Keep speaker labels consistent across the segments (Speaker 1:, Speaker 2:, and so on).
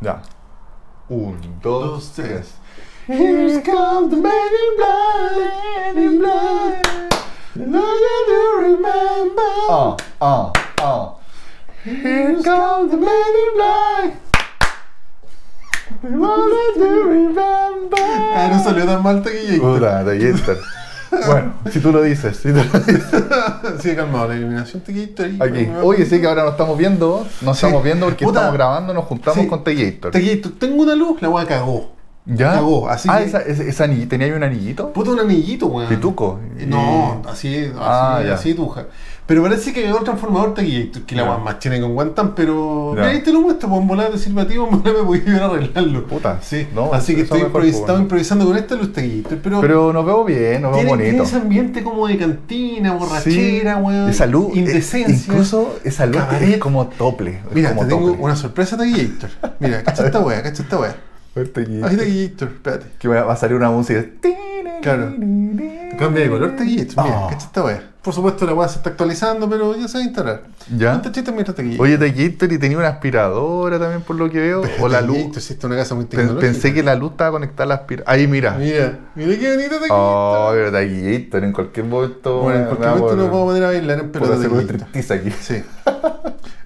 Speaker 1: Ya. Un, dos,
Speaker 2: Dos,
Speaker 1: tres.
Speaker 2: tres.
Speaker 1: Here's comes the man in black, man in black. Nothing to remember. Oh,
Speaker 2: Ah, ah, ah.
Speaker 1: Here comes the man in black. Nothing to remember.
Speaker 2: Ah, no salió tan mal taquillito.
Speaker 1: Puta, de Jester. Bueno, si tú lo dices, si tú lo dices.
Speaker 2: Sigue calmado, la eliminación taquillito. ahí.
Speaker 1: Aquí. Oh. Oye, sí que ahora nos estamos viendo. Nos
Speaker 2: Sí.
Speaker 1: estamos viendo porque
Speaker 2: Puta.
Speaker 1: estamos grabando, nos juntamos
Speaker 2: Sí.
Speaker 1: con T-Gator.
Speaker 2: Taquillito, tengo una luz, la weá cagó.
Speaker 1: ¿Ya?
Speaker 2: Cagó, así
Speaker 1: ah,
Speaker 2: que-
Speaker 1: esa, esa, esa anillita, ¿tenía ahí un anillito?
Speaker 2: Puta un anillito, weón. Eh,
Speaker 1: Pituco.
Speaker 2: No, así, así,
Speaker 1: Ah, ya.
Speaker 2: así tuja. Pero parece que hay otro transformador taquillito, que la
Speaker 1: Ya.
Speaker 2: weá más tiene con guantan, pero.
Speaker 1: Ya.
Speaker 2: Mira, Ahí te lo muestro, pues en volada te sirve a ti, en volada me voy a ir a arreglarlo.
Speaker 1: Puta,
Speaker 2: Sí,
Speaker 1: no,
Speaker 2: así que
Speaker 1: eso
Speaker 2: estoy
Speaker 1: mejor,
Speaker 2: improvis-
Speaker 1: pues,
Speaker 2: estaba
Speaker 1: bueno.
Speaker 2: improvisando con esta luz taquillito. Pero,
Speaker 1: Pero nos vemos bien, nos vemos
Speaker 2: tiene, tiene
Speaker 1: bonito.
Speaker 2: ese ambiente como de cantina, borrachera,
Speaker 1: Sí,
Speaker 2: weón.
Speaker 1: Esa luz, eh,
Speaker 2: Indecencia.
Speaker 1: incluso esa luz que es
Speaker 2: Cabaret.
Speaker 1: como tople. es
Speaker 2: Mira,
Speaker 1: como
Speaker 2: te tengo
Speaker 1: tople.
Speaker 2: una sorpresa de Gator. Mira, cacha esta weá, cacha esta weá. Ahí está Gator, espérate.
Speaker 1: Que va va a salir una música.
Speaker 2: Claro. Cambia de color Taquillito, mira,
Speaker 1: Ah.
Speaker 2: cacha esta weá. Por supuesto la weá se está actualizando, pero ya se va a instalar.
Speaker 1: Ya.
Speaker 2: No te chistes, mira Taquillito.
Speaker 1: Oye, Taquillito, y tenía una aspiradora también, por lo que veo. O la
Speaker 2: Taquillito,
Speaker 1: luz.
Speaker 2: sí, esta es una casa muy
Speaker 1: Pen-
Speaker 2: tecnológica.
Speaker 1: Pensé que la luz estaba conectada a la aspiradora. Ahí, mira.
Speaker 2: Mira, mira qué bonito Taquillito.
Speaker 1: Oh, pero Taquillito, en cualquier momento.
Speaker 2: bueno, en
Speaker 1: me-
Speaker 2: cualquier
Speaker 1: me
Speaker 2: momento
Speaker 1: va
Speaker 2: nos
Speaker 1: a
Speaker 2: vamos a poner a bailar
Speaker 1: poner-
Speaker 2: en
Speaker 1: puta,
Speaker 2: pelota
Speaker 1: se pone
Speaker 2: Taquillito.
Speaker 1: striptease aquí.
Speaker 2: Sí.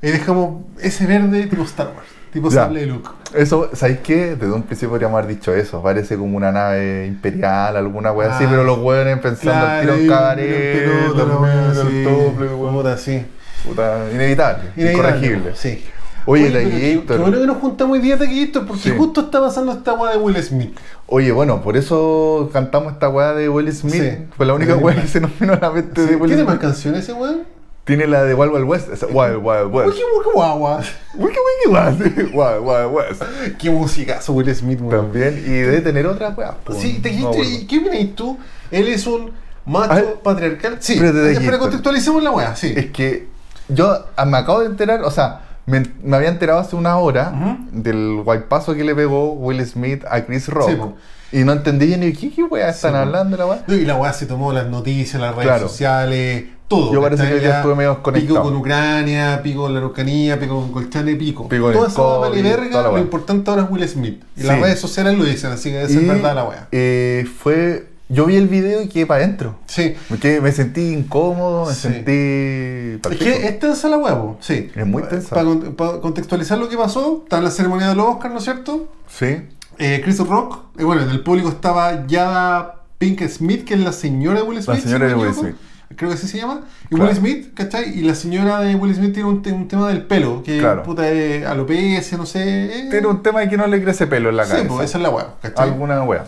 Speaker 2: Y dejamos ese verde tipo Star Wars, tipo
Speaker 1: Ya.
Speaker 2: sable de Luke.
Speaker 1: Eso, ¿sabéis qué? Desde un principio podríamos haber dicho eso. Parece como una nave imperial, alguna wea así,
Speaker 2: Ah.
Speaker 1: pero los hueones pensando al tiro en cabaret, dormir al tople, weón.
Speaker 2: sí.
Speaker 1: Puta, inevitable, incorregible.
Speaker 2: Sí.
Speaker 1: Oye,
Speaker 2: pero qué-
Speaker 1: Taquillito.
Speaker 2: Qué bueno que nos juntamos hoy día, Taquillito, porque
Speaker 1: Sí.
Speaker 2: justo está pasando esta weá de Will Smith.
Speaker 1: Oye, bueno, por eso cantamos esta wea de Will Smith.
Speaker 2: Sí.
Speaker 1: Fue la única
Speaker 2: Sí,
Speaker 1: wea
Speaker 2: sí.
Speaker 1: que se nos vino a la mente
Speaker 2: Sí.
Speaker 1: de Will
Speaker 2: ¿Tiene
Speaker 1: Smith.
Speaker 2: más canciones ese weón?
Speaker 1: Tiene la de Wild Wild West. esa- Wild Wild
Speaker 2: Uy,
Speaker 1: West.
Speaker 2: qué bu- qué guagua.
Speaker 1: Wiki Wiki West. Wild Wild West.
Speaker 2: Qué musicazo Will Smith, weón.
Speaker 1: También, y debe tener otra wea. po,
Speaker 2: Sí, te
Speaker 1: no
Speaker 2: dijiste,
Speaker 1: me acuerdo.
Speaker 2: ¿y qué opinas tú? Él es un macho
Speaker 1: A ver,
Speaker 2: patriarcal. Sí, eh,
Speaker 1: pero te
Speaker 2: pero,
Speaker 1: dijiste.
Speaker 2: contextualicemos la weá, sí.
Speaker 1: Es que yo ah, me acabo de enterar, o sea, me, me había enterado hace una hora
Speaker 2: Ujú.
Speaker 1: del guaypazo que le pegó Will Smith a Chris Rock.
Speaker 2: Sí, po.
Speaker 1: y no entendí ni qué, qué weá están
Speaker 2: po.
Speaker 1: hablando la weá.
Speaker 2: No, Y la weá se tomó las noticias, las redes
Speaker 1: Claro.
Speaker 2: sociales, todo.
Speaker 1: Yo parece
Speaker 2: ¿cachai?
Speaker 1: que hoy día
Speaker 2: Ya
Speaker 1: estuve medio desconectado.
Speaker 2: Pico con Ucrania, pico con la Araucanía, pico con Colchane, pico.
Speaker 1: Pico con
Speaker 2: Toda
Speaker 1: el
Speaker 2: esa weá vale
Speaker 1: COVID, toda
Speaker 2: verga,
Speaker 1: la
Speaker 2: lo
Speaker 1: weá.
Speaker 2: importante ahora es Will Smith. Y
Speaker 1: Sí.
Speaker 2: las redes sociales lo dicen, así que esa
Speaker 1: Y,
Speaker 2: es verdad la weá.
Speaker 1: eh, fue, yo vi el video y quedé para adentro.
Speaker 2: Sí.
Speaker 1: Me, quedé- me sentí incómodo, me
Speaker 2: Sí.
Speaker 1: sentí... pa'l
Speaker 2: Es
Speaker 1: pico.
Speaker 2: que es tensa la weá, po, sí.
Speaker 1: Es muy tensa.
Speaker 2: Para contextualizar lo que pasó, está en la ceremonia de los Oscars, ¿no es cierto?
Speaker 1: Sí,
Speaker 2: Eh, Chris Rock, eh, bueno, en el público estaba Yada Pink Smith, que es la señora de Will Smith.
Speaker 1: señora
Speaker 2: si no me
Speaker 1: de Will
Speaker 2: equivoco. Creo que así se llama. Y
Speaker 1: Claro.
Speaker 2: Will Smith, ¿cachai? Y la señora de Will Smith tiene un, te- un tema del pelo, que
Speaker 1: Claro.
Speaker 2: puta es alopecia, no sé. eh.
Speaker 1: tiene un tema de que no le crece pelo en la
Speaker 2: Sí,
Speaker 1: cabeza.
Speaker 2: pues, esa es la weá, ¿cachai?
Speaker 1: Alguna weá.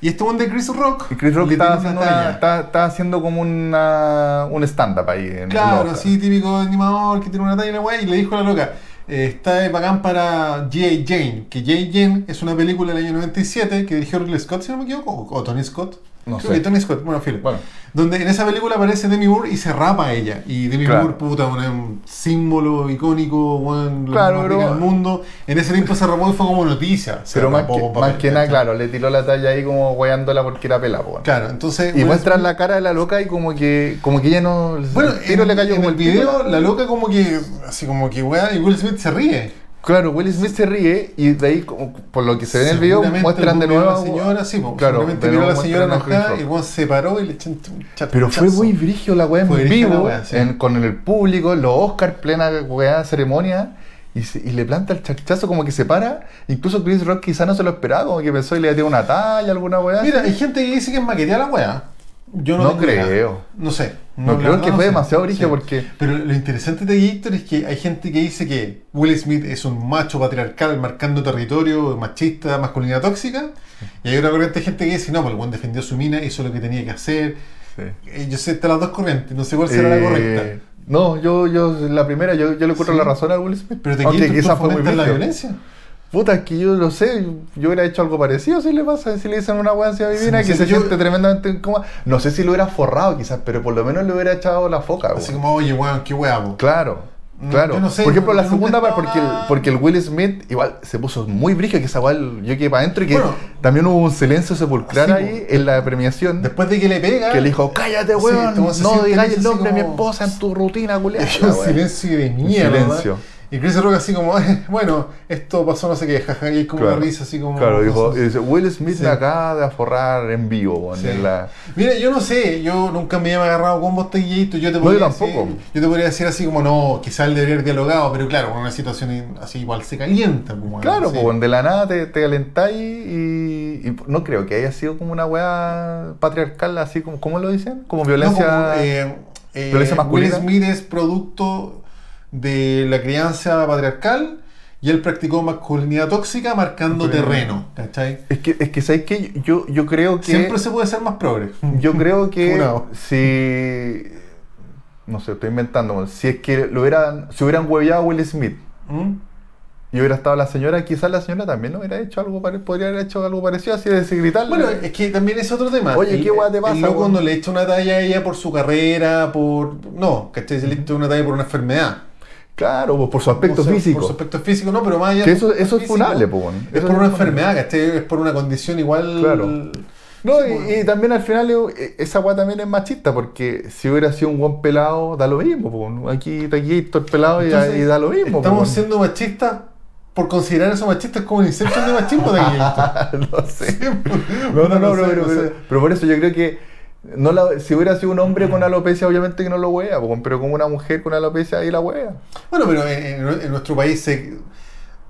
Speaker 2: Y este one de Chris Rock.
Speaker 1: Y Chris Rock
Speaker 2: le
Speaker 1: estaba
Speaker 2: tiene
Speaker 1: haciendo,
Speaker 2: una
Speaker 1: una-
Speaker 2: talla.
Speaker 1: estaba- estaba haciendo como una, un stand-up ahí. En en
Speaker 2: Claro,
Speaker 1: Oscar.
Speaker 2: así típico animador que tiene una talla y la weá, y le dijo a la loca, eh, está de bacán para G.A. Jane, que G.A. Jane es una película del año 97 que dirigió Ridley Scott, si no me equivoco, o, o Tony Scott.
Speaker 1: No
Speaker 2: Creo
Speaker 1: sé.
Speaker 2: que Tony Scott, bueno, filo.
Speaker 1: Bueno.
Speaker 2: Donde en esa película aparece Demi Moore y se rapa ella. Y Demi
Speaker 1: Claro.
Speaker 2: Moore, puta, una- un símbolo icónico, bueno,
Speaker 1: Claro,
Speaker 2: más
Speaker 1: pero-
Speaker 2: rica del mundo. En ese tiempo se rapó y fue como noticia. Se
Speaker 1: Pero más
Speaker 2: rapó
Speaker 1: que,
Speaker 2: con
Speaker 1: más
Speaker 2: papel,
Speaker 1: que nada,
Speaker 2: ¿cachai?
Speaker 1: claro, le tiró la talla ahí como weándola porque era pela, po, weón.
Speaker 2: Claro, entonces...
Speaker 1: Y
Speaker 2: bueno,
Speaker 1: muestran la cara de la loca y como que, como que ella no. el
Speaker 2: Bueno,
Speaker 1: tiro
Speaker 2: en,
Speaker 1: le cayó
Speaker 2: en
Speaker 1: como
Speaker 2: el
Speaker 1: tiro.
Speaker 2: video, la loca como que, así como que, weá, y Will Smith se ríe.
Speaker 1: Claro, Will Smith se ríe y de ahí, como- por lo que se ve en el video,
Speaker 2: Seguramente
Speaker 1: muestran de
Speaker 2: vio
Speaker 1: nuevo.
Speaker 2: a la señora, sí, po.
Speaker 1: claro,
Speaker 2: Seguramente
Speaker 1: de
Speaker 2: vio a la
Speaker 1: nuevo
Speaker 2: señora
Speaker 1: muestran a Chris
Speaker 2: enojada
Speaker 1: Rock.
Speaker 2: y bueno, se paró y le echó un chat.
Speaker 1: Pero fue muy brigio la weá en
Speaker 2: Fue brigio la
Speaker 1: vivo,
Speaker 2: weá, sí.
Speaker 1: en- con el público, los Oscar, plena weá ceremonia, y, se- y le planta el charchazo como que se para. Incluso Chris Rock quizá no se lo esperaba, como que pensó y le dio una talla, alguna weá.
Speaker 2: Mira, hay gente que dice que es maquetear la weá. Yo no,
Speaker 1: No
Speaker 2: tengo idea.
Speaker 1: creo.
Speaker 2: No sé.
Speaker 1: No,
Speaker 2: la
Speaker 1: creo
Speaker 2: verdad
Speaker 1: que
Speaker 2: no
Speaker 1: fue
Speaker 2: sé.
Speaker 1: demasiado brígido porque-
Speaker 2: Pero lo interesante de Gator es que hay gente que dice que Will Smith es un macho patriarcal marcando territorio, machista, masculinidad tóxica. Y hay otra corriente de gente que dice, no, pues el buen defendió su mina, hizo lo que tenía que hacer.
Speaker 1: Sí.
Speaker 2: Eh, Yo sé, están las dos corrientes, no sé cuál será la
Speaker 1: Eh,
Speaker 2: correcta.
Speaker 1: No, yo, yo, la primera, yo, yo le encuentro
Speaker 2: Sí.
Speaker 1: la razón a Will Smith.
Speaker 2: Pero te
Speaker 1: Aunque
Speaker 2: Gator, tú
Speaker 1: quizás fue muy
Speaker 2: fomentas la
Speaker 1: brígido.
Speaker 2: violencia.
Speaker 1: Puta, es que yo lo sé, yo hubiera hecho algo parecido si le pasa, si le dicen una weá así a Vivina
Speaker 2: Sí,
Speaker 1: que
Speaker 2: sí,
Speaker 1: se
Speaker 2: yo-
Speaker 1: siente tremendamente incómoda. No sé si lo hubiera forrado quizás, pero por lo menos le hubiera echado la foca,
Speaker 2: Así
Speaker 1: weón.
Speaker 2: como, oye, weón, qué weá, po".
Speaker 1: Claro,
Speaker 2: No,
Speaker 1: claro.
Speaker 2: yo no sé,
Speaker 1: por ejemplo,
Speaker 2: yo
Speaker 1: la
Speaker 2: no
Speaker 1: segunda parte, porque el,
Speaker 2: contestaba.
Speaker 1: porque el Will Smith igual se puso muy brillo, que esa weá yo quedé para adentro y que
Speaker 2: Bueno. Ah,
Speaker 1: también hubo un silencio sepulcral
Speaker 2: Sí,
Speaker 1: ahí en la premiación.
Speaker 2: Después de que le pega.
Speaker 1: que le dijo, cállate,
Speaker 2: Sí,
Speaker 1: weón,
Speaker 2: entonces se
Speaker 1: no
Speaker 2: siente
Speaker 1: digáis
Speaker 2: así
Speaker 1: el nombre de mi
Speaker 2: como-
Speaker 1: esposa en tu rutina, culiada.
Speaker 2: un silencio de
Speaker 1: Un
Speaker 2: mierda.
Speaker 1: silencio.
Speaker 2: Y Chris Rock así como, "Eh, bueno, esto pasó no sé qué, jaja, y hay como
Speaker 1: Claro.
Speaker 2: una risa así como...
Speaker 1: Claro, dijo,
Speaker 2: no sé.
Speaker 1: dice, Will Smith
Speaker 2: Sí.
Speaker 1: me acaba de aforrar en vivo, weón,
Speaker 2: Sí.
Speaker 1: en la-
Speaker 2: Mira, yo no sé, yo nunca me he agarrado con vos, Tejito, yo te
Speaker 1: No,
Speaker 2: podría
Speaker 1: yo tampoco.
Speaker 2: decir, yo te podría decir así como, no, quizá él debería haber dialogado, pero claro, con una situación así igual se calienta. Como,
Speaker 1: Claro,
Speaker 2: sí.
Speaker 1: pues, weón, de la nada te, te calentáis y, y no creo que haya sido como una weá patriarcal, así como, ¿cómo lo dicen? Como violencia...
Speaker 2: No, como, eh, eh,
Speaker 1: violencia masculina.
Speaker 2: Will Smith es producto de la crianza patriarcal y él practicó masculinidad tóxica marcando
Speaker 1: Masculinidad.
Speaker 2: terreno. ¿Cachai?
Speaker 1: Es que, es que ¿sabes qué? Yo, yo creo que...
Speaker 2: Siempre se puede ser más progre.
Speaker 1: Yo creo que
Speaker 2: Funado.
Speaker 1: si... No sé, estoy inventando, weón, si es que lo hubieran... Si hubieran hueveado a Will Smith
Speaker 2: ¿Mm?
Speaker 1: y hubiera estado la señora, quizás la señora también hubiera hecho algo parecido, podría haber hecho algo parecido, así de decir, gritarle.
Speaker 2: Bueno, es que también es otro tema.
Speaker 1: Oye,
Speaker 2: El-
Speaker 1: ¿qué guay te pasa,
Speaker 2: El loco
Speaker 1: weón?
Speaker 2: no le echa una talla a ella por su carrera, por. No, ¿cachai? Se le echa una talla por una enfermedad.
Speaker 1: Claro, pues por su aspecto
Speaker 2: O sea,
Speaker 1: físico.
Speaker 2: Por su aspecto físico, no, pero más allá.
Speaker 1: Que
Speaker 2: de
Speaker 1: eso-
Speaker 2: su
Speaker 1: eso
Speaker 2: aspecto
Speaker 1: es funable, po, weón.
Speaker 2: Es
Speaker 1: Eso
Speaker 2: por
Speaker 1: es
Speaker 2: una
Speaker 1: funable.
Speaker 2: enfermedad, ¿cachai? Es por una condición igual.
Speaker 1: Claro. No,
Speaker 2: Sí,
Speaker 1: y,
Speaker 2: bueno.
Speaker 1: y también al final eh, esa weá también es machista, porque si hubiera sido un buen pelado, da lo mismo. po. Aquí, aquí, todo el pelado y-
Speaker 2: Entonces,
Speaker 1: y, da lo mismo. pues, po.
Speaker 2: Estamos siendo machistas por considerar eso machistas como un inception de machismo de
Speaker 1: no sé.
Speaker 2: No,
Speaker 1: No, no, no, pero,
Speaker 2: no
Speaker 1: pero-
Speaker 2: sé.
Speaker 1: pero por eso yo creo que no la- si hubiera sido un hombre
Speaker 2: Mm.
Speaker 1: con alopecia, obviamente que no lo wea, po, pero como una mujer con alopecia, ahí la wea.
Speaker 2: Bueno, pero en, en- en nuestro país se.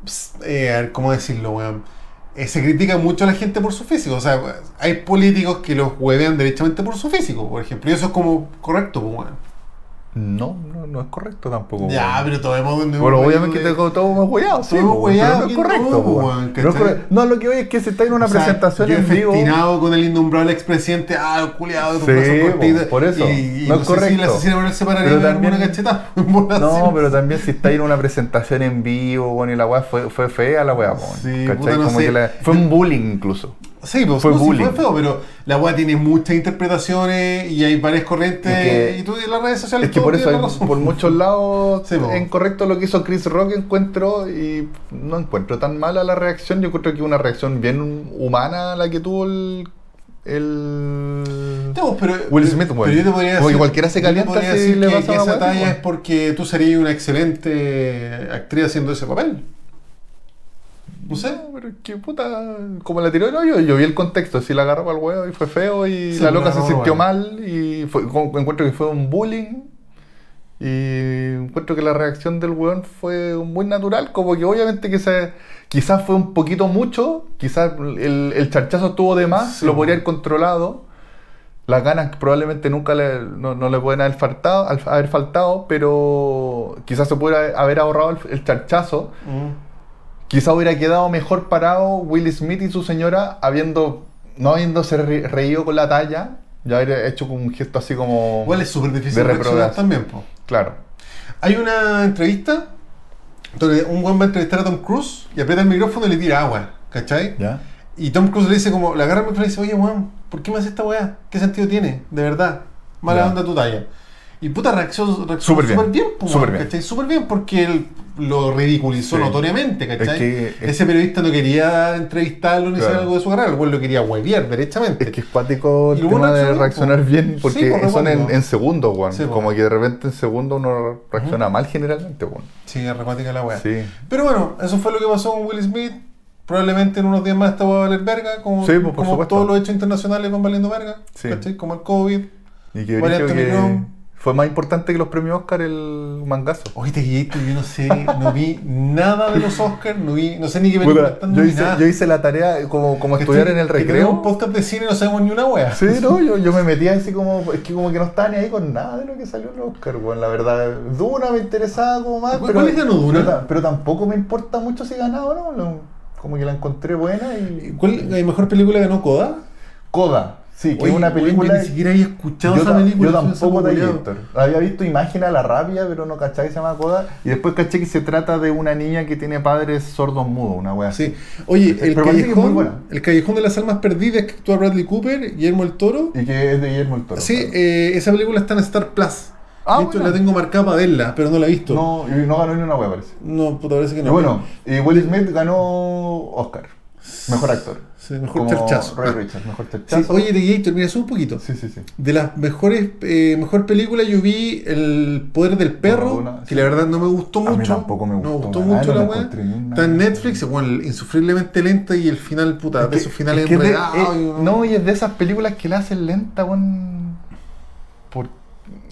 Speaker 2: ps- eh, a ver, ¿Cómo decirlo, weón? Eh, se critica mucho a la gente por su físico. O sea, hay políticos que los huevean derechamente por su físico, por ejemplo. Y eso es como correcto, pues, weón.
Speaker 1: No, no, no es correcto tampoco.
Speaker 2: Ya,
Speaker 1: weón.
Speaker 2: pero eh, tomemos. un-
Speaker 1: Oh. Bueno,
Speaker 2: un-
Speaker 1: obviamente
Speaker 2: de-
Speaker 1: que todos hemos hueado, sí,
Speaker 2: Todos
Speaker 1: po, weón, pero
Speaker 2: hueados,
Speaker 1: no es
Speaker 2: ¿quién
Speaker 1: correcto.
Speaker 2: no,
Speaker 1: po,
Speaker 2: weón?
Speaker 1: weón. No es
Speaker 2: ¿Cachai?
Speaker 1: correcto. No, lo que voy es que se está en una
Speaker 2: o sea,
Speaker 1: presentación
Speaker 2: yo he
Speaker 1: en vivo.
Speaker 2: festinado con el innombrable expresidente, ah, el culiado,
Speaker 1: Sí, po, por eso.
Speaker 2: Y, y
Speaker 1: No
Speaker 2: no,
Speaker 1: es
Speaker 2: sé si
Speaker 1: correcto.
Speaker 2: el asesino por él se pararía
Speaker 1: Pero
Speaker 2: y le daría
Speaker 1: también-
Speaker 2: una cacheta. Bola
Speaker 1: No,
Speaker 2: así.
Speaker 1: pero también si está ahí en una presentación en vivo, bueno, y la weá fue, fue fea la weá, po,
Speaker 2: Sí,
Speaker 1: ¿cachai?
Speaker 2: puta, no
Speaker 1: Como
Speaker 2: sé.
Speaker 1: que la- fue un bullying incluso.
Speaker 2: Sí, pues
Speaker 1: Fue
Speaker 2: no, sí, fue
Speaker 1: bullying.
Speaker 2: feo, pero la weá tiene muchas interpretaciones y hay varias corrientes.
Speaker 1: Es que-
Speaker 2: y tú en las redes sociales
Speaker 1: Es que
Speaker 2: todo
Speaker 1: por eso,
Speaker 2: tiene
Speaker 1: hay-
Speaker 2: razón.
Speaker 1: por muchos lados,
Speaker 2: Sí, po.
Speaker 1: es incorrecto lo que hizo Chris Rock encuentro y no encuentro tan mala la reacción. Yo encuentro que una reacción bien humana la que tuvo el... el...
Speaker 2: No, pero,
Speaker 1: Will Smith,
Speaker 2: pero
Speaker 1: weón.
Speaker 2: yo te podría
Speaker 1: Como que
Speaker 2: decir-
Speaker 1: cualquiera se
Speaker 2: yo te
Speaker 1: calienta
Speaker 2: podría
Speaker 1: si
Speaker 2: decir
Speaker 1: le
Speaker 2: que-
Speaker 1: pasa
Speaker 2: que
Speaker 1: una
Speaker 2: esa
Speaker 1: weá así,
Speaker 2: talla es
Speaker 1: weón.
Speaker 2: porque tú serías una excelente actriz haciendo ese papel. No sé.
Speaker 1: No, pero es que puta, como la tiró el hoyo, yo vi el contexto, si la agarró al huevo y fue feo y
Speaker 2: Sí,
Speaker 1: la
Speaker 2: la
Speaker 1: loca se
Speaker 2: agarró
Speaker 1: sintió
Speaker 2: al huevo.
Speaker 1: mal y fue, como- encuentro que fue un bullying y encuentro que la reacción del weón fue muy natural, como que obviamente que se, quizás fue un poquito mucho, quizás el, el charchazo estuvo de más,
Speaker 2: Sí,
Speaker 1: lo
Speaker 2: weón.
Speaker 1: podría haber controlado. Las ganas probablemente nunca le, no, no le pueden haber faltado, al- haber faltado, pero quizás se pudiera haber ahorrado el, el charchazo. Quizá hubiera quedado mejor parado Will Smith y su señora habiendo no habiéndose re- reído con la talla y haber hecho como un gesto así como
Speaker 2: Igual es súper
Speaker 1: De
Speaker 2: difícil reaccionar
Speaker 1: reprobación.
Speaker 2: también, po.
Speaker 1: claro.
Speaker 2: Hay una entrevista donde un weón va a entrevistar a Tom Cruise y aprieta el micrófono y le tira agua, ¿cachai?
Speaker 1: ¿Ya?
Speaker 2: Y Tom Cruise le dice como, le agarra el micrófono y le dice, oye weón, ¿por qué me haces esta weá? ¿Qué sentido tiene? De verdad, mala
Speaker 1: Ya.
Speaker 2: onda tu talla. Y puta reacción, reacción
Speaker 1: Súper bien.
Speaker 2: po,
Speaker 1: Súper
Speaker 2: weón,
Speaker 1: bien.
Speaker 2: ¿cachai? Súper bien porque él lo ridiculizó
Speaker 1: Sí.
Speaker 2: notoriamente, ¿cachai?
Speaker 1: que- es-
Speaker 2: Ese periodista no quería entrevistarlo ni hacer
Speaker 1: Claro.
Speaker 2: algo de su carrera, el weón lo quería hueviar derechamente.
Speaker 1: Es que es cuático
Speaker 2: Y
Speaker 1: el
Speaker 2: lo
Speaker 1: tema
Speaker 2: bueno
Speaker 1: de
Speaker 2: es
Speaker 1: reaccionar
Speaker 2: que-
Speaker 1: bien
Speaker 2: sí,
Speaker 1: porque
Speaker 2: pues,
Speaker 1: son en,
Speaker 2: bueno.
Speaker 1: en segundos, weón.
Speaker 2: Sí, pues.
Speaker 1: como que de repente en segundos uno reacciona mal generalmente, weón.
Speaker 2: Sí, es recuática la weá.
Speaker 1: Sí.
Speaker 2: Pero bueno, eso fue lo que pasó con Will Smith. Probablemente en unos días más esta va a valer verga, como,
Speaker 1: Sí, pues, por
Speaker 2: como
Speaker 1: supuesto.
Speaker 2: todos los hechos internacionales van valiendo verga,
Speaker 1: Sí.
Speaker 2: ¿cachai? Como el COVID.
Speaker 1: Y que,
Speaker 2: Bueno,
Speaker 1: brígido
Speaker 2: Anthony
Speaker 1: que
Speaker 2: Brown.
Speaker 1: fue más importante que los premios Oscar el mangazo.
Speaker 2: Oíste, Guillito, yo no sé, no vi nada de los Oscars, no, vi, no sé ni qué
Speaker 1: Puta,
Speaker 2: película están
Speaker 1: yo, hice,
Speaker 2: nominadas.
Speaker 1: yo hice la tarea eh, como, como
Speaker 2: Que
Speaker 1: estudiar
Speaker 2: estoy-
Speaker 1: en el
Speaker 2: que tenemos un
Speaker 1: recreo.
Speaker 2: podcast de cine y no sabemos ni una wea.
Speaker 1: Sí, no, yo, yo me metía así como, es que como que no estaba ni ahí con nada de lo que salió en el Oscar, weón, la verdad. Duna me interesaba como más,
Speaker 2: ¿Cuál-
Speaker 1: pero,
Speaker 2: cuál ganó Duna?
Speaker 1: pero ta- Pero, tampoco me importa mucho si ganaba o no, lo- como que la encontré buena y...
Speaker 2: ¿Cuál la mejor película ganó Coda?
Speaker 1: Coda, sí, que
Speaker 2: Oye,
Speaker 1: es una
Speaker 2: weón, yo
Speaker 1: película...
Speaker 2: ni siquiera había escuchado
Speaker 1: yo,
Speaker 2: esa
Speaker 1: ta-
Speaker 2: película.
Speaker 1: yo
Speaker 2: soy un
Speaker 1: tampoco
Speaker 2: saco
Speaker 1: te
Speaker 2: culiao.
Speaker 1: Había visto imagen a la rabia, pero no caché que se llama Coda. Y después caché que se trata de una niña que tiene padres sordos mudos, una wea así.
Speaker 2: Sí. Oye, el
Speaker 1: Pero parece que es muy buena.
Speaker 2: callejón, el callejón de las almas perdidas que actúa Bradley Cooper, Guillermo el Toro.
Speaker 1: Y que es de Guillermo el Toro.
Speaker 2: Sí,
Speaker 1: claro.
Speaker 2: eh, esa película está en Star Plus.
Speaker 1: Ah,
Speaker 2: De hecho,
Speaker 1: buena.
Speaker 2: la tengo marcada para verla, pero no la he visto. No,
Speaker 1: no, y no ganó ni una wea, parece.
Speaker 2: puta, parece que
Speaker 1: Y
Speaker 2: no.
Speaker 1: bueno, y Will Smith ganó Oscar. Mejor actor.
Speaker 2: Sí, mejor
Speaker 1: Como
Speaker 2: charchazo.
Speaker 1: Ray Richards, mejor
Speaker 2: Sí,
Speaker 1: charchazo.
Speaker 2: oye, The Gator, mira, sube un poquito.
Speaker 1: Sí, sí, sí.
Speaker 2: De las mejores eh, mejor película yo vi El Poder del Perro,
Speaker 1: Alguna,
Speaker 2: que
Speaker 1: sí.
Speaker 2: la verdad no me gustó
Speaker 1: A mí
Speaker 2: mucho.
Speaker 1: tampoco me
Speaker 2: No
Speaker 1: gustó,
Speaker 2: me gustó
Speaker 1: nada,
Speaker 2: mucho
Speaker 1: no
Speaker 2: la
Speaker 1: la
Speaker 2: weá.
Speaker 1: encontré ni
Speaker 2: Está en
Speaker 1: nada.
Speaker 2: Netflix, bueno, insufriblemente lenta y el final, puta, de
Speaker 1: Es que-
Speaker 2: esos finales
Speaker 1: es que es de-
Speaker 2: enredados.
Speaker 1: eh,
Speaker 2: y-
Speaker 1: no, y es de esas películas que la hacen lenta, weón. Por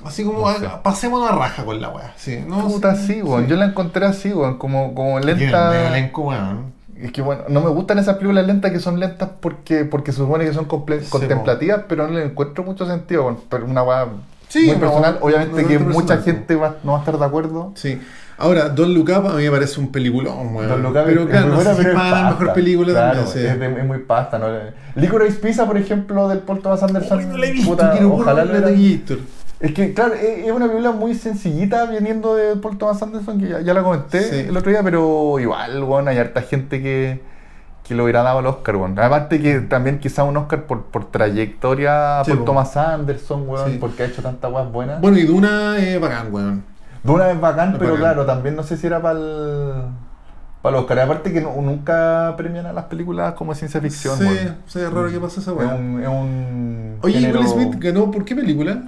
Speaker 2: Así como
Speaker 1: No sé.
Speaker 2: ah, pasémonos a raja con la weá. Sí, no,
Speaker 1: puta, sí, weón.
Speaker 2: sí.
Speaker 1: Yo la encontré así, weón. Como, como
Speaker 2: Y en el medio
Speaker 1: lenta.
Speaker 2: elenco, weón.
Speaker 1: Es que bueno, no me gustan esas películas lentas que son lentas porque, porque se supone que son comple-
Speaker 2: Sí,
Speaker 1: contemplativas, pero no le encuentro mucho sentido. weón. pero una weá
Speaker 2: Sí,
Speaker 1: muy
Speaker 2: una
Speaker 1: personal.
Speaker 2: weá-
Speaker 1: Obviamente
Speaker 2: una
Speaker 1: que
Speaker 2: weá
Speaker 1: mucha
Speaker 2: personal,
Speaker 1: gente va- no va a estar de acuerdo.
Speaker 2: Sí. Ahora, Don Look Up a mí me parece un peliculón, weón.
Speaker 1: Don Look Up
Speaker 2: pero
Speaker 1: es
Speaker 2: claro,
Speaker 1: muy
Speaker 2: no sé
Speaker 1: buena,
Speaker 2: si es
Speaker 1: pero
Speaker 2: para la
Speaker 1: pasta.
Speaker 2: mejor película
Speaker 1: Claro,
Speaker 2: también. sí.
Speaker 1: es, de- es muy pasta, ¿no? Licorice Pizza, por ejemplo, del Paul Thomas Anderson.
Speaker 2: Uy, no la he visto,
Speaker 1: puta,
Speaker 2: quiero
Speaker 1: ojalá
Speaker 2: verla
Speaker 1: lo
Speaker 2: de
Speaker 1: hubiera-
Speaker 2: Gator.
Speaker 1: Es que, claro, es es una película muy sencillita viniendo de Paul Thomas Anderson, que ya, ya la comenté
Speaker 2: Sí.
Speaker 1: el otro día, pero igual, bueno, hay harta gente que, que lo hubiera dado al Oscar, bueno. Aparte que también quizá un Oscar por, por trayectoria
Speaker 2: Sí,
Speaker 1: por
Speaker 2: po.
Speaker 1: Thomas Anderson, weón,
Speaker 2: Sí.
Speaker 1: porque ha hecho tantas weas buenas.
Speaker 2: Bueno, y Duna es bacán, weón.
Speaker 1: Duna es bacán,
Speaker 2: Es
Speaker 1: pero
Speaker 2: bacán.
Speaker 1: claro, también no sé si era para el... Para los Oscar, aparte que no- nunca premian a las películas como ciencia ficción.
Speaker 2: Sí,
Speaker 1: weón.
Speaker 2: sí, es raro que pase esa weá.
Speaker 1: Es un, es un
Speaker 2: Oye, ¿y
Speaker 1: género-
Speaker 2: Will Smith ganó por qué película?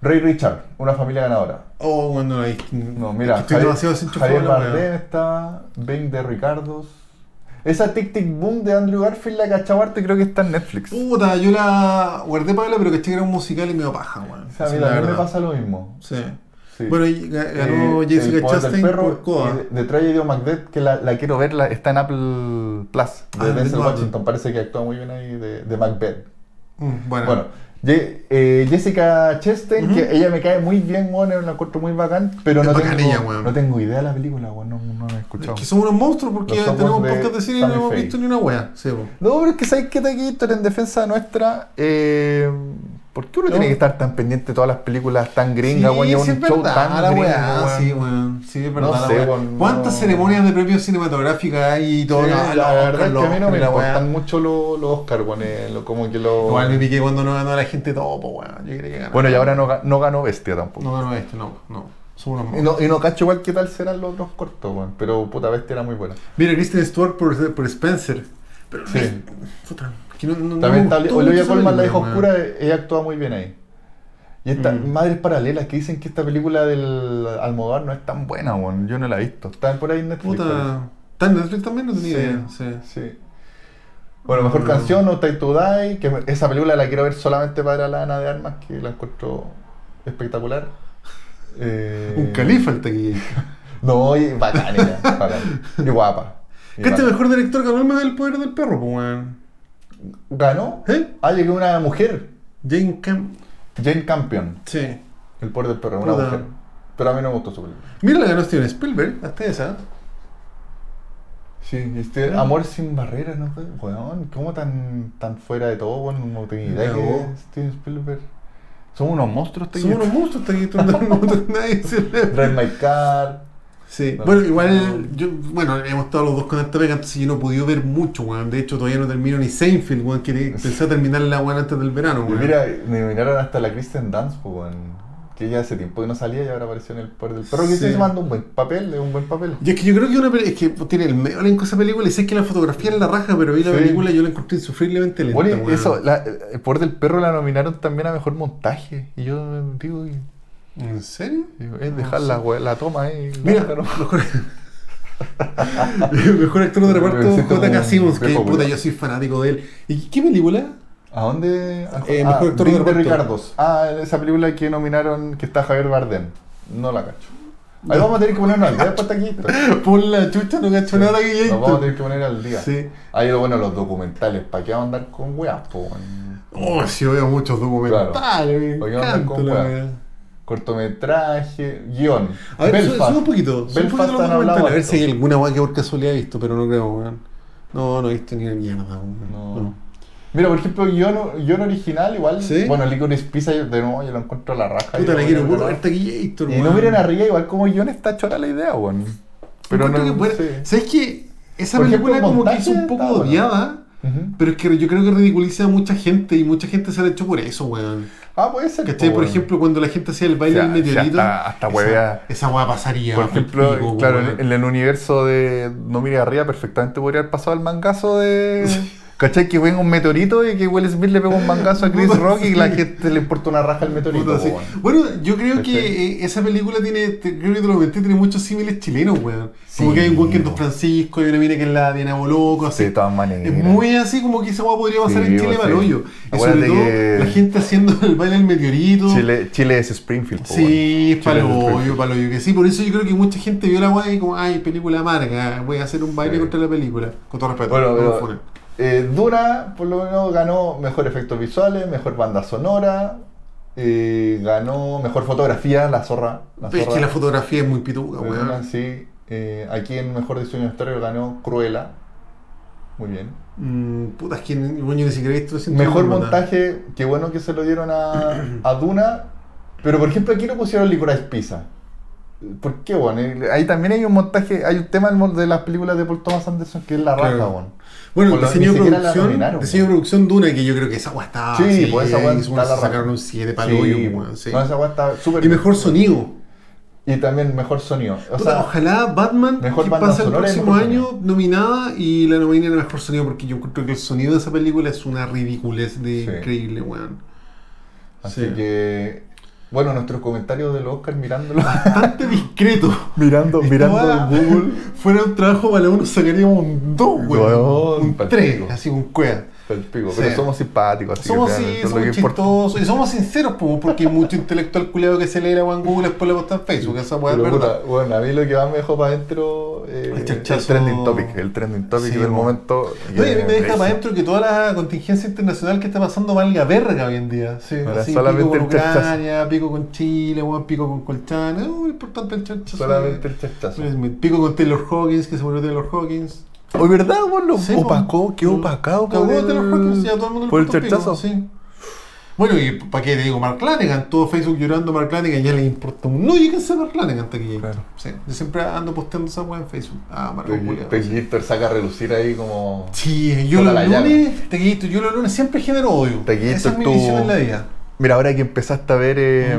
Speaker 1: Ray Richard, una familia ganadora.
Speaker 2: Oh, bueno, no la vi.
Speaker 1: No, mira,
Speaker 2: Estoy demasiado desenchufado
Speaker 1: Javier
Speaker 2: la weá.
Speaker 1: Bardem está, Bing de Ricardos. Esa Tic Tic Boom de Andrew Garfield, la cachabarte, creo que está en Netflix.
Speaker 2: Puta, yo la guardé para verla, pero caché que era un musical y me dio paja, weón.
Speaker 1: o sea,
Speaker 2: Esa es
Speaker 1: mira,
Speaker 2: la
Speaker 1: a mí me
Speaker 2: verdad.
Speaker 1: pasa lo mismo.
Speaker 2: Sí.
Speaker 1: Sí.
Speaker 2: Bueno, y ga- ganó
Speaker 1: Eh, El
Speaker 2: Jessica
Speaker 1: Poder del
Speaker 2: Chastain
Speaker 1: Perro eh,
Speaker 2: por Coda.
Speaker 1: y The Tragedy of Macbeth, que la, la quiero ver, la- está en Apple Plus,
Speaker 2: Ah,
Speaker 1: de Denzel
Speaker 2: Denzel
Speaker 1: Washington, parece que actúa muy bien ahí de, de Macbeth.
Speaker 2: Mm, bueno.
Speaker 1: Bueno, Ye- eh, Jessica Chastain,
Speaker 2: Ujú.
Speaker 1: que ella me cae muy bien, bueno, la encuentro muy bacán, pero
Speaker 2: Es
Speaker 1: no
Speaker 2: bacán
Speaker 1: tengo,
Speaker 2: ella, weón.
Speaker 1: no tengo idea de la película, weón, no, no la he escuchado.
Speaker 2: Es que somos unos monstruos porque
Speaker 1: Los somos
Speaker 2: tenemos
Speaker 1: de
Speaker 2: podcast de cine y no
Speaker 1: Tammy
Speaker 2: hemos
Speaker 1: Faye.
Speaker 2: visto ni una wea. Sí, po.
Speaker 1: No, pero es que sabéis que Taquito en defensa nuestra. Eh, ¿Por qué uno
Speaker 2: No.
Speaker 1: tiene que estar tan pendiente de todas las películas tan gringas, weón? Y
Speaker 2: sí,
Speaker 1: un
Speaker 2: es
Speaker 1: show
Speaker 2: verdad,
Speaker 1: tan
Speaker 2: la
Speaker 1: gringo,
Speaker 2: weá,
Speaker 1: weón.
Speaker 2: sí, weón. Sí, es verdad,
Speaker 1: No
Speaker 2: la
Speaker 1: sé,
Speaker 2: weá.
Speaker 1: weón, no-
Speaker 2: ¿Cuántas ceremonias de premios cinematográficos hay y todo?
Speaker 1: Sí,
Speaker 2: No,
Speaker 1: la
Speaker 2: los
Speaker 1: verdad
Speaker 2: Oscar,
Speaker 1: es que a mí no
Speaker 2: los
Speaker 1: me
Speaker 2: Oscar, la weá.
Speaker 1: importan mucho los los Oscar, weón. eh, lo- como que lo...
Speaker 2: Igual me piqué cuando no ganó la gente todo, po, weón. Yo quería que ganara.
Speaker 1: Bueno, y ahora no, ga- no ganó Bestia tampoco.
Speaker 2: No ganó este, no, no. Somos unos
Speaker 1: Y,
Speaker 2: monstruos.
Speaker 1: no, y no cacho igual qué tal serán los otros cortos, weón. Pero puta Bestia era muy buena.
Speaker 2: Mira, Kristen Stewart por, por Spencer. Pero,
Speaker 1: Sí.
Speaker 2: puta, que no, no,
Speaker 1: También
Speaker 2: no me
Speaker 1: está
Speaker 2: gustó mucho
Speaker 1: Olivia
Speaker 2: esa
Speaker 1: Colman, la hija
Speaker 2: película, weón.
Speaker 1: oscura, ella actúa muy bien ahí. Y estas
Speaker 2: Mm.
Speaker 1: madres paralelas que dicen que esta película del Almodóvar no es tan buena, weón. Yo no la he visto. Está por ahí en Netflix. parece.
Speaker 2: Puta. ¿Está en Netflix también? No tenía
Speaker 1: Sí.
Speaker 2: idea. Sí.
Speaker 1: Sí. Bueno, mejor
Speaker 2: Mm.
Speaker 1: canción, No Time to Die, que esa película la quiero ver solamente para la Ana de Armas, que la encuentro espectacular. Eh,
Speaker 2: Un califa el taquillito.
Speaker 1: No, y bacán ella, bacán. Y guapa. Y
Speaker 2: Que este
Speaker 1: bacán.
Speaker 2: mejor director ganó el más del poder del perro, pues, weón.
Speaker 1: ¿Ganó?
Speaker 2: ¿Eh?
Speaker 1: Ah, llegó una mujer,
Speaker 2: Jane Camp.
Speaker 1: Jane Campion,
Speaker 2: Sí.
Speaker 1: El poder del perro, una
Speaker 2: Puta.
Speaker 1: mujer. Pero a mí no me gustó su película.
Speaker 2: Mira, la ganó Steven Spielberg. Hasta esa.
Speaker 1: Sí, este
Speaker 2: Ah.
Speaker 1: Amor sin barreras, ¿no? Weón, ¿cómo tan, tan fuera de todo? Bueno, no tenía idea
Speaker 2: Cagó.
Speaker 1: que Steven Spielberg. Son unos monstruos, te
Speaker 2: Son unos monstruos taquillitos. No, no, no, nadie se le...
Speaker 1: Drive My Car.
Speaker 2: Sí.
Speaker 1: No.
Speaker 2: Bueno, igual. Yo, bueno, hemos estado los dos con este esta pega, entonces yo no he podido ver mucho, weón. De hecho, todavía no termino ni Seinfeld, weón. Que pensé terminar la weón antes del verano,
Speaker 1: Y
Speaker 2: weón.
Speaker 1: mira, nominaron hasta la Kristen Dance, pues, weón. Que ya hace tiempo que no salía y ahora apareció en el poder del perro. Que
Speaker 2: Sí.
Speaker 1: se manda un buen papel, es un buen papel.
Speaker 2: Y es que yo creo que una peli- es que pues, tiene el medio elenco esa película y sé que la fotografía es la raja, pero vi la
Speaker 1: Sí.
Speaker 2: película y yo la encontré insufriblemente lenta.
Speaker 1: Bueno, y
Speaker 2: weón.
Speaker 1: eso, la- el poder del perro la nominaron también a mejor montaje. Y yo digo, y-
Speaker 2: ¿En serio?
Speaker 1: digo, es dejar la, we- la toma ahí.
Speaker 2: Ah, Mira,
Speaker 1: claro.
Speaker 2: mejor, mejor actor de reparto
Speaker 1: Me siento como
Speaker 2: J.K.
Speaker 1: un
Speaker 2: Simmons, que
Speaker 1: viejo
Speaker 2: puta,
Speaker 1: culiao.
Speaker 2: yo soy fanático de él. ¿Y qué película?
Speaker 1: ¿A dónde? A-
Speaker 2: Eh,
Speaker 1: ah,
Speaker 2: mejor actor de
Speaker 1: Big de
Speaker 2: reparto.
Speaker 1: Ricardos. Ah, esa película que nominaron que está Javier Bardem. No la cacho. Ahí vamos a tener que ponernos al día después aquí.
Speaker 2: Por la chucha, no cacho nada que
Speaker 1: Nos vamos a
Speaker 2: esto.
Speaker 1: tener que poner al día.
Speaker 2: Sí.
Speaker 1: Ahí lo bueno, los documentales. ¿Para qué vamos a andar con weas, po? weón?
Speaker 2: Oh, sí, yo veo muchos documentales. me
Speaker 1: Oye, vamos
Speaker 2: encanta
Speaker 1: con
Speaker 2: la
Speaker 1: weá.
Speaker 2: weá.
Speaker 1: Cortometraje, guión.
Speaker 2: A ver, su-
Speaker 1: Belfast.
Speaker 2: sube un poquito. Sube un poquito
Speaker 1: Belfast
Speaker 2: los
Speaker 1: han hablado
Speaker 2: documentales. A ver
Speaker 1: harto.
Speaker 2: si hay alguna weá que por casualidad he visto, pero no creo, weón. No, no he visto ni una mierda, weón.
Speaker 1: No. Mira, por ejemplo, guión, guión original igual.
Speaker 2: Sí.
Speaker 1: Bueno, Licorice Pizza yo- de nuevo yo lo encuentro a la raja.
Speaker 2: Puta,
Speaker 1: Yo
Speaker 2: la
Speaker 1: lo
Speaker 2: quiero este
Speaker 1: voy a
Speaker 2: puro
Speaker 1: ver.
Speaker 2: ver Taquillator,
Speaker 1: Y no miren arriba, igual como guión está chora la idea, weón. Pero no, sé.
Speaker 2: ¿Sabes qué? Esa
Speaker 1: Por ejemplo,
Speaker 2: película como que
Speaker 1: montaje
Speaker 2: es un poco
Speaker 1: está bueno.
Speaker 2: odiada,
Speaker 1: Ujú.
Speaker 2: pero es que yo creo que ridiculiza a mucha gente y mucha gente se la echó por eso, weón.
Speaker 1: Ah, puede ser.
Speaker 2: ¿Cachai?
Speaker 1: po,
Speaker 2: Por
Speaker 1: weón.
Speaker 2: ejemplo, cuando la gente hacía el
Speaker 1: O
Speaker 2: baile
Speaker 1: sea,
Speaker 2: del meteorito.
Speaker 1: si hasta, hasta huevea.
Speaker 2: Esa weá pasaría.
Speaker 1: Por
Speaker 2: al
Speaker 1: ejemplo,
Speaker 2: pico,
Speaker 1: claro,
Speaker 2: weón.
Speaker 1: en, en el universo de No Mire Arriba perfectamente podría haber pasado el mangazo de... ¿Cachai? Que venga un meteorito y que Will Smith le pega un mangazo a Chris
Speaker 2: Puta,
Speaker 1: Rock y la
Speaker 2: sí.
Speaker 1: gente le importa una raja al meteorito.
Speaker 2: Puta, sí.
Speaker 1: po, weón.
Speaker 2: Bueno, yo creo que
Speaker 1: ¿Cachai?
Speaker 2: eh, esa película tiene, te- creo que te lo comenté, tiene muchos símiles chilenos, weón. Como
Speaker 1: Sí,
Speaker 2: que hay un weón que es Don
Speaker 1: po.
Speaker 2: Francisco, hay una mina que es la Diana Boloco, así.
Speaker 1: De todas maneras.
Speaker 2: Es Eh, muy así como que esa weá podría pasar
Speaker 1: Sí,
Speaker 2: en Chile
Speaker 1: sí.
Speaker 2: para el hoyo. Y sobre
Speaker 1: Acuérdate
Speaker 2: todo,
Speaker 1: que-
Speaker 2: la gente haciendo el baile del meteorito.
Speaker 1: Chile, Chile es Springfield. po,
Speaker 2: Sí,
Speaker 1: weón.
Speaker 2: es
Speaker 1: Chile
Speaker 2: para el
Speaker 1: es Springfield.
Speaker 2: hoyo, para el hoyo que sí. Por eso yo creo que mucha gente vio la weá y como, ay, película amarga, voy a hacer un baile
Speaker 1: Sí.
Speaker 2: contra la película. Con todo respeto,
Speaker 1: Bueno,
Speaker 2: no
Speaker 1: pero-
Speaker 2: me funen.
Speaker 1: Eh, Duna, por lo menos, ganó mejor efectos visuales, mejor banda sonora, eh, ganó mejor fotografía, la zorra. La
Speaker 2: Es
Speaker 1: zorra.
Speaker 2: que la fotografía es muy pituca,
Speaker 1: Duna,
Speaker 2: weón.
Speaker 1: sí. Eh, aquí en mejor diseño de historia ganó Cruella. Muy bien.
Speaker 2: Mm, puta, es que bueno, yo ni siquiera he visto ese
Speaker 1: Mejor
Speaker 2: tipo de nota.
Speaker 1: montaje, qué bueno que se lo dieron a, a Duna. Pero por ejemplo, aquí no pusieron Licorice Pizza. ¿Por qué, bueno? Eh, Ahí también hay un montaje, hay un tema del mon- de las películas de Paul Thomas Anderson que es la raja,
Speaker 2: Claro.
Speaker 1: bueno.
Speaker 2: Bueno,
Speaker 1: Por
Speaker 2: el
Speaker 1: lo-
Speaker 2: diseño
Speaker 1: ni
Speaker 2: de
Speaker 1: siquiera la
Speaker 2: producción,
Speaker 1: nominaron,
Speaker 2: diseño de
Speaker 1: weón.
Speaker 2: producción Duna, que yo creo que esa weá está.
Speaker 1: Sí, pues esa weá
Speaker 2: ahí
Speaker 1: está
Speaker 2: bueno,
Speaker 1: la
Speaker 2: se
Speaker 1: raja.
Speaker 2: sacaron un 7 para
Speaker 1: Sí, pues,
Speaker 2: el hoyo, weón. sí.
Speaker 1: No, esa weá está súper
Speaker 2: Y
Speaker 1: bien.
Speaker 2: mejor sonido.
Speaker 1: Y también mejor sonido. O
Speaker 2: Puta,
Speaker 1: sea,
Speaker 2: ojalá Batman,
Speaker 1: mejor
Speaker 2: que
Speaker 1: banda
Speaker 2: pasa el
Speaker 1: sonora y
Speaker 2: próximo
Speaker 1: mejor
Speaker 2: año, nominada y la nominen a mejor sonido, porque yo creo que el sonido de esa película es una ridiculez de
Speaker 1: Sí.
Speaker 2: increíble, weón.
Speaker 1: así
Speaker 2: Sí.
Speaker 1: que. Bueno, nuestros comentarios de los Oscar mirándolo.
Speaker 2: Bastante discreto.
Speaker 1: mirando,
Speaker 2: Esta weá, Fuera un trabajo para uno, sacaríamos un 2,
Speaker 1: Weón,
Speaker 2: weón. Un
Speaker 1: pa'l
Speaker 2: 3,
Speaker 1: pico.
Speaker 2: así un cuea.
Speaker 1: Pal pico,
Speaker 2: Sí.
Speaker 1: Pero somos simpáticos, así
Speaker 2: Somos,
Speaker 1: que,
Speaker 2: sí,
Speaker 1: vean, eso es lo
Speaker 2: somos
Speaker 1: que importa.
Speaker 2: chistosos y somos sinceros, po, porque hay mucho intelectual culiado que se lee la weá en Google y después la posta en Facebook. Esa weá es
Speaker 1: Pero,
Speaker 2: verdad.
Speaker 1: puta, bueno, a mí lo que más me dejó para adentro eh,
Speaker 2: El
Speaker 1: el,
Speaker 2: charchazo.
Speaker 1: trending topic. El trending topic
Speaker 2: Sí,
Speaker 1: del
Speaker 2: bueno.
Speaker 1: momento.
Speaker 2: No, y a mí me deja
Speaker 1: eh,
Speaker 2: para adentro que toda la contingencia internacional que está pasando valga verga hoy en día. Sí,
Speaker 1: Ahora
Speaker 2: así,
Speaker 1: solamente
Speaker 2: pico
Speaker 1: el
Speaker 2: con
Speaker 1: chachazo.
Speaker 2: Ucrania, pico con Chile, weón, pico con Colchane. No, lo importante es el chachazo.
Speaker 1: Solamente el chachazo.
Speaker 2: Will Smith. Pico con Taylor Hawkins, que se murió Taylor Hawkins.
Speaker 1: Hoy, ¿verdad, vos lo
Speaker 2: Sí,
Speaker 1: opacó?
Speaker 2: po.
Speaker 1: Qué opacado,
Speaker 2: Cagó
Speaker 1: por el-
Speaker 2: Taylor Hawkins, ya todo el mundo le
Speaker 1: Por el
Speaker 2: cortó pico,
Speaker 1: charchazo.
Speaker 2: sí. Bueno, y para qué te digo, Mark Lanegan, todo Facebook llorando a Mark Lanegan, ya le importa un no, y que sea Mark Lanegan hasta que llegue.
Speaker 1: Claro.
Speaker 2: Sí, yo siempre ando posteando esa weá en Facebook. Ah, Marco
Speaker 1: Peggy-
Speaker 2: culiao.
Speaker 1: Peggy Gilbert saca a relucir ahí como.
Speaker 2: Sí, yo
Speaker 1: Toda
Speaker 2: los
Speaker 1: la llave.
Speaker 2: lunes, Tequito, yo los lunes siempre genero odio.
Speaker 1: Tequito,
Speaker 2: Esa es mi
Speaker 1: tú-
Speaker 2: visión en la vida.
Speaker 1: Mira, ahora que empezaste a ver eh,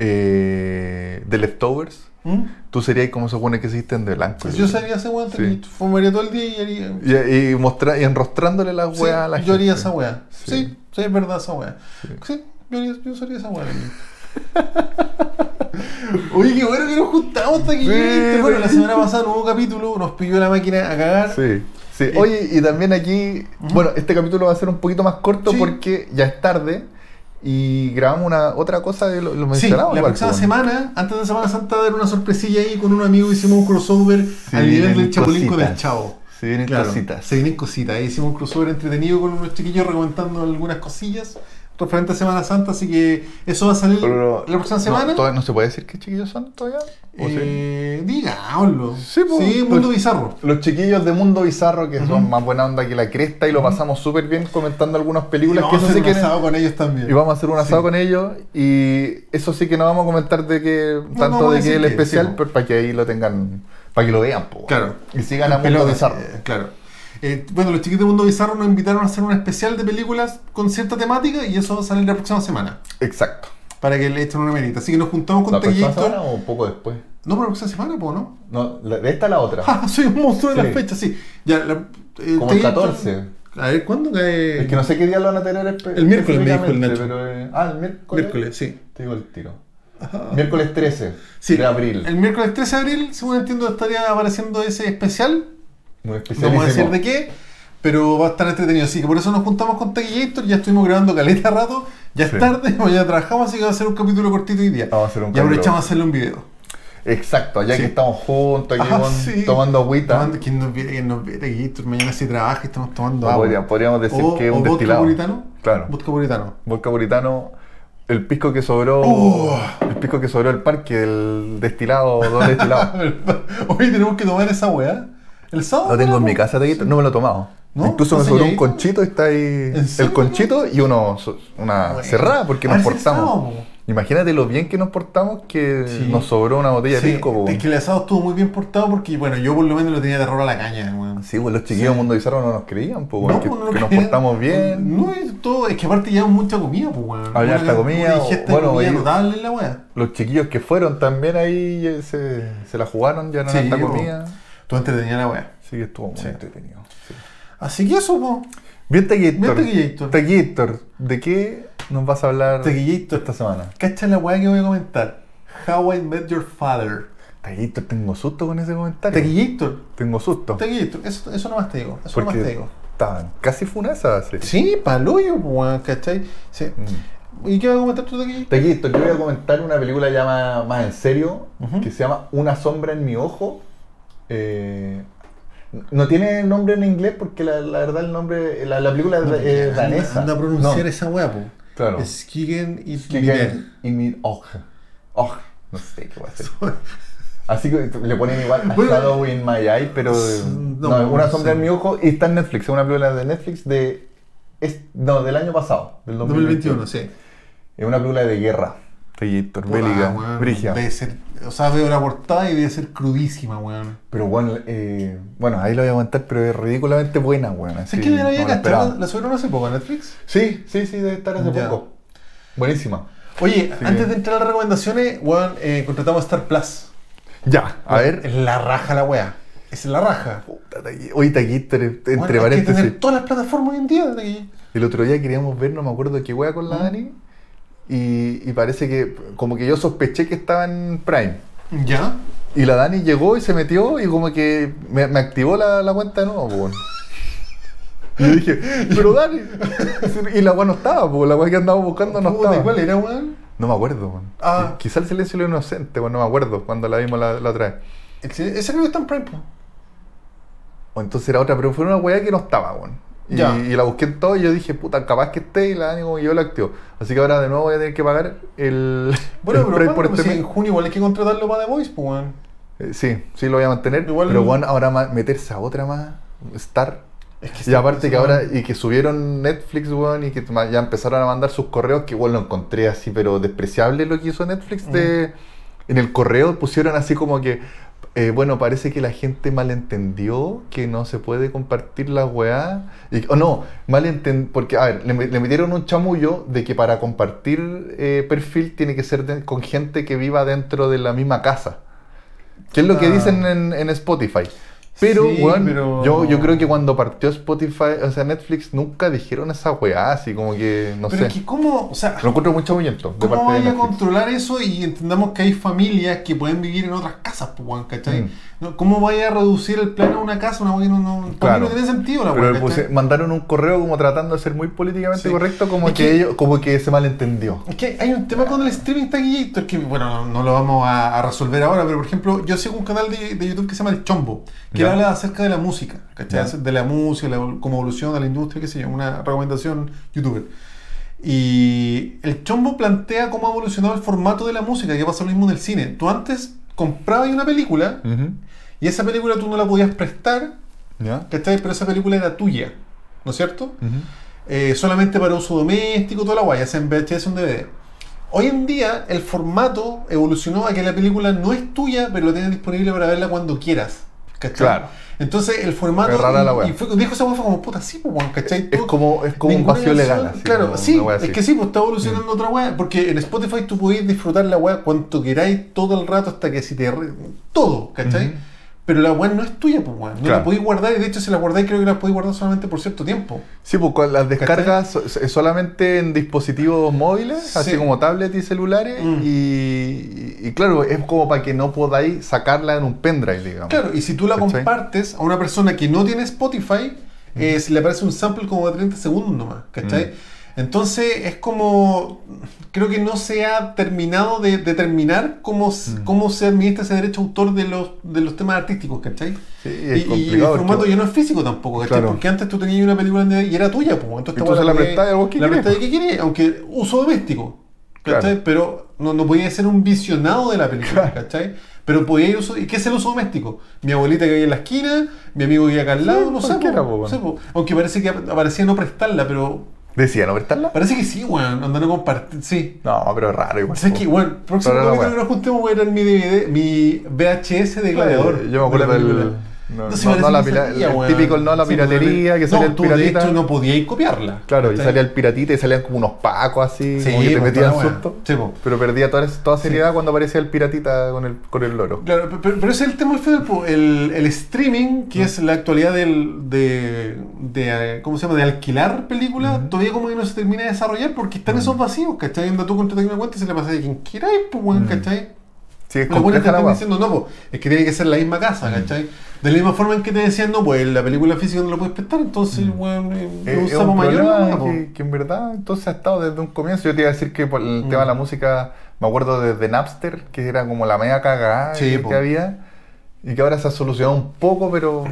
Speaker 1: eh, The Leftovers,
Speaker 2: ¿Mm?
Speaker 1: tú serías como se supone que se visten de blanco.
Speaker 2: Pues yo sería ese weón,
Speaker 1: Sí.
Speaker 2: Tequito. Fumaría todo el día y haría.
Speaker 1: Y, y, mostra- y enrostrándole las
Speaker 2: Sí,
Speaker 1: weas a la
Speaker 2: yo haría
Speaker 1: gente.
Speaker 2: esa weá. Sí.
Speaker 1: Sí.
Speaker 2: sí, es verdad esa weá. Sí, yo, haría, yo usaría esa weá. también. Oye, qué bueno que nos juntamos, Tequito.
Speaker 1: Sí,
Speaker 2: Este, bueno,
Speaker 1: sí.
Speaker 2: la semana pasada no hubo capítulo, nos pilló la máquina a cagar.
Speaker 1: Sí. sí.
Speaker 2: Y-
Speaker 1: Oye, y también aquí, bueno, este capítulo va a ser un poquito más corto
Speaker 2: Sí.
Speaker 1: porque ya es tarde y grabamos una otra cosa de lo, lo
Speaker 2: Sí, la
Speaker 1: mencionamos. igual,
Speaker 2: próxima
Speaker 1: pues.
Speaker 2: semana, antes de Semana Santa, va a haber una sorpresilla ahí con un amigo. Hicimos un crossover al nivel
Speaker 1: vienen
Speaker 2: del Chapulín con el
Speaker 1: cositas.
Speaker 2: Chavo.
Speaker 1: Se vienen
Speaker 2: Claro,
Speaker 1: cositas.
Speaker 2: Se vienen cositas. Ahí hicimos un crossover entretenido con unos chiquillos recomendando algunas cosillas referente a Semana Santa. Así que eso va a salir
Speaker 1: Pero-
Speaker 2: la próxima
Speaker 1: no,
Speaker 2: semana.
Speaker 1: todavía no se puede decir qué chiquillos son todavía. ¿O sí?
Speaker 2: Eh, Digámoslo.
Speaker 1: Sí, po.
Speaker 2: mundo
Speaker 1: Pues-
Speaker 2: bizarro.
Speaker 1: Los chiquillos de Mundo Bizarro que son más buena onda que la cresta y lo pasamos súper bien comentando algunas películas
Speaker 2: Y
Speaker 1: que
Speaker 2: vamos a
Speaker 1: eso
Speaker 2: hacer
Speaker 1: sí
Speaker 2: un
Speaker 1: que
Speaker 2: asado con ellos también.
Speaker 1: y vamos a hacer un asado
Speaker 2: Sí.
Speaker 1: con ellos y eso sí que no vamos a comentar de que
Speaker 2: No,
Speaker 1: tanto
Speaker 2: no vamos a
Speaker 1: de que
Speaker 2: decir
Speaker 1: el
Speaker 2: que,
Speaker 1: especial
Speaker 2: sí, po.
Speaker 1: pero para que ahí lo tengan para que lo vean po.
Speaker 2: Claro.
Speaker 1: y sigan a Mundo
Speaker 2: Pelota,
Speaker 1: Bizarro
Speaker 2: eh, claro. Eh, bueno, los chiquitos de Mundo Bizarro nos invitaron a hacer un especial de películas con cierta temática y eso va a salir la próxima semana
Speaker 1: exacto
Speaker 2: para que le echen una merita. Así que nos juntamos con
Speaker 1: la próxima
Speaker 2: Tequillito.
Speaker 1: semana o un poco después
Speaker 2: No, pero la próxima semana, po, ¿no?
Speaker 1: no la- de esta a la otra
Speaker 2: Ah, soy un monstruo de
Speaker 1: Sí.
Speaker 2: las fechas, sí. Ya, la, eh,
Speaker 1: como el
Speaker 2: Tequillito-
Speaker 1: 14
Speaker 2: A ver, ¿cuándo cae?
Speaker 1: es que no sé qué día lo van a tener espe-
Speaker 2: El miércoles me dijo el
Speaker 1: específicamente,
Speaker 2: Nacho.
Speaker 1: pero, eh, ah el miércoles
Speaker 2: Miércoles, sí.
Speaker 1: te digo el tiro miércoles 13
Speaker 2: Sí,
Speaker 1: de abril
Speaker 2: El miércoles 13 de abril, según entiendo, estaría apareciendo ese especial.
Speaker 1: muy
Speaker 2: No vamos a decir
Speaker 1: especialísimo
Speaker 2: de qué, pero va a estar entretenido. Así que por eso nos juntamos con Tequillator. Ya estuvimos grabando caleta rato. Ya es
Speaker 1: Sí.
Speaker 2: tarde, mañana trabajamos, así que va a ser un capítulo cortito hoy día.
Speaker 1: Vamos a hacer un
Speaker 2: y aprovechamos
Speaker 1: capítulo.
Speaker 2: a hacerle un video.
Speaker 1: exacto ya
Speaker 2: Sí.
Speaker 1: que estamos juntos aquí
Speaker 2: Ah,
Speaker 1: con-
Speaker 2: sí.
Speaker 1: tomando agüita
Speaker 2: Tomando- ¿Quién nos viera? ¿Quién nos viera, Tequillator? Mañana sí trabaja y estamos tomando
Speaker 1: O
Speaker 2: agua.
Speaker 1: podría- podríamos decir
Speaker 2: O-
Speaker 1: que es
Speaker 2: o
Speaker 1: un
Speaker 2: vodka
Speaker 1: destilado
Speaker 2: puritano.
Speaker 1: claro
Speaker 2: Vodka puritano.
Speaker 1: Volca Puritano, el pisco que sobró.
Speaker 2: Oh.
Speaker 1: El pisco que sobró el parque, el destilado, dos destilados.
Speaker 2: Hoy tenemos que tomar esa weá. El sábado.
Speaker 1: Lo tengo en mi
Speaker 2: ¿no?
Speaker 1: casa, Taquito, no me lo he tomado.
Speaker 2: Oh, ¿No?
Speaker 1: Incluso me
Speaker 2: ¿Entonces
Speaker 1: sobró
Speaker 2: ya
Speaker 1: un
Speaker 2: hizo?
Speaker 1: conchito, está ahí
Speaker 2: serio?
Speaker 1: el conchito y uno, so- una
Speaker 2: Bueno.
Speaker 1: cerrada porque
Speaker 2: A
Speaker 1: nos
Speaker 2: ver si el
Speaker 1: portamos.
Speaker 2: sábado,
Speaker 1: Imagínate lo bien que nos portamos que
Speaker 2: Sí.
Speaker 1: nos sobró una botella
Speaker 2: Sí,
Speaker 1: de pisco, po,
Speaker 2: es
Speaker 1: weón.
Speaker 2: que el asado estuvo muy bien portado porque, bueno, yo por lo menos lo tenía terror a la caña, weón.
Speaker 1: Sí, pues los chiquillos
Speaker 2: Sí.
Speaker 1: Mundo Bizarro no nos creían, pues, weón, que,
Speaker 2: no lo
Speaker 1: que nos
Speaker 2: creía.
Speaker 1: portamos bien.
Speaker 2: No, es todo. Es que aparte llevamos mucha comida, pues, weón.
Speaker 1: Había
Speaker 2: Una
Speaker 1: harta
Speaker 2: gran-
Speaker 1: comida,
Speaker 2: una ingesta de
Speaker 1: bueno,
Speaker 2: comida
Speaker 1: ahí-
Speaker 2: notable en la weá.
Speaker 1: Los chiquillos que fueron también ahí eh, se, se la jugaron, ya no
Speaker 2: Sí,
Speaker 1: era tanta
Speaker 2: po.
Speaker 1: comida.
Speaker 2: Todo entretenía la weá.
Speaker 1: Sí que estuvo muy
Speaker 2: Sí.
Speaker 1: entretenido. sí.
Speaker 2: Así que eso, pues.
Speaker 1: Bien, Taquillator.
Speaker 2: Bien, Taquillator.
Speaker 1: Taquillator, ¿de qué nos vas a hablar
Speaker 2: Taquillator.
Speaker 1: esta semana?
Speaker 2: Cacha la weá que voy a comentar. How I Met Your Father.
Speaker 1: Taquillator, tengo susto con ese comentario.
Speaker 2: Taquillator.
Speaker 1: Tengo susto.
Speaker 2: Taquillator. Eso, eso nomás te digo. Eso nomás te
Speaker 1: Porque
Speaker 2: digo.
Speaker 1: estaban casi funasas. así.
Speaker 2: Sí, paloyo, pues, weón, ¿cachai? Sí.
Speaker 1: Mm.
Speaker 2: ¿Y qué vas a comentar tú, Taquillator?
Speaker 1: Taquillator, yo voy a comentar una película ya más, más en serio,
Speaker 2: Ujú.
Speaker 1: que se llama Una sombra en mi ojo. Eh, no tiene nombre en inglés porque la, la verdad el nombre, la, la película es
Speaker 2: Anda-
Speaker 1: es Eh, danesa.
Speaker 2: Anda a pronunciar
Speaker 1: No,
Speaker 2: esa weá, pues.
Speaker 1: Claro.
Speaker 2: Skigen y Miner.
Speaker 1: Kigen y mi ojo. Ojo. No sé qué va a ser. Así que le ponen igual a
Speaker 2: Bueno,
Speaker 1: Shadow in My Eye, pero eh,
Speaker 2: no,
Speaker 1: no, una sombra
Speaker 2: sí.
Speaker 1: en mi ojo y está en Netflix, es una película de Netflix de es- no, del año pasado, del 2021.
Speaker 2: 2021, sí.
Speaker 1: Es una película de guerra. Taquillator,
Speaker 2: Puta,
Speaker 1: bélica,
Speaker 2: weón,
Speaker 1: brigia.
Speaker 2: Debe ser, o sea, veo la portada y debe ser crudísima, weón.
Speaker 1: Pero bueno, eh, bueno, ahí lo voy a aguantar, pero es ridículamente buena, weón.
Speaker 2: ¿Sabes
Speaker 1: así,
Speaker 2: que ya la había
Speaker 1: no lo
Speaker 2: cachado?
Speaker 1: esperaba.
Speaker 2: La subieron hace poco a Netflix.
Speaker 1: Sí, sí, sí, debe estar hace
Speaker 2: Ya.
Speaker 1: poco. Buenísima.
Speaker 2: Oye,
Speaker 1: Sí.
Speaker 2: antes de entrar a las recomendaciones, weón, eh, contratamos a Star Plus.
Speaker 1: Ya, a ver.
Speaker 2: Es la raja la weá. Es la raja.
Speaker 1: Puta, Taqui- Oye, Taquillator, entre
Speaker 2: Weón, Hay que
Speaker 1: paréntesis.
Speaker 2: tener todas las plataformas hoy en día. de aquí.
Speaker 1: El otro día queríamos ver, no me acuerdo qué wea con la
Speaker 2: Mm.
Speaker 1: Dani. Y, y parece que, como que yo sospeché que estaba en Prime.
Speaker 2: ¿Ya?
Speaker 1: Y la Dani llegó y se metió y como que me, me activó la, la cuenta de nuevo, po, weón. Y yo dije, pero Dani. Y la wea no estaba, po, la wea que andábamos buscando no
Speaker 2: Puta, ¿y
Speaker 1: estaba.
Speaker 2: ¿Cuál era, weón?
Speaker 1: No me acuerdo, weón.
Speaker 2: Ah.
Speaker 1: Qui- Quizá el silencio de lo inocente, weón, no me acuerdo cuando la vimos la, la otra vez.
Speaker 2: Ese ese creo que está en Prime. po.
Speaker 1: O entonces era otra, pero fue una weá que no estaba, weón. Y,
Speaker 2: Ya.
Speaker 1: y la busqué en todo y yo dije, puta, capaz que esté y la Dani como que yo la activo. Así que ahora de nuevo voy a tener que pagar el.
Speaker 2: Bueno,
Speaker 1: el
Speaker 2: pero
Speaker 1: Prime este
Speaker 2: bueno, pues, si
Speaker 1: mes.
Speaker 2: en junio igual hay que contratarlo para The Voice, pues, weón.
Speaker 1: Eh, Sí, sí lo voy a mantener.
Speaker 2: Igual-
Speaker 1: Pero bueno, ahora ma- meterse a otra más, Star.
Speaker 2: Es que
Speaker 1: Y
Speaker 2: Star
Speaker 1: aparte
Speaker 2: Plus,
Speaker 1: que ahora,
Speaker 2: weón,
Speaker 1: y que subieron Netflix, weón, y que ma- ya empezaron a mandar sus correos, que igual lo encontré así, pero despreciable lo que hizo Netflix. De,
Speaker 2: Mm.
Speaker 1: En el correo pusieron así como que, eh, bueno, parece que la gente malentendió que no se puede compartir la weá. Y- O no, malenten porque, a ver, le, me- le metieron un chamullo de que para compartir eh, perfil tiene que ser de- con gente que viva dentro de la misma casa. Que es lo que
Speaker 2: Ah.
Speaker 1: dicen en, en Spotify. Pero,
Speaker 2: Sí,
Speaker 1: weón,
Speaker 2: pero-
Speaker 1: Yo, yo creo que cuando partió Spotify, o sea, Netflix, nunca dijeron esa weá, así como que, no
Speaker 2: Pero es
Speaker 1: sé.
Speaker 2: que, ¿cómo? O sea,
Speaker 1: Lo encuentro muy chamullento de
Speaker 2: ¿Cómo
Speaker 1: parte de
Speaker 2: vaya a
Speaker 1: Netflix.
Speaker 2: controlar eso y entendamos que hay familias que pueden vivir en otras casas, pues, weón, ¿cachai?
Speaker 1: Mm.
Speaker 2: No, ¿Cómo vaya a reducir el plan a una casa? Una weá que no, no, para mí
Speaker 1: Claro.
Speaker 2: no tiene sentido la
Speaker 1: Pero
Speaker 2: weá,
Speaker 1: puse-
Speaker 2: ¿cachai?
Speaker 1: mandaron un correo como tratando de ser muy políticamente
Speaker 2: Sí.
Speaker 1: correcto, como
Speaker 2: Es
Speaker 1: que,
Speaker 2: que-
Speaker 1: ellos, como que se malentendió.
Speaker 2: Es que hay un tema con el streaming taquillator que, bueno, no, no lo vamos a, a resolver ahora, pero por ejemplo, yo sigo un canal de, de YouTube que se llama El Chombo, que
Speaker 1: Ya.
Speaker 2: habla acerca de la música, ¿cachai?
Speaker 1: Ya.
Speaker 2: De la música, la, evol- como evolución de la industria, qué sé yo, una recomendación youtuber. Y el chombo plantea cómo ha evolucionado el formato de la música, que pasa lo mismo en el cine. Tú antes comprabas una película
Speaker 1: Ujú.
Speaker 2: y esa película tú no la podías prestar,
Speaker 1: ¿Ya?
Speaker 2: ¿cachai? Pero esa película era tuya, ¿no es cierto?
Speaker 1: Ujú.
Speaker 2: Eh, solamente para uso doméstico, toda la guay, ya sea en VHS o en DVD. Hoy en día el formato evolucionó a que la película no es tuya, pero la tienes disponible para verla cuando quieras. ¿Cachai?
Speaker 1: Claro.
Speaker 2: Entonces el formato.
Speaker 1: Es rara la
Speaker 2: y-
Speaker 1: wea.
Speaker 2: y fue- dijo esa guay fue como puta, sí, pues, weón, ¿cachai?
Speaker 1: Es
Speaker 2: Tú-
Speaker 1: como, es como un
Speaker 2: Ninguna
Speaker 1: vacío
Speaker 2: canción-
Speaker 1: legal. Así,
Speaker 2: claro,
Speaker 1: como
Speaker 2: sí,
Speaker 1: una wea
Speaker 2: es
Speaker 1: así. Mm.
Speaker 2: que sí, pues está evolucionando otra weá. Porque en Spotify tú podéis disfrutar la weá cuanto queráis todo el rato hasta que si te. re- todo, ¿cachai?
Speaker 1: Ujú.
Speaker 2: Pero la weá no es tuya, pues weón. No la
Speaker 1: Claro.
Speaker 2: podéis guardar y de hecho si la guardáis creo que la podéis guardar solamente por cierto tiempo.
Speaker 1: Sí, pues con las descargas so- so- solamente en dispositivos móviles,
Speaker 2: Sí.
Speaker 1: así como tablets y celulares,
Speaker 2: Mm.
Speaker 1: y, y- y claro, es como para que no podáis sacarla en un pendrive, digamos.
Speaker 2: Claro, y si tú la
Speaker 1: ¿Cachai?
Speaker 2: compartes a una persona que no tiene Spotify, eh, si le aparece un sample como de 30 segundos nomás, ¿cachai?
Speaker 1: Mm.
Speaker 2: Entonces es como, creo que no se ha terminado de determinar cómo, s-
Speaker 1: Mm.
Speaker 2: cómo se administra ese derecho de autor de los, de los temas artísticos, ¿cachai?
Speaker 1: Sí,
Speaker 2: Y,
Speaker 1: es
Speaker 2: y el
Speaker 1: complicado.
Speaker 2: formato
Speaker 1: porque-
Speaker 2: ya no es físico tampoco, ¿cachai?
Speaker 1: Claro.
Speaker 2: Porque antes tú tenías una película en DVD y era tuya, pues. Entonces,
Speaker 1: Y tú se la prestabas a vos que
Speaker 2: La
Speaker 1: querés,
Speaker 2: prestabas que querés, aunque uso doméstico, ¿cachai?
Speaker 1: Claro.
Speaker 2: Pero no, no podía ser un visionado de la película, ¿cachai? Pero podía ir uso. ¿Y qué es el uso doméstico? Mi abuelita que vive en la esquina, mi amigo que vive acá al lado, no sé,
Speaker 1: cualquiera,
Speaker 2: po,
Speaker 1: po,
Speaker 2: no sé,
Speaker 1: bueno.
Speaker 2: po. Aunque parece que ap- aparecía no prestarla, pero.
Speaker 1: ¿Decían ofertarla?
Speaker 2: Parece que sí, weón. Andando a compartir. Sí.
Speaker 1: No, pero es raro igual.
Speaker 2: ¿Sabes Pues que, weón? Próximo
Speaker 1: Pero no,
Speaker 2: capítulo
Speaker 1: weón.
Speaker 2: que nos juntemos voy a traer mi DVD, mi VHS de Gladiador.
Speaker 1: Yo me acuerdo
Speaker 2: de la
Speaker 1: del.
Speaker 2: película.
Speaker 1: No,
Speaker 2: Entonces
Speaker 1: no,
Speaker 2: parece
Speaker 1: no, la
Speaker 2: que
Speaker 1: pila-
Speaker 2: salía,
Speaker 1: el
Speaker 2: weón.
Speaker 1: típico no, la
Speaker 2: Sí, pues,
Speaker 1: piratería, que salía el
Speaker 2: tú, de
Speaker 1: piratita.
Speaker 2: hecho, no podíais copiarla.
Speaker 1: Claro, y
Speaker 2: ¿cachai?
Speaker 1: salía el piratita y salían como unos pacos así,
Speaker 2: Sí,
Speaker 1: como que te
Speaker 2: pues,
Speaker 1: metían
Speaker 2: toda la weá.
Speaker 1: susto.
Speaker 2: Sí, pues.
Speaker 1: Pero perdía toda, toda seriedad cuando aparecía el piratita con el, con el loro.
Speaker 2: Claro, pe- pe- pero, ese es el tema del fútbol, po. el, el streaming,
Speaker 1: Mm.
Speaker 2: que es la actualidad del, de, de, eh, ¿cómo se llama? De alquilar películas,
Speaker 1: Ujú.
Speaker 2: todavía como que no se termina de desarrollar porque están
Speaker 1: Mm.
Speaker 2: esos vacíos, ¿cachai? Anda tú contratas una cuenta y se la pasas a quien quieras, pues, weón,
Speaker 1: Mm.
Speaker 2: ¿cachai?
Speaker 1: Sí, es
Speaker 2: Los buenos te
Speaker 1: compleja la
Speaker 2: están
Speaker 1: weá.
Speaker 2: diciendo, no, pues, es que tiene que ser la misma casa, ¿cachai? De la misma forma en que te decían, no, pues, la película física no la puedes prestar, entonces, weón, eh,
Speaker 1: Es,
Speaker 2: un
Speaker 1: es
Speaker 2: sapo
Speaker 1: un
Speaker 2: mayor.
Speaker 1: problema
Speaker 2: ¿no?
Speaker 1: que, que en verdad entonces ha estado desde un comienzo. Yo te iba a decir que por el
Speaker 2: Mm.
Speaker 1: tema de la música, me acuerdo desde Napster, que era como la media cagada
Speaker 2: Sí,
Speaker 1: que,
Speaker 2: po.
Speaker 1: que había, y que ahora se ha solucionado un poco, pero.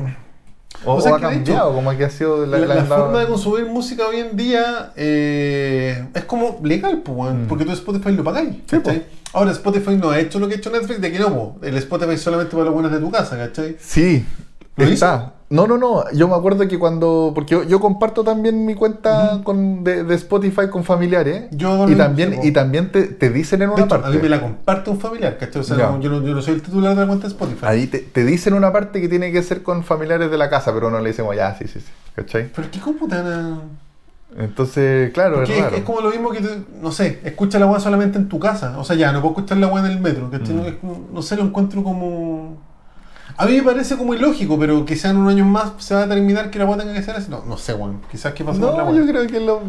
Speaker 1: O,
Speaker 2: O sea,
Speaker 1: o ha
Speaker 2: que de hecho,
Speaker 1: cambiado, como que ha sido
Speaker 2: La, la
Speaker 1: la-
Speaker 2: forma de consumir música hoy en día eh, es como legal, po, weón,
Speaker 1: Mm.
Speaker 2: porque tú Spotify lo pagáis.
Speaker 1: Sí, po.
Speaker 2: ¿cachai? Ahora Spotify no ha hecho lo que ha hecho Netflix, de que no, po. el Spotify es solamente para los buenos de tu casa, ¿cachai?
Speaker 1: Sí,
Speaker 2: ¿Lo
Speaker 1: está. No, no, no. Yo me acuerdo que cuando. Porque yo, yo comparto también mi cuenta con, de, de Spotify con familiares.
Speaker 2: Yo
Speaker 1: y
Speaker 2: lo
Speaker 1: también,
Speaker 2: hice, po.
Speaker 1: y también te, te dicen en
Speaker 2: De
Speaker 1: una
Speaker 2: hecho,
Speaker 1: parte.
Speaker 2: a mí me la comparte un familiar, ¿cachai? O sea,
Speaker 1: Ya.
Speaker 2: no, yo, no, yo no soy el titular de la cuenta de Spotify.
Speaker 1: Ahí te, te dicen una parte que tiene que ser con familiares de la casa, pero uno le dice, como, ya, sí, sí, sí. ¿Cachai?
Speaker 2: Pero qué computadora.
Speaker 1: Entonces, claro, es
Speaker 2: Porque es,
Speaker 1: raro.
Speaker 2: es como lo mismo que, te- no sé, escucha la weá solamente en tu casa. O sea, ya, no puedo escuchar la weá en el metro. ¿cachai?
Speaker 1: Mm.
Speaker 2: No, es como- no sé, lo encuentro como. A mí me parece como ilógico, pero quizás en un año más se va a determinar que la weá tenga que ser así. No, no sé, weón. Quizás qué pasó con la
Speaker 1: No,
Speaker 2: weá.
Speaker 1: yo creo que, lo,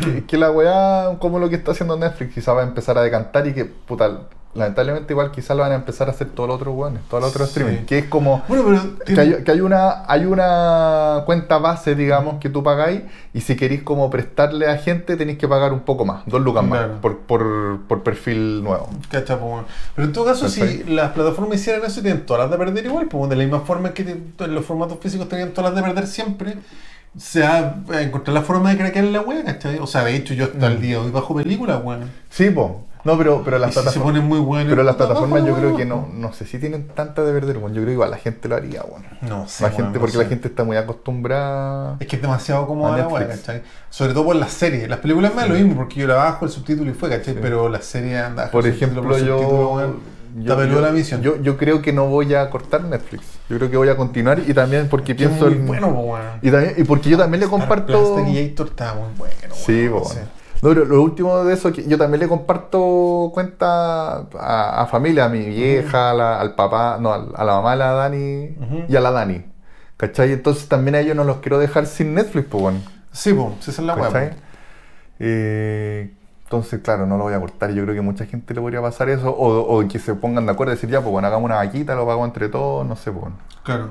Speaker 1: que, que la weá, como lo que está haciendo Netflix, quizá va a empezar a decantar y que, puta, lamentablemente igual quizá lo van a empezar a hacer todos los otros weones, todos los otros
Speaker 2: Sí.
Speaker 1: streaming, que es como...
Speaker 2: Bueno, pero.
Speaker 1: Que hay, que hay una, hay una cuenta base, digamos, que tú pagáis y si queréis como prestarle a gente tenéis que pagar un poco más, dos lucas más,
Speaker 2: Claro.
Speaker 1: por, por, por perfil nuevo.
Speaker 2: Cacha, po, weón. Pero en todo caso, si
Speaker 1: Perfecto.
Speaker 2: las plataformas hicieran eso, tienen todas las de perder igual, pues de la misma forma que te- los formatos físicos tenían todas las de perder siempre, se va a encontrar la forma de craquear la weá, ¿cachai? O sea, de hecho, yo
Speaker 1: Mm.
Speaker 2: hasta el día de hoy bajo películas, weón.
Speaker 1: Sí, po. No, pero, pero las
Speaker 2: Y si se
Speaker 1: plataformas...
Speaker 2: ponen muy buenas.
Speaker 1: Pero las
Speaker 2: puta,
Speaker 1: plataformas
Speaker 2: bajo
Speaker 1: yo
Speaker 2: la
Speaker 1: creo
Speaker 2: weá,
Speaker 1: que no,
Speaker 2: po.
Speaker 1: no sé si tienen tanta de perder, bueno, yo creo que igual la gente lo haría, bueno.
Speaker 2: No sé.
Speaker 1: la
Speaker 2: weón,
Speaker 1: gente,
Speaker 2: no
Speaker 1: porque
Speaker 2: sé.
Speaker 1: la gente está muy acostumbrada.
Speaker 2: Es que es demasiado cómoda
Speaker 1: A
Speaker 2: la weá,
Speaker 1: Netflix.
Speaker 2: ¿cachai? Sobre todo por las series. Las películas me da lo mismo, porque yo la bajo el subtítulo y fue, ¿cachai?
Speaker 1: Sí.
Speaker 2: Pero las series anda
Speaker 1: Por ejemplo, yo,
Speaker 2: Está peluda la misión.
Speaker 1: yo yo creo que no voy a cortar Netflix. Yo creo que voy a continuar y también porque
Speaker 2: pienso.
Speaker 1: pienso
Speaker 2: muy
Speaker 1: en-
Speaker 2: bueno, po, weón.
Speaker 1: y también- y porque yo también le comparto
Speaker 2: Star Plus de Gator está muy bueno. weón.
Speaker 1: Sí, po,
Speaker 2: Sí.
Speaker 1: bueno. No, pero lo último de eso, que yo también le comparto cuenta a, a familia, a mi vieja, a la- al papá, no, al- a la mamá, de la Dani
Speaker 2: Ujú.
Speaker 1: y a la Dani. ¿Cachai? Entonces también a ellos no los quiero dejar sin Netflix, pues bueno.
Speaker 2: Sí, po, esa es la weá.
Speaker 1: ¿Cachai?
Speaker 2: po.
Speaker 1: Eh, entonces, claro, no lo voy a cortar. Yo creo que mucha gente le podría pasar eso. O, o que se pongan de acuerdo y decir, ya, pues bueno, hagamos una vaquita, lo pagamos entre todos, no sé, pues bueno.
Speaker 2: Claro.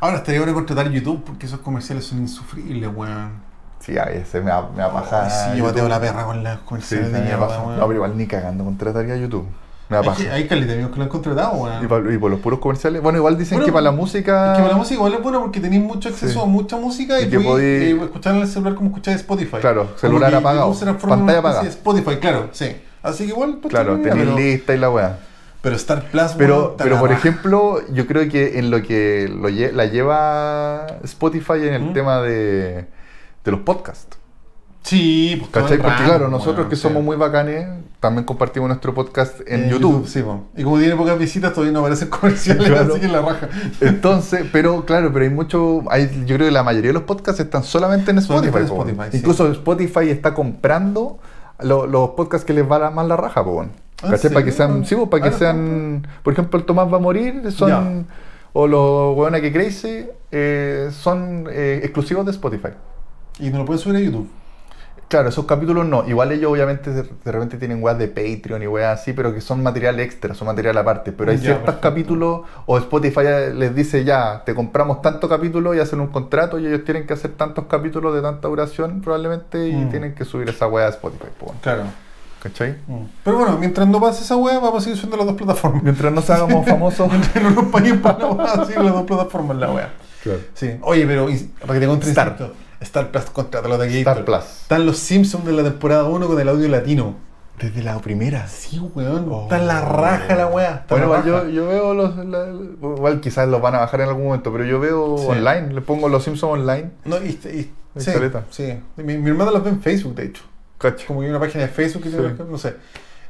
Speaker 2: Ahora estaría bueno contratar YouTube porque esos comerciales son insufribles, weón.
Speaker 1: Sí, a veces me va me va a
Speaker 2: Ay,
Speaker 1: pasar.
Speaker 2: sí, yo
Speaker 1: YouTube.
Speaker 2: mateo la perra con las
Speaker 1: Sí,
Speaker 2: comerciales
Speaker 1: también
Speaker 2: de
Speaker 1: me
Speaker 2: mierda,
Speaker 1: pasa.
Speaker 2: weón.
Speaker 1: No, pero igual ni cagando contrataría a YouTube. Me va a
Speaker 2: Es que
Speaker 1: pasar.
Speaker 2: hay calidad de amigos que lo han contratado, weón.
Speaker 1: Y, pa- y por los puros comerciales. Bueno, igual dicen
Speaker 2: Bueno,
Speaker 1: que para la música.
Speaker 2: Es que para la música igual es bueno porque tenéis mucho acceso
Speaker 1: Ah. Sí.
Speaker 2: a mucha música y,
Speaker 1: Y que
Speaker 2: podéis
Speaker 1: podí-
Speaker 2: eh, escuchar en el celular como escuchar Spotify.
Speaker 1: Claro,
Speaker 2: Como
Speaker 1: celular
Speaker 2: que
Speaker 1: apagado,
Speaker 2: YouTube se transforma en
Speaker 1: pantalla
Speaker 2: una especie
Speaker 1: apagada.
Speaker 2: de Spotify, claro, sí. Así que igual, pues,
Speaker 1: Claro,
Speaker 2: está bien,
Speaker 1: tenéis
Speaker 2: pero,
Speaker 1: lista y la weá.
Speaker 2: pero Star Plus, weón,
Speaker 1: Pero,
Speaker 2: está
Speaker 1: pero
Speaker 2: la
Speaker 1: por
Speaker 2: raja.
Speaker 1: ejemplo, yo creo que en lo que lo lle- la lleva Spotify en el
Speaker 2: ¿Mm?
Speaker 1: tema de, de los podcasts.
Speaker 2: Sí, pues, todo
Speaker 1: ¿Cachai?
Speaker 2: el
Speaker 1: Porque
Speaker 2: rato,
Speaker 1: claro, nosotros
Speaker 2: weón,
Speaker 1: que
Speaker 2: sí.
Speaker 1: somos muy bacanes, también compartimos nuestro podcast en
Speaker 2: Eh,
Speaker 1: YouTube.
Speaker 2: sí, po. Y como tiene pocas visitas, todavía no aparecen comerciales,
Speaker 1: Claro. Eh.
Speaker 2: así que la raja.
Speaker 1: Entonces, pero claro, pero hay mucho, hay, yo creo que la mayoría de los podcasts están solamente en Spotify.
Speaker 2: Solamente en
Speaker 1: po,
Speaker 2: Spotify,
Speaker 1: weón.
Speaker 2: sí.
Speaker 1: Incluso Spotify está comprando lo- los podcasts que les va la- más la raja, po, weón.
Speaker 2: ¿Ah,
Speaker 1: ¿Cachai? Para que
Speaker 2: serio?
Speaker 1: sean, sí, po, para que
Speaker 2: Ah,
Speaker 1: sean, por ejemplo, el Tomás va a morir, son,
Speaker 2: Ya.
Speaker 1: o los weones que Crazy, eh, son eh, exclusivos de Spotify.
Speaker 2: Y no lo pueden subir a YouTube.
Speaker 1: Claro, esos capítulos no. Igual ellos obviamente de, de repente tienen weas de Patreon y weas así, pero que son material extra, son material aparte. Pero hay
Speaker 2: Ya,
Speaker 1: ciertos
Speaker 2: perfecto.
Speaker 1: capítulos o Spotify les dice ya, te compramos tantos capítulos y hacen un contrato y ellos tienen que hacer tantos capítulos de tanta duración probablemente y
Speaker 2: Mm.
Speaker 1: tienen que subir esa wea a Spotify. po, weón.
Speaker 2: Claro. Mm.
Speaker 1: ¿Cachai?
Speaker 2: Pero bueno, mientras no pase esa wea, vamos a seguir subiendo las dos plataformas.
Speaker 1: Mientras nos hagamos famosos.
Speaker 2: no nos paguen para la wea, así las dos plataformas la wea. Sí. Oye, pero ins- para que te encuentres
Speaker 1: Star.
Speaker 2: Star. Star Plus contra los de aquí.
Speaker 1: Star Plus.
Speaker 2: Están los Simpsons de la temporada 1 con el audio latino.
Speaker 1: Desde la primera. Oh.
Speaker 2: Sí, weón. Está la raja la wea. Está
Speaker 1: Bueno,
Speaker 2: la
Speaker 1: igual
Speaker 2: raja.
Speaker 1: yo, yo veo los. la- igual quizás los van a bajar en algún momento, pero yo veo
Speaker 2: Sí.
Speaker 1: online. Le pongo los Simpsons online.
Speaker 2: No, y, y
Speaker 1: en
Speaker 2: Sí,
Speaker 1: caleta.
Speaker 2: sí. Mi, mi hermana los ve en Facebook, de hecho.
Speaker 1: Cacho.
Speaker 2: Como que hay una página de Facebook que
Speaker 1: Sí.
Speaker 2: tiene- no sé.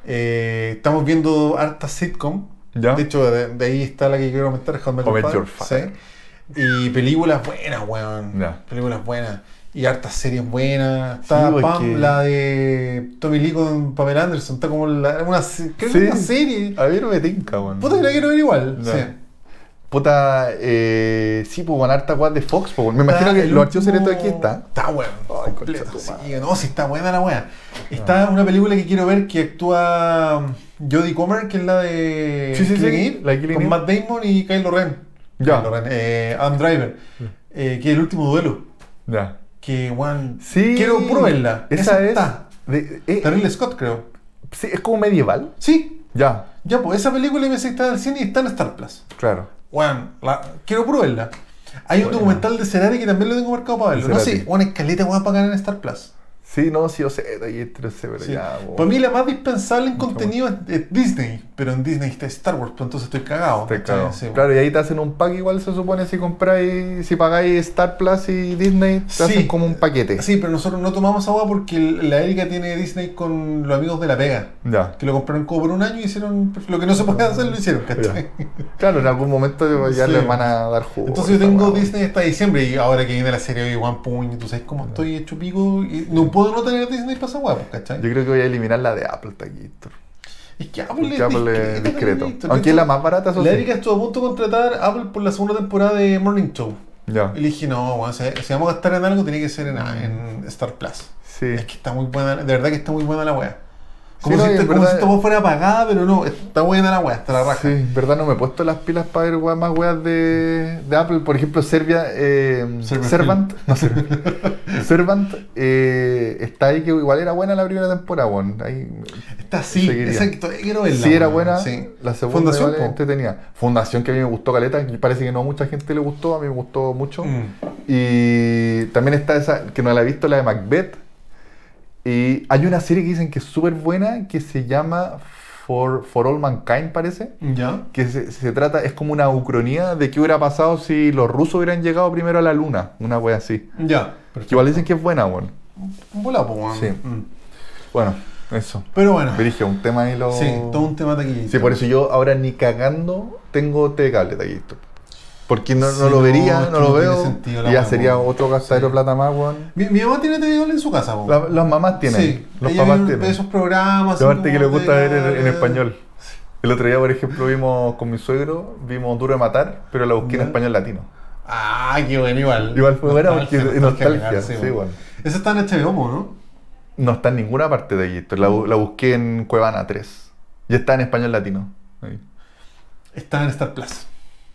Speaker 2: Eh, estamos viendo harta sitcom.
Speaker 1: ¿Ya?
Speaker 2: De hecho, de, de ahí está la que quiero comentar, How I Met
Speaker 1: How I Met
Speaker 2: Your
Speaker 1: Your
Speaker 2: Father. Sí. Y películas buenas, weón.
Speaker 1: Ya.
Speaker 2: Películas buenas. Y hartas series buenas.
Speaker 1: Sí,
Speaker 2: Está
Speaker 1: porque-
Speaker 2: Pam, la de Tommy Lee con Pamela Anderson. Está como la- una, se- creo que
Speaker 1: Sí.
Speaker 2: una serie.
Speaker 1: A ver, me tinca, weón.
Speaker 2: Puta que la quiero ver igual.
Speaker 1: Ya.
Speaker 2: Sí.
Speaker 1: Puta, eh, sí, pues, bueno, harta guas de Fox, pues, bueno. Me imagino que
Speaker 2: el
Speaker 1: los archivos secretos de aquí
Speaker 2: último-
Speaker 1: está.
Speaker 2: Está bueno.
Speaker 1: Ay, concha
Speaker 2: completo.
Speaker 1: tu madre. Ah.
Speaker 2: Sí, no, sí, está buena la buena. Está una película que quiero ver que actúa um, Jodie Comer, que es la de
Speaker 1: Sí, sí, sí,
Speaker 2: Killing Eve,
Speaker 1: la de Killing
Speaker 2: con
Speaker 1: Eve.
Speaker 2: Matt Damon y Kylo Ren.
Speaker 1: Ya. Mm.
Speaker 2: Kylo Ren, eh, Adam Driver. Eh, que es el último duelo.
Speaker 1: Ya.
Speaker 2: Que, weón,
Speaker 1: Sí.
Speaker 2: quiero probarla.
Speaker 1: Esa, es.
Speaker 2: Está.
Speaker 1: de- eh,
Speaker 2: Darryl Scott, creo.
Speaker 1: sí, es como medieval.
Speaker 2: Sí,
Speaker 1: Ya,
Speaker 2: ya, pues esa película me dice que está en el cine y está en Star Plus.
Speaker 1: claro.
Speaker 2: Weón, la- quiero probarla. Hay un
Speaker 1: Buena.
Speaker 2: documental de Cerati que también lo tengo marcado para verlo. No
Speaker 1: Cerati.
Speaker 2: sé, una escaleta weón para ganar en Star Plus.
Speaker 1: Sí, no, sí, yo sé, de ahí este, sé, pero
Speaker 2: Sí. Pues
Speaker 1: ya, bo.
Speaker 2: Para mí la más dispensable en
Speaker 1: Mucho
Speaker 2: contenido es, es Disney, pero en Disney está Star Wars, pues entonces estoy cagado.
Speaker 1: Te
Speaker 2: ¿cachai?
Speaker 1: cago.
Speaker 2: Sí,
Speaker 1: Claro, y ahí te hacen un pack igual, se supone, si compráis, si pagáis Star Plus y Disney, te
Speaker 2: Sí.
Speaker 1: hacen como un paquete.
Speaker 2: pues. Sí, pero nosotros no tomamos agua porque el- la Erika tiene Disney con los amigos de La Vega,
Speaker 1: Ya.
Speaker 2: que lo compraron como por un año y hicieron lo que no se podía hacer, lo hicieron, ¿cachai?
Speaker 1: Claro, en algún momento ya
Speaker 2: Sí.
Speaker 1: les van a dar jugo.
Speaker 2: Entonces yo
Speaker 1: esa
Speaker 2: tengo
Speaker 1: weá.
Speaker 2: Disney hasta diciembre y ahora que viene la serie de One Punch, tú sabes cómo estoy hecho pico y no puedo no tener Disney para esa hueá, pues, ¿cachai?
Speaker 1: Yo creo que voy a eliminar la de Apple, Taquito.
Speaker 2: Es que Apple
Speaker 1: Porque
Speaker 2: es
Speaker 1: Apple es
Speaker 2: discreta,
Speaker 1: discreto.
Speaker 2: Carlito.
Speaker 1: Aunque es la más barata, eso
Speaker 2: La
Speaker 1: sí.
Speaker 2: Erika estuvo a punto de contratar a Apple por la segunda temporada de Morning Show.
Speaker 1: Ya.
Speaker 2: Y le dije, no, weón, si, si vamos a gastar en algo, tiene que ser en, en Star Plus.
Speaker 1: Mm. Sí.
Speaker 2: Es que está muy buena, de verdad que está muy buena la wea. Como,
Speaker 1: Sí, no, y
Speaker 2: si, esto-
Speaker 1: en
Speaker 2: como
Speaker 1: verdad-
Speaker 2: si esto fuera pagada, pero no, está buena la wea, está la raja.
Speaker 1: Sí, en verdad no me he puesto las pilas para ver weas más weas de, de Apple. Por ejemplo, Serbia, eh,
Speaker 2: Server
Speaker 1: Servant, no, Servant, Servant, eh, está ahí que igual era buena la primera temporada, weón. Ahí,
Speaker 2: Está así,
Speaker 1: Seguiría.
Speaker 2: exacto, eh, quiero verla.
Speaker 1: sí era
Speaker 2: weón,
Speaker 1: buena,
Speaker 2: sí.
Speaker 1: la segunda
Speaker 2: Fundación,
Speaker 1: igual
Speaker 2: po.
Speaker 1: entretenida. Fundación que a mí me gustó Caleta, y parece que no a mucha gente le gustó, a mí me gustó mucho.
Speaker 2: Mm.
Speaker 1: Y también está esa, que no la he visto, la de Macbeth. Y hay una serie que dicen que es súper buena, que se llama For, For All Mankind, parece.
Speaker 2: ¿Ya?
Speaker 1: Que se, se trata, es como una ucronía de qué hubiera pasado si los rusos hubieran llegado primero a la luna. Una wea así.
Speaker 2: Ya.
Speaker 1: Que igual dicen que es buena, bueno.
Speaker 2: Un volapo, weón.
Speaker 1: Sí.
Speaker 2: Mm.
Speaker 1: Bueno, eso.
Speaker 2: Pero bueno,
Speaker 1: Virgil, un tema ahí lo...
Speaker 2: sí, todo un tema de aquí.
Speaker 1: Sí, por eso yo ahora ni cagando tengo TV cable de aquí. Porque no, no
Speaker 2: Sí,
Speaker 1: lo
Speaker 2: no,
Speaker 1: vería,
Speaker 2: es
Speaker 1: no lo
Speaker 2: que no tiene
Speaker 1: veo.
Speaker 2: sentido la
Speaker 1: y ya
Speaker 2: wea,
Speaker 1: sería
Speaker 2: weón.
Speaker 1: otro gastadero de plata más, weón.
Speaker 2: Mi, mi mamá tiene TV en su casa, po.
Speaker 1: La- las mamás tienen.
Speaker 2: Sí,
Speaker 1: los
Speaker 2: ella
Speaker 1: papás
Speaker 2: ve
Speaker 1: tienen.
Speaker 2: esos programas.
Speaker 1: La
Speaker 2: así
Speaker 1: parte que le
Speaker 2: como
Speaker 1: gusta
Speaker 2: de-
Speaker 1: ver en, en español. El otro día, por ejemplo, vimos con mi suegro, vimos Duro de Matar, pero la busqué
Speaker 2: Ya.
Speaker 1: en español latino.
Speaker 2: Ah, qué bueno, igual.
Speaker 1: Igual fue buena porque
Speaker 2: Nostalgia,
Speaker 1: nostalgia,
Speaker 2: pegar,
Speaker 1: sí,
Speaker 2: bueno.
Speaker 1: bueno.
Speaker 2: Esa está en HBO, Mo, ¿no?
Speaker 1: No está en ninguna parte de esto. La, bu- la busqué en Cuevana 3. Y está en español latino. Ahí.
Speaker 2: Está en Star Plus.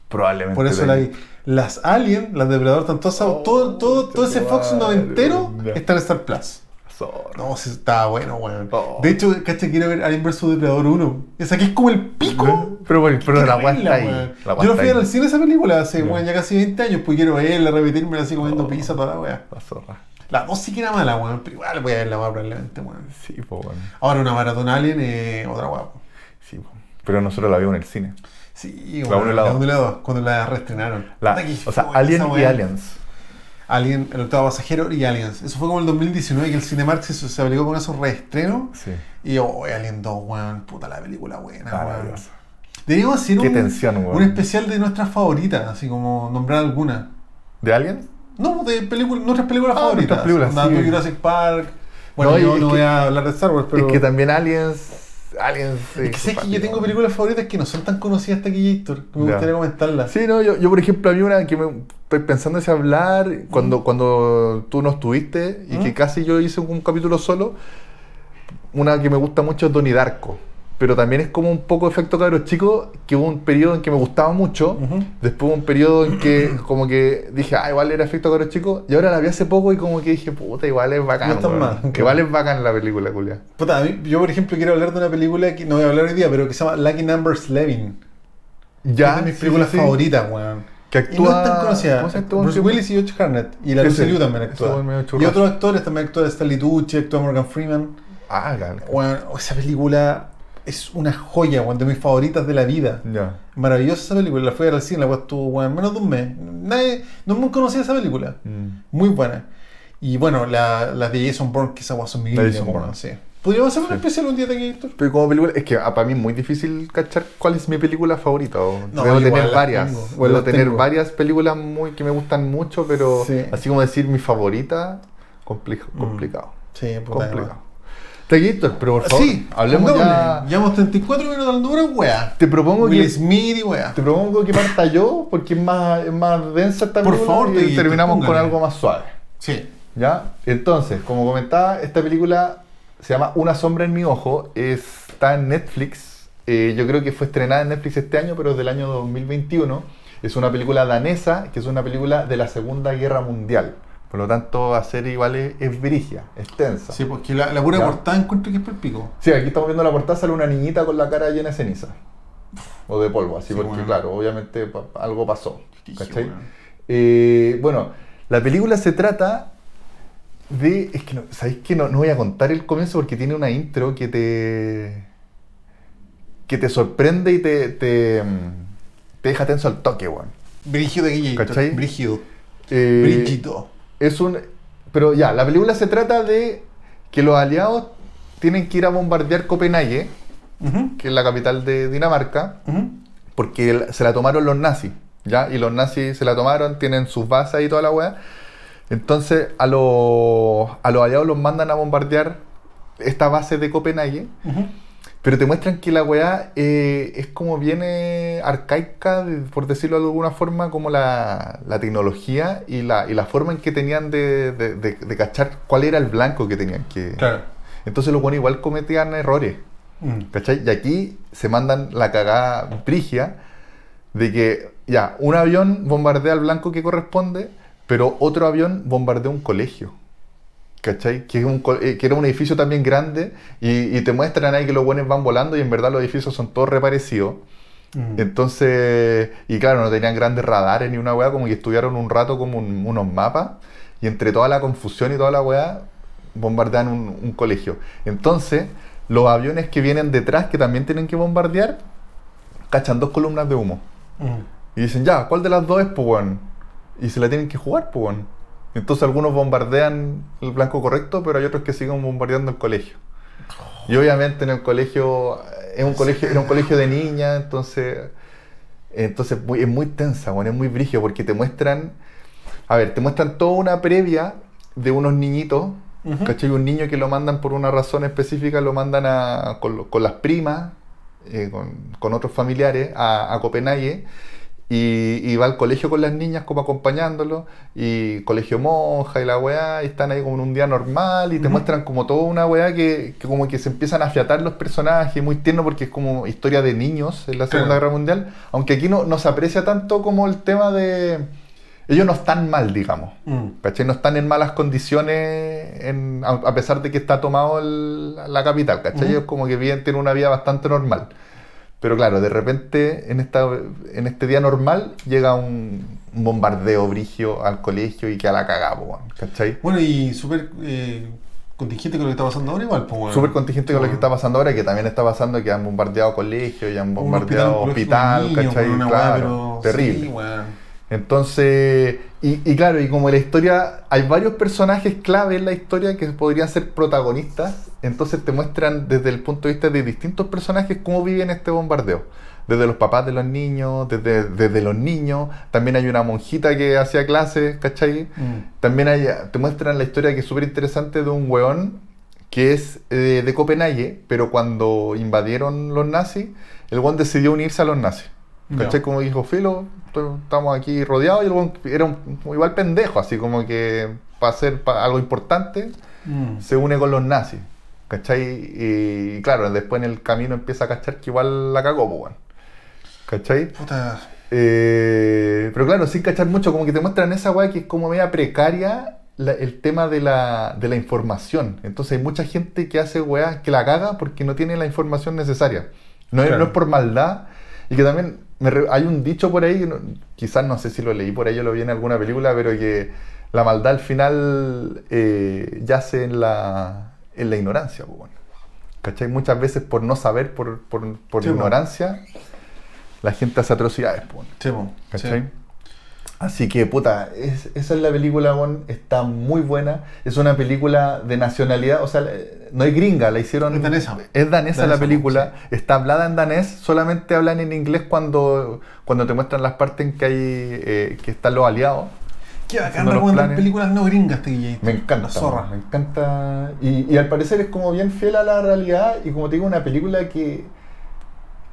Speaker 1: Probablemente.
Speaker 2: Por eso
Speaker 1: de
Speaker 2: la
Speaker 1: ahí.
Speaker 2: vi. Las Alien, las Depredador, tanto esa-
Speaker 1: Oh,
Speaker 2: todo, todo, todo ese
Speaker 1: qué
Speaker 2: Fox
Speaker 1: guay,
Speaker 2: noventero
Speaker 1: ya.
Speaker 2: está en Star Plus.
Speaker 1: Zorro.
Speaker 2: No, sí, está bueno, weón.
Speaker 1: Oh.
Speaker 2: De hecho, cacha, quiero ver Alien vs Depredador 1. Esa que es como el pico.
Speaker 1: ¿Eh? Pero, bueno, pero la
Speaker 2: Quiero
Speaker 1: guay
Speaker 2: verla,
Speaker 1: está ahí.
Speaker 2: weón.
Speaker 1: La guay
Speaker 2: Yo no
Speaker 1: está
Speaker 2: fui
Speaker 1: ahí.
Speaker 2: al cine esa película hace
Speaker 1: Ya.
Speaker 2: weón, ya casi 20 años, pues quiero verla, repetírmela así comiendo
Speaker 1: Oh.
Speaker 2: pizza toda la weá.
Speaker 1: La zorra.
Speaker 2: La dos sí que era mala, weón, pero igual voy a verla más probablemente, weón.
Speaker 1: Sí, pues bueno.
Speaker 2: Ahora una maratón Alien, eh, otra weá. po.
Speaker 1: Sí, po. Pero nosotros la vimos en el cine.
Speaker 2: Sí,
Speaker 1: La
Speaker 2: weón,
Speaker 1: uno y la dos.
Speaker 2: uno y la dos, cuando la reestrenaron.
Speaker 1: La-
Speaker 2: Puta, qué
Speaker 1: o sea,
Speaker 2: buena
Speaker 1: Alien
Speaker 2: esa
Speaker 1: y
Speaker 2: weá.
Speaker 1: Aliens.
Speaker 2: Alien, el octavo pasajero y Aliens. Eso fue como el 2019 que el Cinemark se, se obligó con esos reestrenos.
Speaker 1: Sí.
Speaker 2: Y oh, Alien 2, weón, puta la película buena, weón.
Speaker 1: Maravilloso.
Speaker 2: Deberíamos hacer
Speaker 1: Qué
Speaker 2: un,
Speaker 1: tensión, weón.
Speaker 2: un especial de nuestras favoritas, así como nombrar alguna.
Speaker 1: ¿De Aliens?
Speaker 2: No, de películas, nuestras películas
Speaker 1: Ah,
Speaker 2: favoritas.
Speaker 1: nuestras películas,
Speaker 2: Onda,
Speaker 1: sí.
Speaker 2: tú Jurassic Park. Bueno,
Speaker 1: No, y
Speaker 2: yo
Speaker 1: es
Speaker 2: no
Speaker 1: que-
Speaker 2: voy a hablar de Star Wars, pero.
Speaker 1: Es que también Aliens. Aliens.
Speaker 2: Es que sé que yo tengo películas favoritas que no son tan conocidas hasta aquí, Héctor. que Me
Speaker 1: Ya.
Speaker 2: gustaría comentarlas.
Speaker 1: Sí, no, yo, yo por ejemplo, había una que me estoy pensando si hablar cuando, cuando tú no estuviste y
Speaker 2: ¿Mm?
Speaker 1: que casi yo hice un capítulo solo. Una que me gusta mucho es Donnie Darko. Pero también es como un poco efecto cabros chico, que hubo un periodo en que me gustaba mucho,
Speaker 2: Ujú.
Speaker 1: después hubo un periodo en que como que dije, ah, igual era efecto cabros chico, y ahora la vi hace poco y como que dije, puta, igual es bacán.
Speaker 2: No está
Speaker 1: weón.
Speaker 2: mal, claro.
Speaker 1: Igual es bacán la película, Julia.
Speaker 2: Puta, a mí- yo por ejemplo quiero hablar de una película que no voy a hablar hoy día, pero que se llama Lucky Numbers Levin.
Speaker 1: Ya,
Speaker 2: es de mis
Speaker 1: sí,
Speaker 2: películas
Speaker 1: sí, sí.
Speaker 2: favoritas, weón.
Speaker 1: Que
Speaker 2: Y no
Speaker 1: actúa.
Speaker 2: es tan
Speaker 1: ¿cómo se este
Speaker 2: conocida.
Speaker 1: actúa?
Speaker 2: Bruce Willis y George Harnett. Y la
Speaker 1: Ese,
Speaker 2: Lucy Liu también
Speaker 1: ese
Speaker 2: actúa.
Speaker 1: buen medio churrasco.
Speaker 2: Y otros actores también actúa. Stanley Tucci, actúa Morgan Freeman.
Speaker 1: Ah, cal-
Speaker 2: Weón, esa película es una joya, weón, de mis favoritas de la vida.
Speaker 1: Ya.
Speaker 2: Maravillosa esa película. La fui a ver al cine, la cual estuvo, weón, menos de un mes. Nadie, no me conocía esa película.
Speaker 1: Mm.
Speaker 2: Muy buena. Y bueno, la- las de Jason Bourne, que esa guay son
Speaker 1: La de
Speaker 2: milenias.
Speaker 1: Jason
Speaker 2: weón,
Speaker 1: Bourne.
Speaker 2: sí. Podríamos hacer un
Speaker 1: Sí.
Speaker 2: especial un día de Gator.
Speaker 1: Pero como película, es que ah, para mí es muy difícil cachar cuál es mi película favorita. o
Speaker 2: No,
Speaker 1: Debo
Speaker 2: igual
Speaker 1: tener
Speaker 2: las
Speaker 1: varias.
Speaker 2: tengo,
Speaker 1: Debo
Speaker 2: las
Speaker 1: tener
Speaker 2: tengo.
Speaker 1: varias películas muy, que me gustan mucho, pero
Speaker 2: Sí.
Speaker 1: así como decir mi favorita, compli- complicado.
Speaker 2: Sí, puta Ah,
Speaker 1: Complicado. Teguito, pero por favor,
Speaker 2: Sí,
Speaker 1: hablemos ya.
Speaker 2: pongámosle. Llevamos 34 minutos de altura, weá.
Speaker 1: Te propongo
Speaker 2: Will
Speaker 1: que
Speaker 2: Smith y weá.
Speaker 1: te propongo que parta yo, porque es más, es más densa esta
Speaker 2: Por
Speaker 1: película
Speaker 2: favor,
Speaker 1: y
Speaker 2: Teguito,
Speaker 1: terminamos con
Speaker 2: póngale.
Speaker 1: algo más suave.
Speaker 2: Sí.
Speaker 1: ¿Ya? Entonces, como comentaba, esta película se llama Una sombra en mi ojo, está en Netflix, eh, yo creo que fue estrenada en Netflix este año, pero es del año 2021. Es una película danesa, que es una película de la Segunda Guerra Mundial. Por lo tanto, va a ser igual, es, es brigia, es tensa.
Speaker 2: Sí, porque la, la pura
Speaker 1: Ya.
Speaker 2: portada encuentro que es perpico.
Speaker 1: Sí, aquí estamos viendo la portada, sale una niñita con la cara llena de ceniza. O de polvo, así
Speaker 2: Sí,
Speaker 1: porque
Speaker 2: bueno.
Speaker 1: claro, obviamente pa- algo pasó.
Speaker 2: Dije,
Speaker 1: ¿Cachai?
Speaker 2: bueno.
Speaker 1: Eh, bueno, la película se trata de... Es que no, ¿sabéis que no, no voy a contar el comienzo porque tiene una intro que te... que te sorprende y te... te, mm, te deja tenso al toque, weón.
Speaker 2: Brígido de Gator.
Speaker 1: ¿Cachai?
Speaker 2: Brígido.
Speaker 1: Eh,
Speaker 2: Brígido.
Speaker 1: es un. Pero ya, la película se trata de que los aliados tienen que ir a bombardear Copenhague,
Speaker 2: Ujú,
Speaker 1: que es la capital de Dinamarca,
Speaker 2: ujú.
Speaker 1: porque el- se la tomaron los nazis, ¿ya? Y los nazis se la tomaron, tienen sus bases y toda la weá. Entonces, a los, a los aliados los mandan a bombardear esta base de Copenhague,
Speaker 2: Ujú.
Speaker 1: pero te muestran que la weá eh, es como viene arcaica, de- por decirlo de alguna forma, como la, la tecnología y la, y la forma en que tenían de, de- de- de cachar cuál era el blanco que tenían que...
Speaker 2: Claro.
Speaker 1: Entonces los buenos igual cometían errores,
Speaker 2: Mm.
Speaker 1: ¿cachai? Y aquí se mandan la cagada brigia de que ya, un avión bombardea al blanco que corresponde, pero otro avión bombardea un colegio. ¿Cachai? Que, es un co- eh, que era un edificio también grande y, y te muestran ahí que los buenos van volando y en verdad los edificios son todos reparecidos.
Speaker 2: Mm.
Speaker 1: Entonces, y claro, no tenían grandes radares ni una weá, como que estudiaron un rato como un- unos mapas y entre toda la confusión y toda la weá, bombardean un, un colegio. Entonces, los aviones que vienen detrás, que también tienen que bombardear, cachan dos columnas de humo.
Speaker 2: Mm.
Speaker 1: Y dicen, ya, ¿cuál de las dos es, pues, weón? Y se la tienen que jugar, pues, weón. Entonces algunos bombardean el blanco correcto, pero hay otros que siguen bombardeando el colegio. Y obviamente en el colegio, eh, es un colegio, era un colegio de niñas, entonces, entonces muy- es muy tensa, weón, es muy brígido, porque te muestran, a ver, te muestran toda una previa de unos niñitos,
Speaker 2: Ujú.
Speaker 1: ¿cachai? Un niño que lo mandan por una razón específica, lo mandan a- con, lo- con las primas, eh, con, con otros familiares a, a Copenhague y, y va al colegio con las niñas como acompañándolo y colegio monja y la weá y están ahí como en un día normal y te
Speaker 2: Ujú.
Speaker 1: muestran como toda una weá que, que como que se empiezan a afiatar los personajes muy tierno porque es como historia de niños en la Segunda
Speaker 2: Claro.
Speaker 1: Guerra Mundial aunque aquí no, no se aprecia tanto como el tema de ellos no están mal digamos
Speaker 2: Mm.
Speaker 1: ¿Cachai? No están en malas condiciones en- a, a pesar de que está tomado el- la capital, ¿cachai?
Speaker 2: Ujú.
Speaker 1: Ellos como que viven, tienen una vida bastante normal. Pero claro, de repente en, esta, en este día normal llega un, un bombardeo brigio al colegio y que a la cagada, po, weón, ¿cachai?
Speaker 2: Bueno, y súper eh, contingente con lo que está pasando ahora, igual, pues, weón.
Speaker 1: Súper contingente con lo que
Speaker 2: Bueno.
Speaker 1: está pasando ahora, que también está pasando que han bombardeado colegios y han
Speaker 2: Un
Speaker 1: bombardeado hospital,
Speaker 2: oncológico, un niño,
Speaker 1: ¿cachai?
Speaker 2: weón, una weá,
Speaker 1: Claro,
Speaker 2: pero-
Speaker 1: terrible.
Speaker 2: sí, weón.
Speaker 1: Entonces, y, y claro, y como la historia, hay varios personajes clave en la historia que podrían ser protagonistas, entonces te muestran desde el punto de vista de distintos personajes cómo viven este bombardeo. Desde los papás de los niños, desde, desde los niños, también hay una monjita que hacía clases, ¿cachai?
Speaker 2: Mm.
Speaker 1: También hay, te muestran la historia que es súper interesante de un weón que es eh, de Copenhague, pero cuando invadieron los nazis, el weón decidió unirse a los nazis. ¿Cachai?
Speaker 2: Ya.
Speaker 1: Como dijo Filo, to- estamos aquí rodeados y el weón era un, igual pendejo, así como que para hacer pa- algo importante
Speaker 2: Mm.
Speaker 1: se une con los nazis. ¿Cachai? Y, claro, después en el camino empieza a cachar que igual la cagó, pues, weón. ¿Cachai?
Speaker 2: Puta.
Speaker 1: Eh, pero claro, sin cachar mucho, como que te muestran esa weá que es como media precaria la- el tema de la, de la información. Entonces hay mucha gente que hace weá que la caga porque no tiene la información necesaria. No, es,
Speaker 2: Claro.
Speaker 1: no es por maldad. Y que también me re- hay un dicho por ahí, que no- quizás no sé si lo leí por ahí o lo vi en alguna película, pero que la maldad al final eh, yace en la, en la ignorancia. pues, bueno. ¿Cachai? Muchas veces por no saber, por, por, por
Speaker 2: Sí, bueno.
Speaker 1: ignorancia, la gente hace atrocidades. pues, bueno.
Speaker 2: Sí, po.
Speaker 1: ¿Cachai?
Speaker 2: Sí.
Speaker 1: Así que, puta, es- esa es la película, weón, está muy buena. Es una película de nacionalidad, o sea, la- no es gringa, la hicieron...
Speaker 2: Es danesa.
Speaker 1: Es danesa
Speaker 2: Danesa,
Speaker 1: la película, está hablada en danés, solamente hablan en inglés cuando, cuando te muestran las partes en que hay, eh, que están los aliados.
Speaker 2: Qué bacán
Speaker 1: Haciendo los
Speaker 2: recomendar
Speaker 1: planes.
Speaker 2: películas no gringas, este Guille.
Speaker 1: Me encanta,
Speaker 2: La zorra.
Speaker 1: weón, me encanta. Y, y al parecer es como bien fiel a la realidad y como te digo, una película que,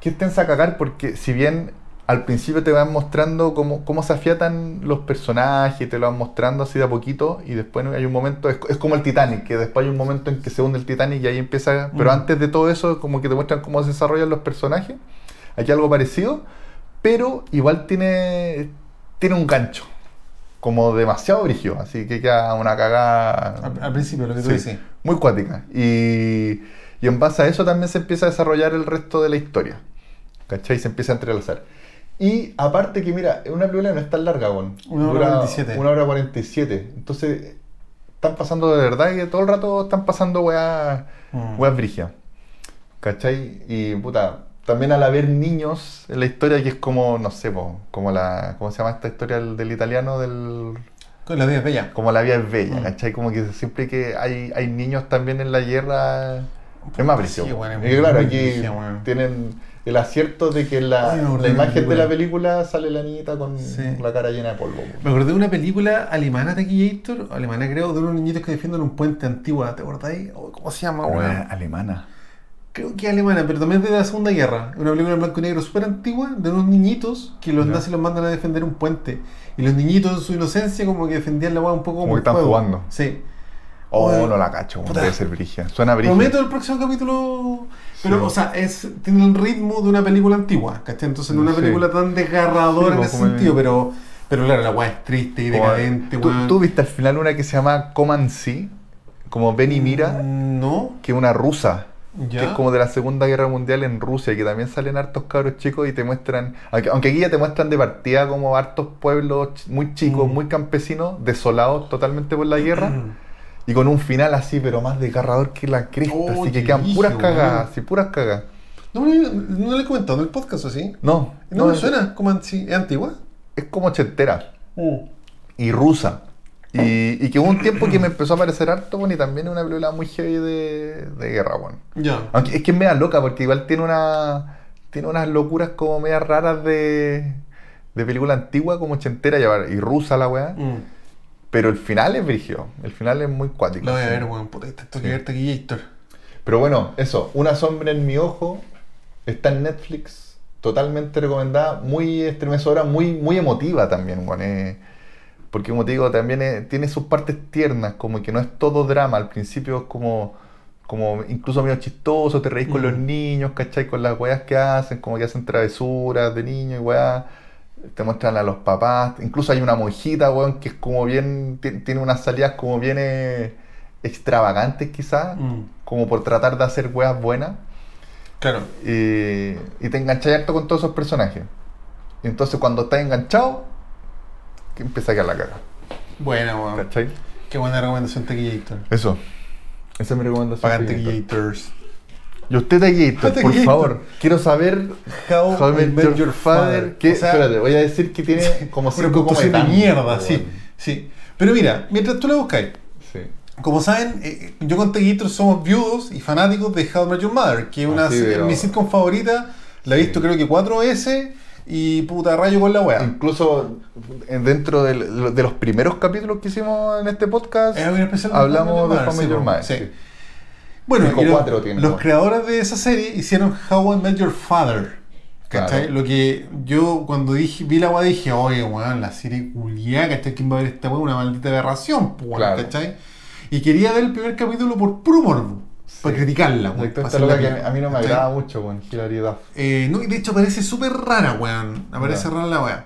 Speaker 1: que es tensa a cagar porque si bien al principio te van mostrando cómo, cómo se afiatan los personajes, te lo van mostrando así de a poquito y después hay un momento, es, es como el Titanic, que después hay un momento en que se hunde el Titanic y ahí empieza, pero
Speaker 2: Mm.
Speaker 1: antes de todo eso como que te muestran cómo se desarrollan los personajes, aquí algo parecido, pero igual tiene, tiene un gancho. Como demasiado brígido, así que queda una cagada.
Speaker 2: Al, al principio, lo que Ah, tú
Speaker 1: Sí,
Speaker 2: dices.
Speaker 1: Muy cuática. Y, y en base a eso también se empieza a desarrollar el resto de la historia. ¿Cachai? Se empieza a entrelazar. Y aparte que, mira, es una película que no es tan larga, weón.
Speaker 2: Una hora
Speaker 1: Dura
Speaker 2: 47.
Speaker 1: Una hora 47. Entonces, están pasando de verdad que todo el rato están pasando weas,
Speaker 2: Mm.
Speaker 1: weas brigias. ¿Cachai? Y, puta, también al haber niños en la historia que es como, no sé, po, como la... ¿Cómo se llama esta historia del- del italiano? Del
Speaker 2: Con la vida bella.
Speaker 1: como la vida es bella,
Speaker 2: Mm.
Speaker 1: ¿cachai? Como que siempre que hay, hay niños también en la guerra, es más
Speaker 2: Sí,
Speaker 1: precioso.
Speaker 2: bueno, es
Speaker 1: y claro,
Speaker 2: muy
Speaker 1: aquí
Speaker 2: brígido, bueno.
Speaker 1: tienen el acierto de que en la,
Speaker 2: Ay, me acordé
Speaker 1: la
Speaker 2: de una
Speaker 1: imagen de
Speaker 2: película.
Speaker 1: la película sale la niñita con
Speaker 2: Sí.
Speaker 1: la cara llena de polvo.
Speaker 2: Me acordé de una película alemana de Guillator, alemana creo, de unos niñitos que defienden un puente antigua, ¿te acordáis? Oh, ¿Cómo se llama, weón?
Speaker 1: alemana.
Speaker 2: Creo que es alemana, pero también es de la Segunda Guerra. Una película en blanco y negro súper antigua de unos niñitos que los
Speaker 1: Ya.
Speaker 2: nazis los mandan a defender un puente. Y los niñitos en su inocencia como que defendían la weá un poco
Speaker 1: Como
Speaker 2: por
Speaker 1: que están
Speaker 2: juego.
Speaker 1: jugando.
Speaker 2: Sí.
Speaker 1: Oh,
Speaker 2: Bueno,
Speaker 1: no la cacho,
Speaker 2: puta.
Speaker 1: debe ser brigia. Suena brigia.
Speaker 2: Prometo el próximo capítulo. Pero,
Speaker 1: Sí.
Speaker 2: o sea, es, tiene el ritmo de una película antigua, ¿cachai? Entonces no es una
Speaker 1: Sí.
Speaker 2: película tan
Speaker 1: Sí,
Speaker 2: desgarradora en
Speaker 1: como
Speaker 2: ese
Speaker 1: como-
Speaker 2: sentido, pero, pero claro, la weá es triste y decadente,
Speaker 1: ¿Tú,
Speaker 2: weón.
Speaker 1: tú viste al final una que se llama Coman Si, como Ven y Mira,
Speaker 2: No,
Speaker 1: que es una rusa.
Speaker 2: Mm. ya.
Speaker 1: que es como de la Segunda Guerra Mundial en Rusia, que también salen hartos cabros chicos y te muestran, aunque, aunque aquí ya te muestran de partida como hartos pueblos ch- muy chicos,
Speaker 2: Mm.
Speaker 1: muy campesinos, desolados totalmente por la guerra, y con un final así, pero más desgarrador que la cresta,
Speaker 2: Oh,
Speaker 1: así que
Speaker 2: qué
Speaker 1: quedan puras
Speaker 2: brígido,
Speaker 1: cagadas,
Speaker 2: weón.
Speaker 1: así, puras cagadas.
Speaker 2: No, no, no le he comentado en el podcast, ¿o sí?
Speaker 1: No,
Speaker 2: No, me
Speaker 1: es-
Speaker 2: suena, como an- sí, es antigua.
Speaker 1: Es como ochentera y rusa. Y, y que hubo un tiempo que me empezó a parecer harto, bueno, y también es una película muy heavy de, de guerra, bueno.
Speaker 2: Ya.
Speaker 1: Aunque es que es media loca, porque igual tiene una. Tiene unas locuras como medias raras de. de película antigua, como ochentera y, y rusa la weá.
Speaker 2: Mm.
Speaker 1: Pero el final es brigio. El final es muy cuático.
Speaker 2: La voy a
Speaker 1: sí.
Speaker 2: ver, weón. Puta, esto tengo que
Speaker 1: Sí.
Speaker 2: verte aquí, Héctor.
Speaker 1: Pero bueno, eso. Una sombra en mi ojo. Está en Netflix. Totalmente recomendada. Muy estremecedora, muy, muy emotiva también, weón. eh. porque como te digo, también eh, tiene sus partes tiernas, como que no es todo drama. Al principio es como, como incluso medio chistoso, te reís con
Speaker 2: Mm.
Speaker 1: los niños, ¿cachai? Con las weas que hacen, como que hacen travesuras de niños y weas. Te muestran a los papás. Incluso hay una monjita, weón, que es como bien. ti- Tiene unas salidas como bien eh, extravagantes, quizás
Speaker 2: Mm.
Speaker 1: como por tratar de hacer weas buenas
Speaker 2: Claro.
Speaker 1: eh, y te engancháis harto con todos esos personajes. Y entonces cuando estás enganchado, que empieza a quedar la caga.
Speaker 2: Buena, weón.
Speaker 1: ¿Cachai?
Speaker 2: Qué buena recomendación, Tequilla Héctor.
Speaker 1: Eso. Esa es mi recomendación.
Speaker 2: Pagan
Speaker 1: Gator.
Speaker 2: Tequilla Héctors.
Speaker 1: Y usted Gator,
Speaker 2: Te
Speaker 1: por
Speaker 2: Gator.
Speaker 1: favor. Quiero saber
Speaker 2: How,
Speaker 1: How I Met Your, Father. que-
Speaker 2: O sea,
Speaker 1: espérate, voy a decir que tiene como
Speaker 2: una
Speaker 1: 5
Speaker 2: puntuación de mierda, sí, sí. Pero mira, mientras tú la buscáis,
Speaker 1: sí.
Speaker 2: como saben, eh, yo con Teguitro somos viudos y fanáticos de How I Met Your Mother, que es una
Speaker 1: Ah, sí,
Speaker 2: se-
Speaker 1: pero-
Speaker 2: mi sitcom favorita. La he visto creo que cuatro veces y puta rayo con la wea.
Speaker 1: Incluso en- dentro del- de los primeros capítulos que hicimos en este podcast,
Speaker 2: Es un especial de
Speaker 1: hablamos de
Speaker 2: How I Met Your Mother,
Speaker 1: Family Your
Speaker 2: sí,
Speaker 1: Mother,
Speaker 2: sí.
Speaker 1: sí.
Speaker 2: Bueno,
Speaker 1: Cinco,
Speaker 2: y lo-
Speaker 1: cuatro tiene,
Speaker 2: los
Speaker 1: bueno.
Speaker 2: creadores de esa serie hicieron How I Met Your Father. ¿Cachai?
Speaker 1: Claro.
Speaker 2: Lo que yo cuando dije, vi la weá dije, oye, weón, la serie culiá, ¿cachai? ¿Quién va a ver esta weá? Una maldita aberración, pues, weón,
Speaker 1: Claro.
Speaker 2: ¿cachai? Y quería ver el primer capítulo por puro morbo,
Speaker 1: Sí.
Speaker 2: para criticarla, weón,
Speaker 1: Exacto, esta
Speaker 2: para hacerla
Speaker 1: loca que
Speaker 2: pico,
Speaker 1: a mí no me
Speaker 2: ¿cachai?
Speaker 1: agrada mucho, con Hilary Duff.
Speaker 2: Eh, no, y de hecho aparece súper rara, weón. Aparece
Speaker 1: Ya.
Speaker 2: rara la weá.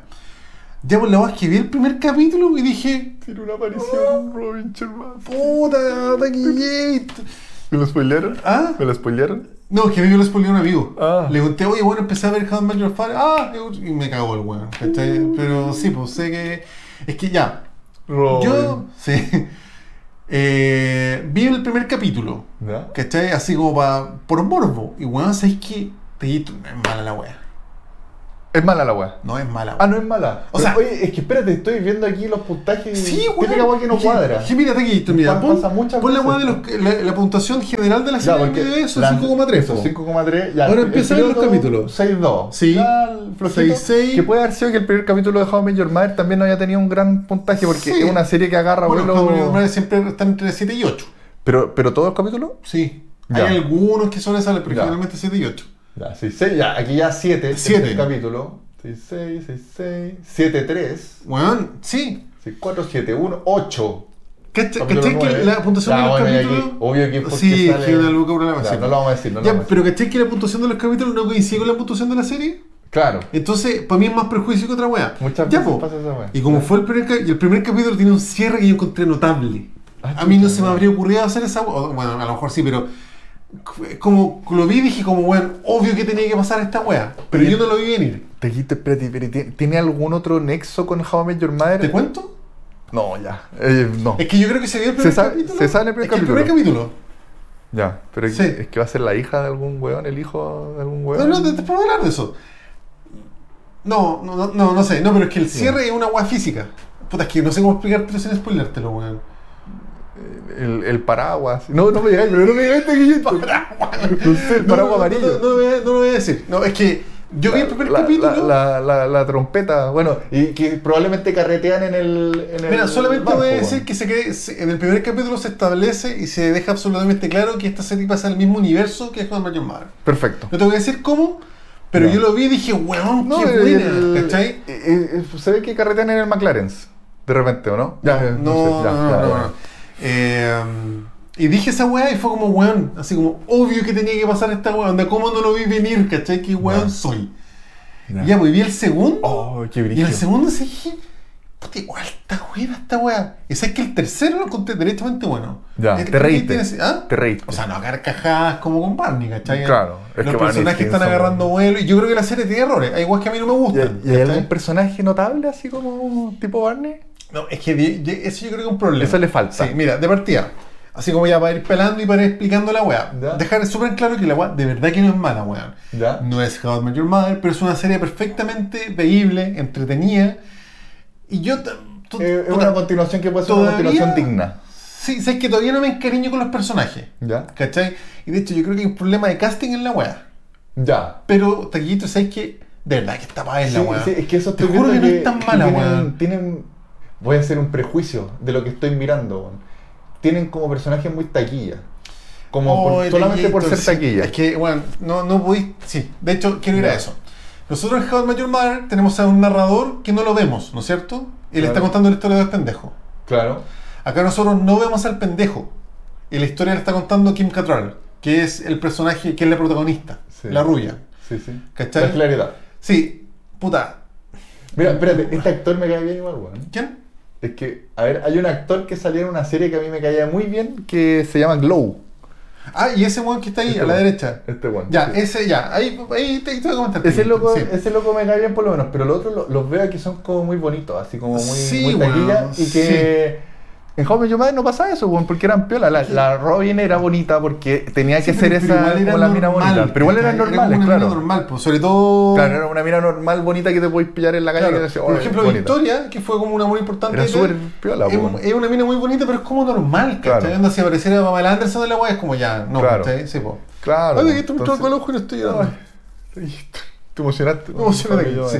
Speaker 2: Ya por la weá es que vi el primer capítulo y dije,
Speaker 1: Tiene una aparición Robin Sherman.
Speaker 2: puta, Taki
Speaker 1: ¿Me lo spoilearon?
Speaker 2: ¿Ah?
Speaker 1: ¿Me lo spoilearon?
Speaker 2: No, es que a mí me lo spoileó un amigo.
Speaker 1: Ah.
Speaker 2: Le conté, oye, bueno, empecé a ver How I Met Your Father. Ah, y me cagó el weón. ¿cachai?
Speaker 1: Mm.
Speaker 2: Pero sí, pues sé que. Es que ya.
Speaker 1: Robin.
Speaker 2: Yo. Sí. Eh, vi el primer capítulo.
Speaker 1: ¿Ya?
Speaker 2: ¿Cachai? Así como para. Por morbo. Y weón, ¿sabes qué? Te es mala la wea.
Speaker 1: Es mala la weá.
Speaker 2: No es mala.
Speaker 1: Ah, no es mala.
Speaker 2: O
Speaker 1: Pero,
Speaker 2: sea-
Speaker 1: oye, es que espérate, estoy viendo aquí los puntajes.
Speaker 2: Sí,
Speaker 1: Qué
Speaker 2: weón.
Speaker 1: Típica weá que no
Speaker 2: Es
Speaker 1: cuadra.
Speaker 2: es que mira, aquí, esto, mira.
Speaker 1: Pa-
Speaker 2: Pon,
Speaker 1: pasa muchas
Speaker 2: pon la weá de
Speaker 1: veces.
Speaker 2: los- la, la puntuación general de la
Speaker 1: Ya,
Speaker 2: serie
Speaker 1: porque
Speaker 2: de eso,
Speaker 1: la-
Speaker 2: 5,3.
Speaker 1: eso,
Speaker 2: po.
Speaker 1: 5,3. ya.
Speaker 2: Ahora
Speaker 1: El
Speaker 2: empieza a ver los
Speaker 1: piloto,
Speaker 2: capítulos.
Speaker 1: 6,2.
Speaker 2: Sí.
Speaker 1: Ya, el flojito.
Speaker 2: 6,6.
Speaker 1: Que puede haber sido que el primer capítulo de How I Met Your Mother también no haya tenido un gran puntaje, porque
Speaker 2: Sí.
Speaker 1: es una serie que agarra
Speaker 2: Bueno, los
Speaker 1: vuelo-
Speaker 2: números siempre están entre 7 y 8.
Speaker 1: Pero, pero todos los capítulos.
Speaker 2: Sí.
Speaker 1: Ya.
Speaker 2: Hay algunos que sobresalen, pero
Speaker 1: Ya.
Speaker 2: generalmente 7 y 8.
Speaker 1: Ya, 6, ya, aquí ya 7.
Speaker 2: Siete.
Speaker 1: El capítulo. 6,6, 6,6, 7,3,
Speaker 2: Weón, sí.
Speaker 1: 6,4, 7,1 8.
Speaker 2: Cacha-
Speaker 1: Capítulo
Speaker 2: ¿Cachai que
Speaker 1: nueve.
Speaker 2: la puntuación
Speaker 1: Ya,
Speaker 2: de los
Speaker 1: bueno, y aquí,
Speaker 2: capítulos?
Speaker 1: obvio que es porque
Speaker 2: Sí,
Speaker 1: sale-
Speaker 2: que una luca, una
Speaker 1: Ya,
Speaker 2: sí.
Speaker 1: no lo vamos a decir, no lo
Speaker 2: Ya,
Speaker 1: vamos a decir.
Speaker 2: pero ¿cachai que la puntuación de los capítulos no coincide con la puntuación de la serie?
Speaker 1: Claro.
Speaker 2: Entonces, para mí es más prejuicio que otra weá.
Speaker 1: Muchas
Speaker 2: Ya,
Speaker 1: veces
Speaker 2: po.
Speaker 1: pasa esa weá.
Speaker 2: Y como fue el primer, ca- y el primer capítulo, tiene un cierre que yo encontré notable.
Speaker 1: Ah,
Speaker 2: a mí no
Speaker 1: chuta,
Speaker 2: se me
Speaker 1: ya.
Speaker 2: habría ocurrido hacer esa weá. O, Bueno, a lo mejor sí, pero c- como lo vi, dije como, bueno, obvio que tenía que pasar esta weá. Pero
Speaker 1: Oye,
Speaker 2: yo no lo vi venir.
Speaker 1: Te quito, espérate, espérate, ¿tiene- ¿tiene algún otro nexo con How I Met Your Mother?
Speaker 2: ¿Te cuento?
Speaker 1: No, ya. Eh, no.
Speaker 2: Es que yo creo que se vio el
Speaker 1: Se
Speaker 2: primer
Speaker 1: sabe-
Speaker 2: capítulo.
Speaker 1: se sabe en el primer
Speaker 2: Es que
Speaker 1: capítulo.
Speaker 2: capítulo.
Speaker 1: Ya, pero es-
Speaker 2: Sí.
Speaker 1: es que va a ser la hija de algún weón, el hijo de algún
Speaker 2: No,
Speaker 1: weón.
Speaker 2: no, te, te puedo hablar de eso. No, no, no, no, no sé. No, pero es que el cierre es una weá física. Puta, es que no sé cómo explicártelo sin spoilártelo, weón.
Speaker 1: El, el paraguas. No, no me digáis, pero no me digáis, Guillito. No sé, el paraguas
Speaker 2: No, no, no,
Speaker 1: amarillo.
Speaker 2: No, no, no, lo voy a- no lo voy a decir. No, es que yo vi el primer
Speaker 1: la,
Speaker 2: capítulo.
Speaker 1: La, la, la, la trompeta, bueno, y que probablemente carretean en el. En el
Speaker 2: Mira, solamente
Speaker 1: barco,
Speaker 2: voy a
Speaker 1: weón.
Speaker 2: decir que se cree- se- en el primer capítulo se establece y se deja absolutamente claro que esta serie pasa en el mismo universo que es con Mario Mother.
Speaker 1: Perfecto.
Speaker 2: No te voy a decir cómo, pero
Speaker 1: Ya.
Speaker 2: yo lo vi y dije, weón,
Speaker 1: No,
Speaker 2: qué
Speaker 1: el-
Speaker 2: buena.
Speaker 1: el-
Speaker 2: ¿Cachai?
Speaker 1: eh, eh, se ve que carretean en el McLaren. De repente, ¿o no? Ya, eh,
Speaker 2: No, no,
Speaker 1: sé, ya,
Speaker 2: no,
Speaker 1: ya,
Speaker 2: no,
Speaker 1: ya.
Speaker 2: no. Eh, y dije esa weá y fue como weón, así como obvio que tenía que pasar esta weá, onda, ¿cómo no lo vi venir? ¿Cachai? ¿Qué weón
Speaker 1: Ya.
Speaker 2: soy?
Speaker 1: Ya.
Speaker 2: Ya, pues y vi el segundo.
Speaker 1: Oh, qué
Speaker 2: y
Speaker 1: brillo.
Speaker 2: el segundo se dije, puta, igual está buena esta weá. Y sabes que el tercero lo encontré directamente bueno.
Speaker 1: Ya,
Speaker 2: El-
Speaker 1: te reíste.
Speaker 2: tienes- ¿ah?
Speaker 1: Te reíste.
Speaker 2: O sea, no agarrar cajadas como con Barney, ¿cachai?
Speaker 1: Claro, es que
Speaker 2: Los
Speaker 1: Barney
Speaker 2: personajes están
Speaker 1: Stinson-
Speaker 2: agarrando vuelo y yo creo que la serie tiene errores. Hay weas que a mí no me
Speaker 1: ¿Y,
Speaker 2: gustan.
Speaker 1: y hay
Speaker 2: ¿cachai?
Speaker 1: algún personaje notable así como tipo Barney?
Speaker 2: No, es que de- de- eso yo creo que es un problema.
Speaker 1: Eso le falta.
Speaker 2: Sí, mira, de partida. Así como ya para ir pelando y para ir explicando la weá.
Speaker 1: Ya.
Speaker 2: Dejar súper claro que la weá de verdad que no es mala, weón.
Speaker 1: Ya.
Speaker 2: No es How I Met Your Mother, pero es una serie perfectamente veíble, entretenida. Y yo... ta- tu-
Speaker 1: Eh, es
Speaker 2: puta,
Speaker 1: una continuación que puede ser una
Speaker 2: todavía-
Speaker 1: continuación digna.
Speaker 2: Sí, sabes que todavía no me encariño con los personajes.
Speaker 1: Ya.
Speaker 2: ¿Cachai? Y de hecho yo creo que hay un problema de casting en la weá.
Speaker 1: Ya.
Speaker 2: Pero, Taquillito, ¿sabes que De verdad que está para en la
Speaker 1: Sí,
Speaker 2: weá.
Speaker 1: sí, es que eso
Speaker 2: Te
Speaker 1: estoy
Speaker 2: juro que no
Speaker 1: viendo
Speaker 2: es tan mala,
Speaker 1: tienen,
Speaker 2: weón.
Speaker 1: tienen- Voy a hacer un prejuicio de lo que estoy mirando. weón. Tienen como personajes muy taquilla. Como por-
Speaker 2: Oh, el
Speaker 1: solamente por
Speaker 2: Taquillito,
Speaker 1: ser
Speaker 2: sí.
Speaker 1: taquilla.
Speaker 2: Es que, bueno, no, no pudiste. Sí, de hecho, quiero ir a
Speaker 1: Ya.
Speaker 2: eso. Nosotros en How I Met Your Mother tenemos a un narrador que no lo vemos, ¿no es cierto? Él está
Speaker 1: Claro.
Speaker 2: contando la historia del pendejo.
Speaker 1: Claro.
Speaker 2: Acá nosotros no vemos al pendejo. Y la historia la está contando Kim Cattrall, que es el personaje, que es la protagonista,
Speaker 1: Sí.
Speaker 2: la rubia.
Speaker 1: Sí, sí.
Speaker 2: ¿Cachai?
Speaker 1: La claridad.
Speaker 2: Sí, puta.
Speaker 1: Mira, espérate, este actor me cae bien igual, weón.
Speaker 2: ¿Quién?
Speaker 1: Es que, a ver, hay un actor que salió en una serie que a mí me caía muy bien que se llama Glow.
Speaker 2: Ah, y ese weón que está ahí,
Speaker 1: Este
Speaker 2: a la
Speaker 1: weón.
Speaker 2: derecha.
Speaker 1: Este weón.
Speaker 2: Ya,
Speaker 1: sí.
Speaker 2: ese, ya. Ahí, ahí te, te voy a comentar.
Speaker 1: Ese loco,
Speaker 2: Sí.
Speaker 1: ese loco me cae bien por lo menos, pero los otros lo- los veo que son como muy bonitos, así como muy,
Speaker 2: Sí,
Speaker 1: muy
Speaker 2: weón,
Speaker 1: taquilla. y que en How I Met Your Mother no pasaba eso, weón, porque eran piola. La, la Robin era bonita porque tenía que
Speaker 2: Sí,
Speaker 1: ser
Speaker 2: pero- pero
Speaker 1: esa
Speaker 2: igual era
Speaker 1: como la mina
Speaker 2: normal,
Speaker 1: bonita. Pero igual eran
Speaker 2: ¿cachai?
Speaker 1: normales,
Speaker 2: una
Speaker 1: claro.
Speaker 2: mina normal, pues, sobre todo.
Speaker 1: Claro, era una mina normal bonita que te podéis pillar en la calle.
Speaker 2: Claro,
Speaker 1: y decís,
Speaker 2: Por
Speaker 1: "Oh,
Speaker 2: ejemplo,
Speaker 1: bonita".
Speaker 2: Victoria, que fue como un amor importante.
Speaker 1: Era
Speaker 2: y tal,
Speaker 1: súper piola,
Speaker 2: es,
Speaker 1: po.
Speaker 2: es una mina muy bonita, pero es como normal,
Speaker 1: Claro.
Speaker 2: ¿cachai? Onda, si apareciera Pamela Anderson de la weá, es como ya, no,
Speaker 1: Claro.
Speaker 2: ¿cachai? Sí, po.
Speaker 1: Claro.
Speaker 2: Oye, que esto me
Speaker 1: entonces-
Speaker 2: tocó el ojo y no estoy llorando.
Speaker 1: Ay, Te emocionaste.
Speaker 2: Me emociona de aquí, sí.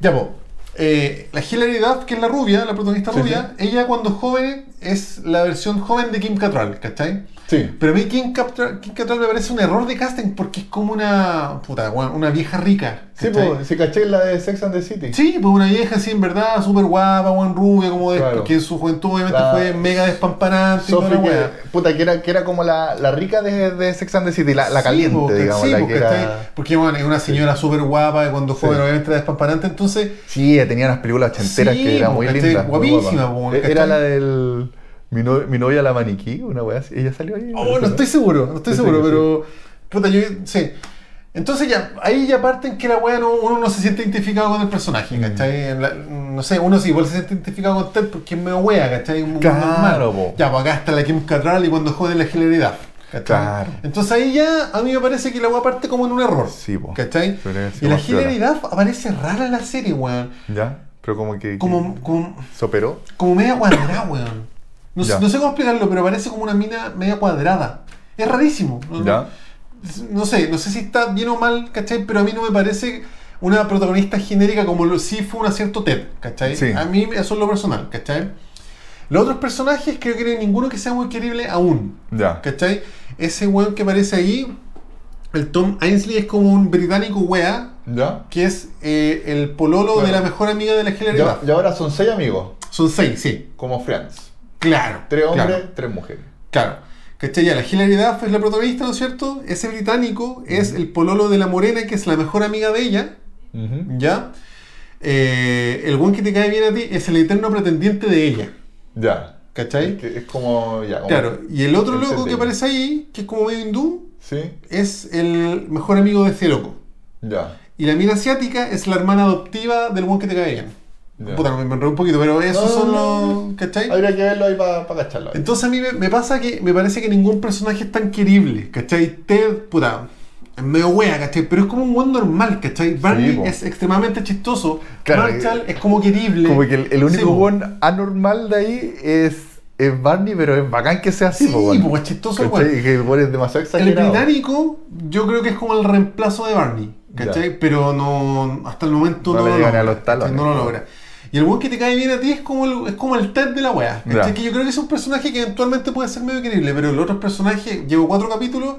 Speaker 2: Ya, po. Eh, la Hilary Duff, que es la rubia, la protagonista
Speaker 1: Sí,
Speaker 2: rubia, ella cuando joven es la versión joven de Kim Cattrall, ¿cachai?
Speaker 1: Sí.
Speaker 2: Pero a mí Kim Cattrall, Kim Cattrall me parece un error de casting porque es como una puta, weón, una vieja rica.
Speaker 1: Sí,
Speaker 2: ¿cachai?
Speaker 1: pues, si caché la de Sex and the City.
Speaker 2: Sí, pues una vieja así en verdad, súper guapa, buen rubia, como de,
Speaker 1: Claro.
Speaker 2: que en su juventud obviamente
Speaker 1: La-
Speaker 2: fue mega despampanante y toda
Speaker 1: Sophie,
Speaker 2: la wea.
Speaker 1: que, puta, que era, que era como la, la rica de, de Sex and the City, la, la
Speaker 2: Sí,
Speaker 1: caliente,
Speaker 2: po,
Speaker 1: digamos.
Speaker 2: sí,
Speaker 1: la
Speaker 2: po,
Speaker 1: que era-
Speaker 2: ¿cachai? Porque bueno, es una señora súper guapa, cuando joven obviamente era despampanante, entonces
Speaker 1: Sí, ella tenía unas películas ochenteras
Speaker 2: Sí,
Speaker 1: que era
Speaker 2: po,
Speaker 1: muy
Speaker 2: ¿cachai?
Speaker 1: linda.
Speaker 2: Guapísima, po, ¿cachai?
Speaker 1: Era la del. Mi, no- mi novia la maniquí, una weá así. Ella salió ahí.
Speaker 2: Oh, no estoy seguro, no estoy
Speaker 1: Yo sé
Speaker 2: seguro,
Speaker 1: que
Speaker 2: pero. Puta, yo. Sí. Entonces ya, ahí ya parten que la wea no, uno no se siente identificado con el
Speaker 1: Mm.
Speaker 2: personaje, ¿cachai? En la- no sé, uno sí, igual se siente identificado con Ted porque es medio wea, ¿cachai? Un- un
Speaker 1: Claro,
Speaker 2: normal.
Speaker 1: po.
Speaker 2: Ya, pues acá está la Kim Cattrall y cuando jode la hilaridad. ¿cachai?
Speaker 1: Claro.
Speaker 2: Entonces ahí ya a mí me parece que la weá parte como en un error.
Speaker 1: Sí, po.
Speaker 2: ¿Cachai?
Speaker 1: Pero es
Speaker 2: Y la
Speaker 1: más piola.
Speaker 2: Hilary Duff aparece rara en la serie, weón.
Speaker 1: ¿Ya? Pero como que...
Speaker 2: Como,
Speaker 1: que
Speaker 2: como,
Speaker 1: ¿Se operó?
Speaker 2: como media cuadrada, weón. No, sé-
Speaker 1: Ya.
Speaker 2: no sé cómo explicarlo, pero parece como una mina media cuadrada. Es rarísimo. No,
Speaker 1: ¿Ya?
Speaker 2: no sé, no sé si está bien o mal, ¿cachai? Pero a mí no me parece una protagonista genérica como lo sí fue un acierto Ted, ¿cachai?
Speaker 1: Sí.
Speaker 2: A mí eso es lo personal, ¿cachai? Los otros personajes creo que no hay ninguno que sea muy querible aún,
Speaker 1: Ya.
Speaker 2: ¿cachai? Ese weón que aparece ahí, el Tom Ainsley, es como un británico wea,
Speaker 1: ¿Ya?
Speaker 2: que es eh, el pololo
Speaker 1: Claro.
Speaker 2: de la mejor amiga de la Hillary
Speaker 1: Ya-
Speaker 2: Duff.
Speaker 1: Y ahora son seis amigos,
Speaker 2: Son seis, sí.
Speaker 1: como Friends.
Speaker 2: Claro.
Speaker 1: Tres hombres,
Speaker 2: Claro.
Speaker 1: tres mujeres.
Speaker 2: claro. ¿Cachai? Ya, la Hilary Duff es la protagonista, ¿no es cierto? Ese británico es el pololo de la morena, que es la mejor amiga de ella,
Speaker 1: Ujú.
Speaker 2: ¿ya? Eh, el buen que te cae bien a ti es el eterno pretendiente de ella,
Speaker 1: Ya. Es,
Speaker 2: ¿cachai?
Speaker 1: que es como... Ya, como-
Speaker 2: Claro. Y el otro loco
Speaker 1: Entendí.
Speaker 2: que aparece ahí, que es como medio hindú,
Speaker 1: Sí.
Speaker 2: es el mejor amigo de ese loco.
Speaker 1: Ya.
Speaker 2: Y la mina asiática es la hermana adoptiva del buen que te cae bien.
Speaker 1: Ya.
Speaker 2: Puta, me me enredé un poquito, pero esos
Speaker 1: No,
Speaker 2: son
Speaker 1: no,
Speaker 2: los... ¿Cachai?
Speaker 1: Habría que verlo ahí para cacharlo. ahí.
Speaker 2: Entonces a mí me, me pasa que me parece que ningún personaje es tan querible, ¿cachai? Ted, puta, es medio wea, ¿cachai? Pero es como un buen normal, ¿cachai? Barney
Speaker 1: po.
Speaker 2: es extremadamente chistoso,
Speaker 1: Claro, eh,
Speaker 2: Marshall es como querible.
Speaker 1: Como que el, el único
Speaker 2: Sí, po.
Speaker 1: buen anormal de ahí es, es Barney, pero es bacán que sea así,
Speaker 2: Sí,
Speaker 1: po, weón.
Speaker 2: po, es chistoso el
Speaker 1: ¿Cachai?
Speaker 2: weón.
Speaker 1: Y que el weón es demasiado
Speaker 2: El
Speaker 1: exagerado.
Speaker 2: británico, yo creo que es como el reemplazo de Barney, ¿cachai? Pero no, hasta el momento
Speaker 1: No
Speaker 2: no,
Speaker 1: le
Speaker 2: lo
Speaker 1: llegan
Speaker 2: logra,
Speaker 1: a los talones.
Speaker 2: ¿cachai? No lo logra. Y el buen que te cae bien a ti es como el, es como el Ted de la wea. ¿cachai?
Speaker 1: Ya.
Speaker 2: Que yo creo que es un personaje que eventualmente puede ser medio querible, pero los otros personajes, llevo cuatro capítulos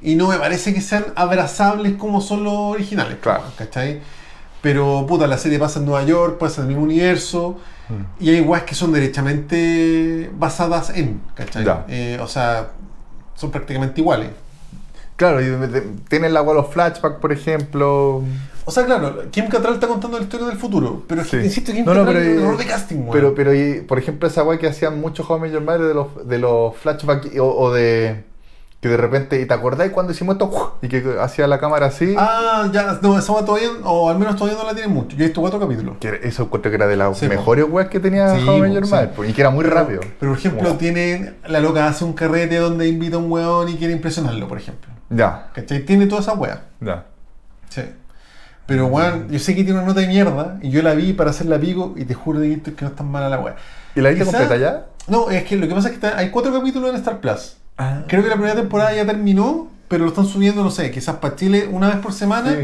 Speaker 2: y no me parece que sean abrazables como son los originales.
Speaker 1: Claro.
Speaker 2: ¿Cachai? Pero puta, la serie pasa en Nueva York, pasa en el mismo universo.
Speaker 1: Mm.
Speaker 2: Y hay weas que son derechamente basadas en, ¿cachai?
Speaker 1: Ya.
Speaker 2: Eh, o sea, son prácticamente iguales.
Speaker 1: Claro, y de- de- tienen la agua los flashbacks, por ejemplo.
Speaker 2: O sea, claro, Kim Cattrall está contando la historia del futuro, pero es que
Speaker 1: Sí.
Speaker 2: te insisto, Kim
Speaker 1: No, no,
Speaker 2: Cattrall
Speaker 1: pero,
Speaker 2: es un
Speaker 1: eh,
Speaker 2: error de casting, weón.
Speaker 1: Pero, pero y, por ejemplo, esa weá que hacían muchos jóvenes Your Mother de los, de los flashbacks y- o, o de. que de repente. ¿Y te acordás cuando hicimos esto? Y que hacía la cámara así.
Speaker 2: Ah, ya, no, esa wea todavía, o al menos todavía no la tienen mucho. Yo he visto cuatro capítulos.
Speaker 1: Que eso encuentro que era de las
Speaker 2: Sí, po.
Speaker 1: mejores weas que tenía
Speaker 2: Sí,
Speaker 1: How I Met
Speaker 2: po,
Speaker 1: Your
Speaker 2: sí.
Speaker 1: Mother, po, Y que era muy rápido.
Speaker 2: Pero, por ejemplo,
Speaker 1: Como-
Speaker 2: tiene, la loca hace un carrete donde invita a un weón y quiere impresionarlo, por ejemplo.
Speaker 1: Ya,
Speaker 2: ¿Cachai? Tiene toda esa wea.
Speaker 1: ya.
Speaker 2: Sí. Pero, weón, yo sé que tiene una nota de mierda y yo la vi para hacerla pico y te juro de que no es tan mala la wea.
Speaker 1: ¿Y la viste
Speaker 2: Quizá-
Speaker 1: completa ya?
Speaker 2: No, es que lo que pasa es que está- hay cuatro capítulos en Star Plus.
Speaker 1: Ah.
Speaker 2: Creo que la primera temporada ya terminó, pero lo están subiendo, no sé, quizás para Chile una vez por semana.
Speaker 1: Sí.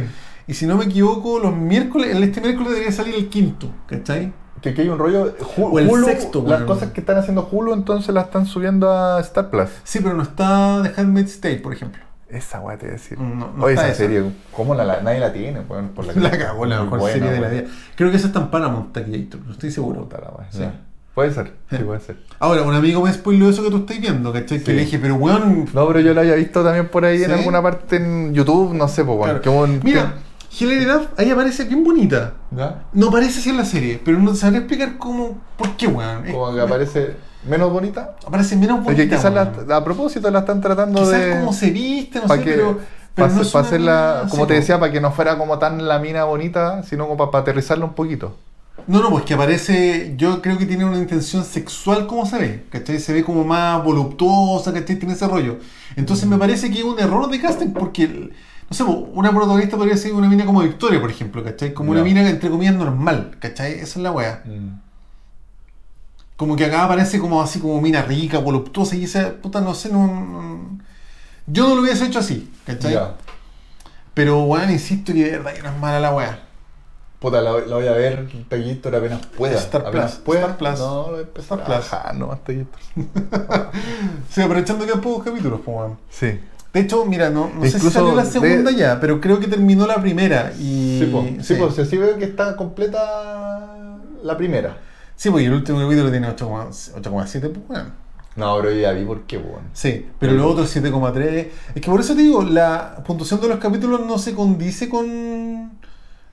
Speaker 2: Y si no me equivoco, los miércoles, el este miércoles debería salir el quinto, ¿cachai?
Speaker 1: Que aquí hay un rollo. Ju-
Speaker 2: O el
Speaker 1: Hulu,
Speaker 2: sexto,
Speaker 1: Las
Speaker 2: weón.
Speaker 1: cosas que están haciendo Hulu, entonces las están subiendo a Star Plus.
Speaker 2: Sí, pero no está The Handmaid's Tale, por ejemplo.
Speaker 1: Esa weá te voy a decir.
Speaker 2: No, no
Speaker 1: Oye,
Speaker 2: está
Speaker 1: esa
Speaker 2: esa.
Speaker 1: serie, ¿cómo la, la- nadie la tiene? weón? por
Speaker 2: La cagó la
Speaker 1: Muy
Speaker 2: mejor
Speaker 1: buena,
Speaker 2: serie de la
Speaker 1: weón.
Speaker 2: vida. Creo que esa está en Paramount, Taquillator, no estoy seguro.
Speaker 1: Puta la weá,
Speaker 2: Sí.
Speaker 1: ya. Puede ser, sí,
Speaker 2: Sí.
Speaker 1: puede ser.
Speaker 2: Ahora, un amigo me spoiló eso que tú estás viendo, ¿cachai? Que
Speaker 1: Sí.
Speaker 2: le dije, pero weón,
Speaker 1: No, pero yo la había visto también por ahí en
Speaker 2: ¿Sí?
Speaker 1: alguna parte en YouTube, no sé, pues bueno.
Speaker 2: Claro. Mira, Hilary Duff ahí aparece bien bonita.
Speaker 1: ¿Ya?
Speaker 2: No parece así en la serie, pero no sabría explicar cómo, por qué, weón. Es-
Speaker 1: Como que aparece menos bonita.
Speaker 2: aparece menos bonita.
Speaker 1: Porque quizás la-
Speaker 2: weón.
Speaker 1: a propósito la están tratando
Speaker 2: Quizás
Speaker 1: de.
Speaker 2: cómo se viste, no
Speaker 1: pa'
Speaker 2: sé,
Speaker 1: que-
Speaker 2: pero. pero
Speaker 1: Para
Speaker 2: no es una mina-
Speaker 1: como
Speaker 2: sí,
Speaker 1: te
Speaker 2: po.
Speaker 1: decía, para que no fuera como tan la mina bonita, sino como para aterrizarla un poquito.
Speaker 2: No, no, pues que aparece. Yo creo que tiene una intención sexual como se ve, ¿cachai? Se ve como más voluptuosa, ¿cachai? Tiene ese rollo. Entonces
Speaker 1: Mm.
Speaker 2: me parece que es un error de casting porque. el- No sé, po, una protagonista podría ser una mina como Victoria, por ejemplo, ¿cachai? Como
Speaker 1: Ya.
Speaker 2: una mina, entre comillas, normal, ¿cachai? Esa es la weá.
Speaker 1: Mm.
Speaker 2: Como que acá aparece como así como mina rica, voluptuosa y esa puta, no sé, no... no- yo no lo hubiese hecho así, ¿cachai?
Speaker 1: Ya.
Speaker 2: Pero, weón, insisto que de verdad que no es mala la weá.
Speaker 1: Puta, la, la voy a ver, Taquillator, apenas pueda.
Speaker 2: Star
Speaker 1: apenas
Speaker 2: Plus,
Speaker 1: pueda.
Speaker 2: Star Plus.
Speaker 1: No, lo empezar
Speaker 2: Star Plus.
Speaker 1: Ajá, no, Taquillator.
Speaker 2: Sí, aprovechando que hay pocos capítulos, pues, weón.
Speaker 1: Sí.
Speaker 2: De hecho, mira, no, no sé si
Speaker 1: Incluso
Speaker 2: salió la
Speaker 1: de-
Speaker 2: segunda ya, pero creo que terminó la primera. Y...
Speaker 1: Sí, pues, sí,
Speaker 2: sí.
Speaker 1: po, si así veo que está completa la primera.
Speaker 2: Sí, pues, y el último capítulo tiene 8,7, pues, weón.
Speaker 1: No, pero yo ya vi por qué, weón.
Speaker 2: Sí, pero lo otro 7,3. Es que por eso te digo, la puntuación de los capítulos no se condice con,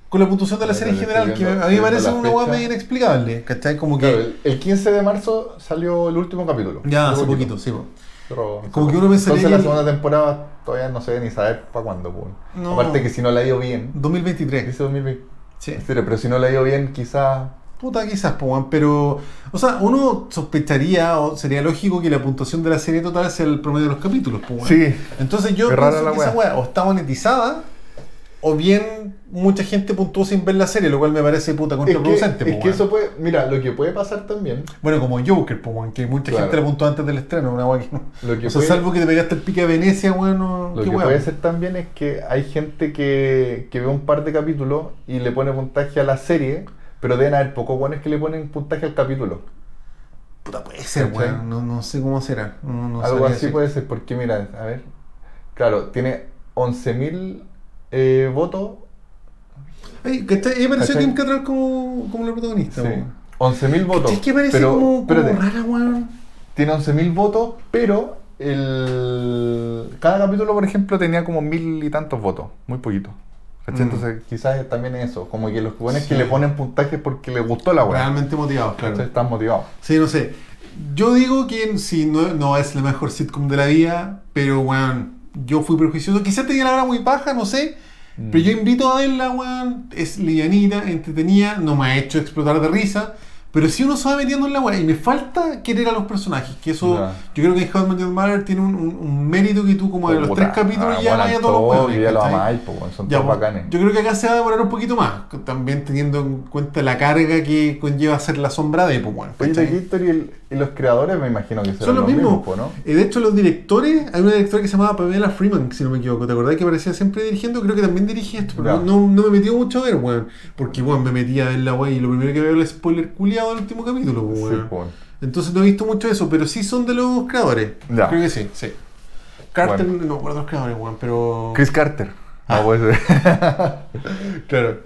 Speaker 2: con la puntuación de la
Speaker 1: Claro,
Speaker 2: serie en
Speaker 1: estoy
Speaker 2: general, que
Speaker 1: viendo-
Speaker 2: a
Speaker 1: estoy
Speaker 2: mí me
Speaker 1: viendo
Speaker 2: parece
Speaker 1: la
Speaker 2: una hueá
Speaker 1: fecha.
Speaker 2: medio inexplicable, ¿cachai? Como que.
Speaker 1: Claro, el, el 15 de marzo salió el último capítulo.
Speaker 2: ya, hace
Speaker 1: Hace
Speaker 2: poquito, sí. po.
Speaker 1: Pero-
Speaker 2: Como que uno pensaría
Speaker 1: Entonces la
Speaker 2: que-
Speaker 1: segunda temporada todavía no sé ni saber para cuándo, pues. weón.
Speaker 2: No.
Speaker 1: Aparte que si no la ha ido bien.
Speaker 2: 2023.
Speaker 1: Dice 2020.
Speaker 2: Sí.
Speaker 1: Pero si no la ha ido bien, quizás
Speaker 2: Puta, quizás, po, weón, pero. O sea, uno sospecharía o sería lógico que la puntuación de la serie total sea el promedio de los capítulos, po, weón.
Speaker 1: Sí.
Speaker 2: Entonces yo
Speaker 1: Qué rara
Speaker 2: pienso
Speaker 1: la
Speaker 2: que esa
Speaker 1: weá.
Speaker 2: weá o está monetizada, o bien mucha gente puntuó sin ver la serie, lo cual me parece puta
Speaker 1: Es que,
Speaker 2: contraproducente, po,
Speaker 1: es que
Speaker 2: weón.
Speaker 1: eso puede. Mira, lo que puede pasar también.
Speaker 2: Bueno, como Joker, po, weón, que mucha
Speaker 1: Claro.
Speaker 2: gente la apuntó antes del estreno, una weá que no.
Speaker 1: Lo que
Speaker 2: o sea,
Speaker 1: puede-
Speaker 2: salvo que te pegaste el pique a Venecia, weón, no-
Speaker 1: Lo
Speaker 2: qué
Speaker 1: que
Speaker 2: weá,
Speaker 1: puede
Speaker 2: po.
Speaker 1: ser también es que hay gente que, que ve un par de capítulos y le pone puntaje a la serie, pero deben haber pocos buenos que le ponen puntaje al capítulo.
Speaker 2: Puta, puede ser,
Speaker 1: ¿Cachai?
Speaker 2: weón, no, no sé cómo será. no- no
Speaker 1: Algo
Speaker 2: sabría
Speaker 1: así
Speaker 2: decir.
Speaker 1: puede ser, porque mira, a ver. Claro, tiene 11.000 eh, votos.
Speaker 2: Ay, ¿cachai? Ella apareció
Speaker 1: ¿Cachai?
Speaker 2: Kim Cattrall como, como la protagonista,
Speaker 1: Sí.
Speaker 2: weón.
Speaker 1: 11.000 votos.
Speaker 2: Es que parece
Speaker 1: pero,
Speaker 2: como, como
Speaker 1: espérate,
Speaker 2: rara, weón.
Speaker 1: tiene 11.000 votos, pero el cada capítulo, por ejemplo, tenía como mil y tantos votos, muy poquito. ¿Cachai?
Speaker 2: Mm.
Speaker 1: Entonces, quizás también es eso, como que los buenos
Speaker 2: Sí.
Speaker 1: que le ponen puntajes porque les gustó la weá.
Speaker 2: Realmente motivados,
Speaker 1: Entonces,
Speaker 2: claro.
Speaker 1: están motivados.
Speaker 2: Sí, no sé. Yo digo que si no, no es la mejor sitcom de la vida, pero weón, yo fui prejuicioso. Quizás tenía la hora muy baja, no sé.
Speaker 1: Mm.
Speaker 2: Pero yo invito a verla, weón. Es livianita, entretenida, no me ha hecho explotar de risa. Pero si uno se va metiendo en la weá, y me falta querer a los personajes, que eso,
Speaker 1: Ya.
Speaker 2: yo creo que How I Met Your Mother tiene un, un- un mérito que tú como de los
Speaker 1: Puta, ah,
Speaker 2: tres capítulos ya
Speaker 1: bueno,
Speaker 2: amas a todos los
Speaker 1: todo,
Speaker 2: weones,
Speaker 1: Ya lo
Speaker 2: ¿cachai?
Speaker 1: amáis, po, weón, son
Speaker 2: Ya,
Speaker 1: todos
Speaker 2: pues,
Speaker 1: bacanes.
Speaker 2: Yo creo que acá se va a demorar un poquito más, que también teniendo en cuenta la carga que conlleva ser la sombra de pues, bueno,
Speaker 1: Oye,
Speaker 2: ¿cachai?
Speaker 1: The History y, el- y los creadores me imagino que serán
Speaker 2: Son los mismos.
Speaker 1: po, ¿no?
Speaker 2: Eh, de hecho, los directores, hay una directora que se llamaba Pamela Freeman, si no me equivoco, ¿te acordás que parecía siempre dirigiendo? Creo que también dirige esto, pero
Speaker 1: Ya.
Speaker 2: no, no- no me metió mucho a ver, weón. Porque, weón, me metí a ver la weón y lo primero que veo es el spoiler culiado del último capítulo, pues,
Speaker 1: Sí,
Speaker 2: weón.
Speaker 1: po.
Speaker 2: Entonces no he visto mucho eso, pero sí son de los creadores.
Speaker 1: Ya.
Speaker 2: Creo que sí, sí. Carter,
Speaker 1: Bueno.
Speaker 2: no me acuerdo los creadores, weón, pero...
Speaker 1: Chris Carter.
Speaker 2: Ah.
Speaker 1: No, pues,
Speaker 2: claro.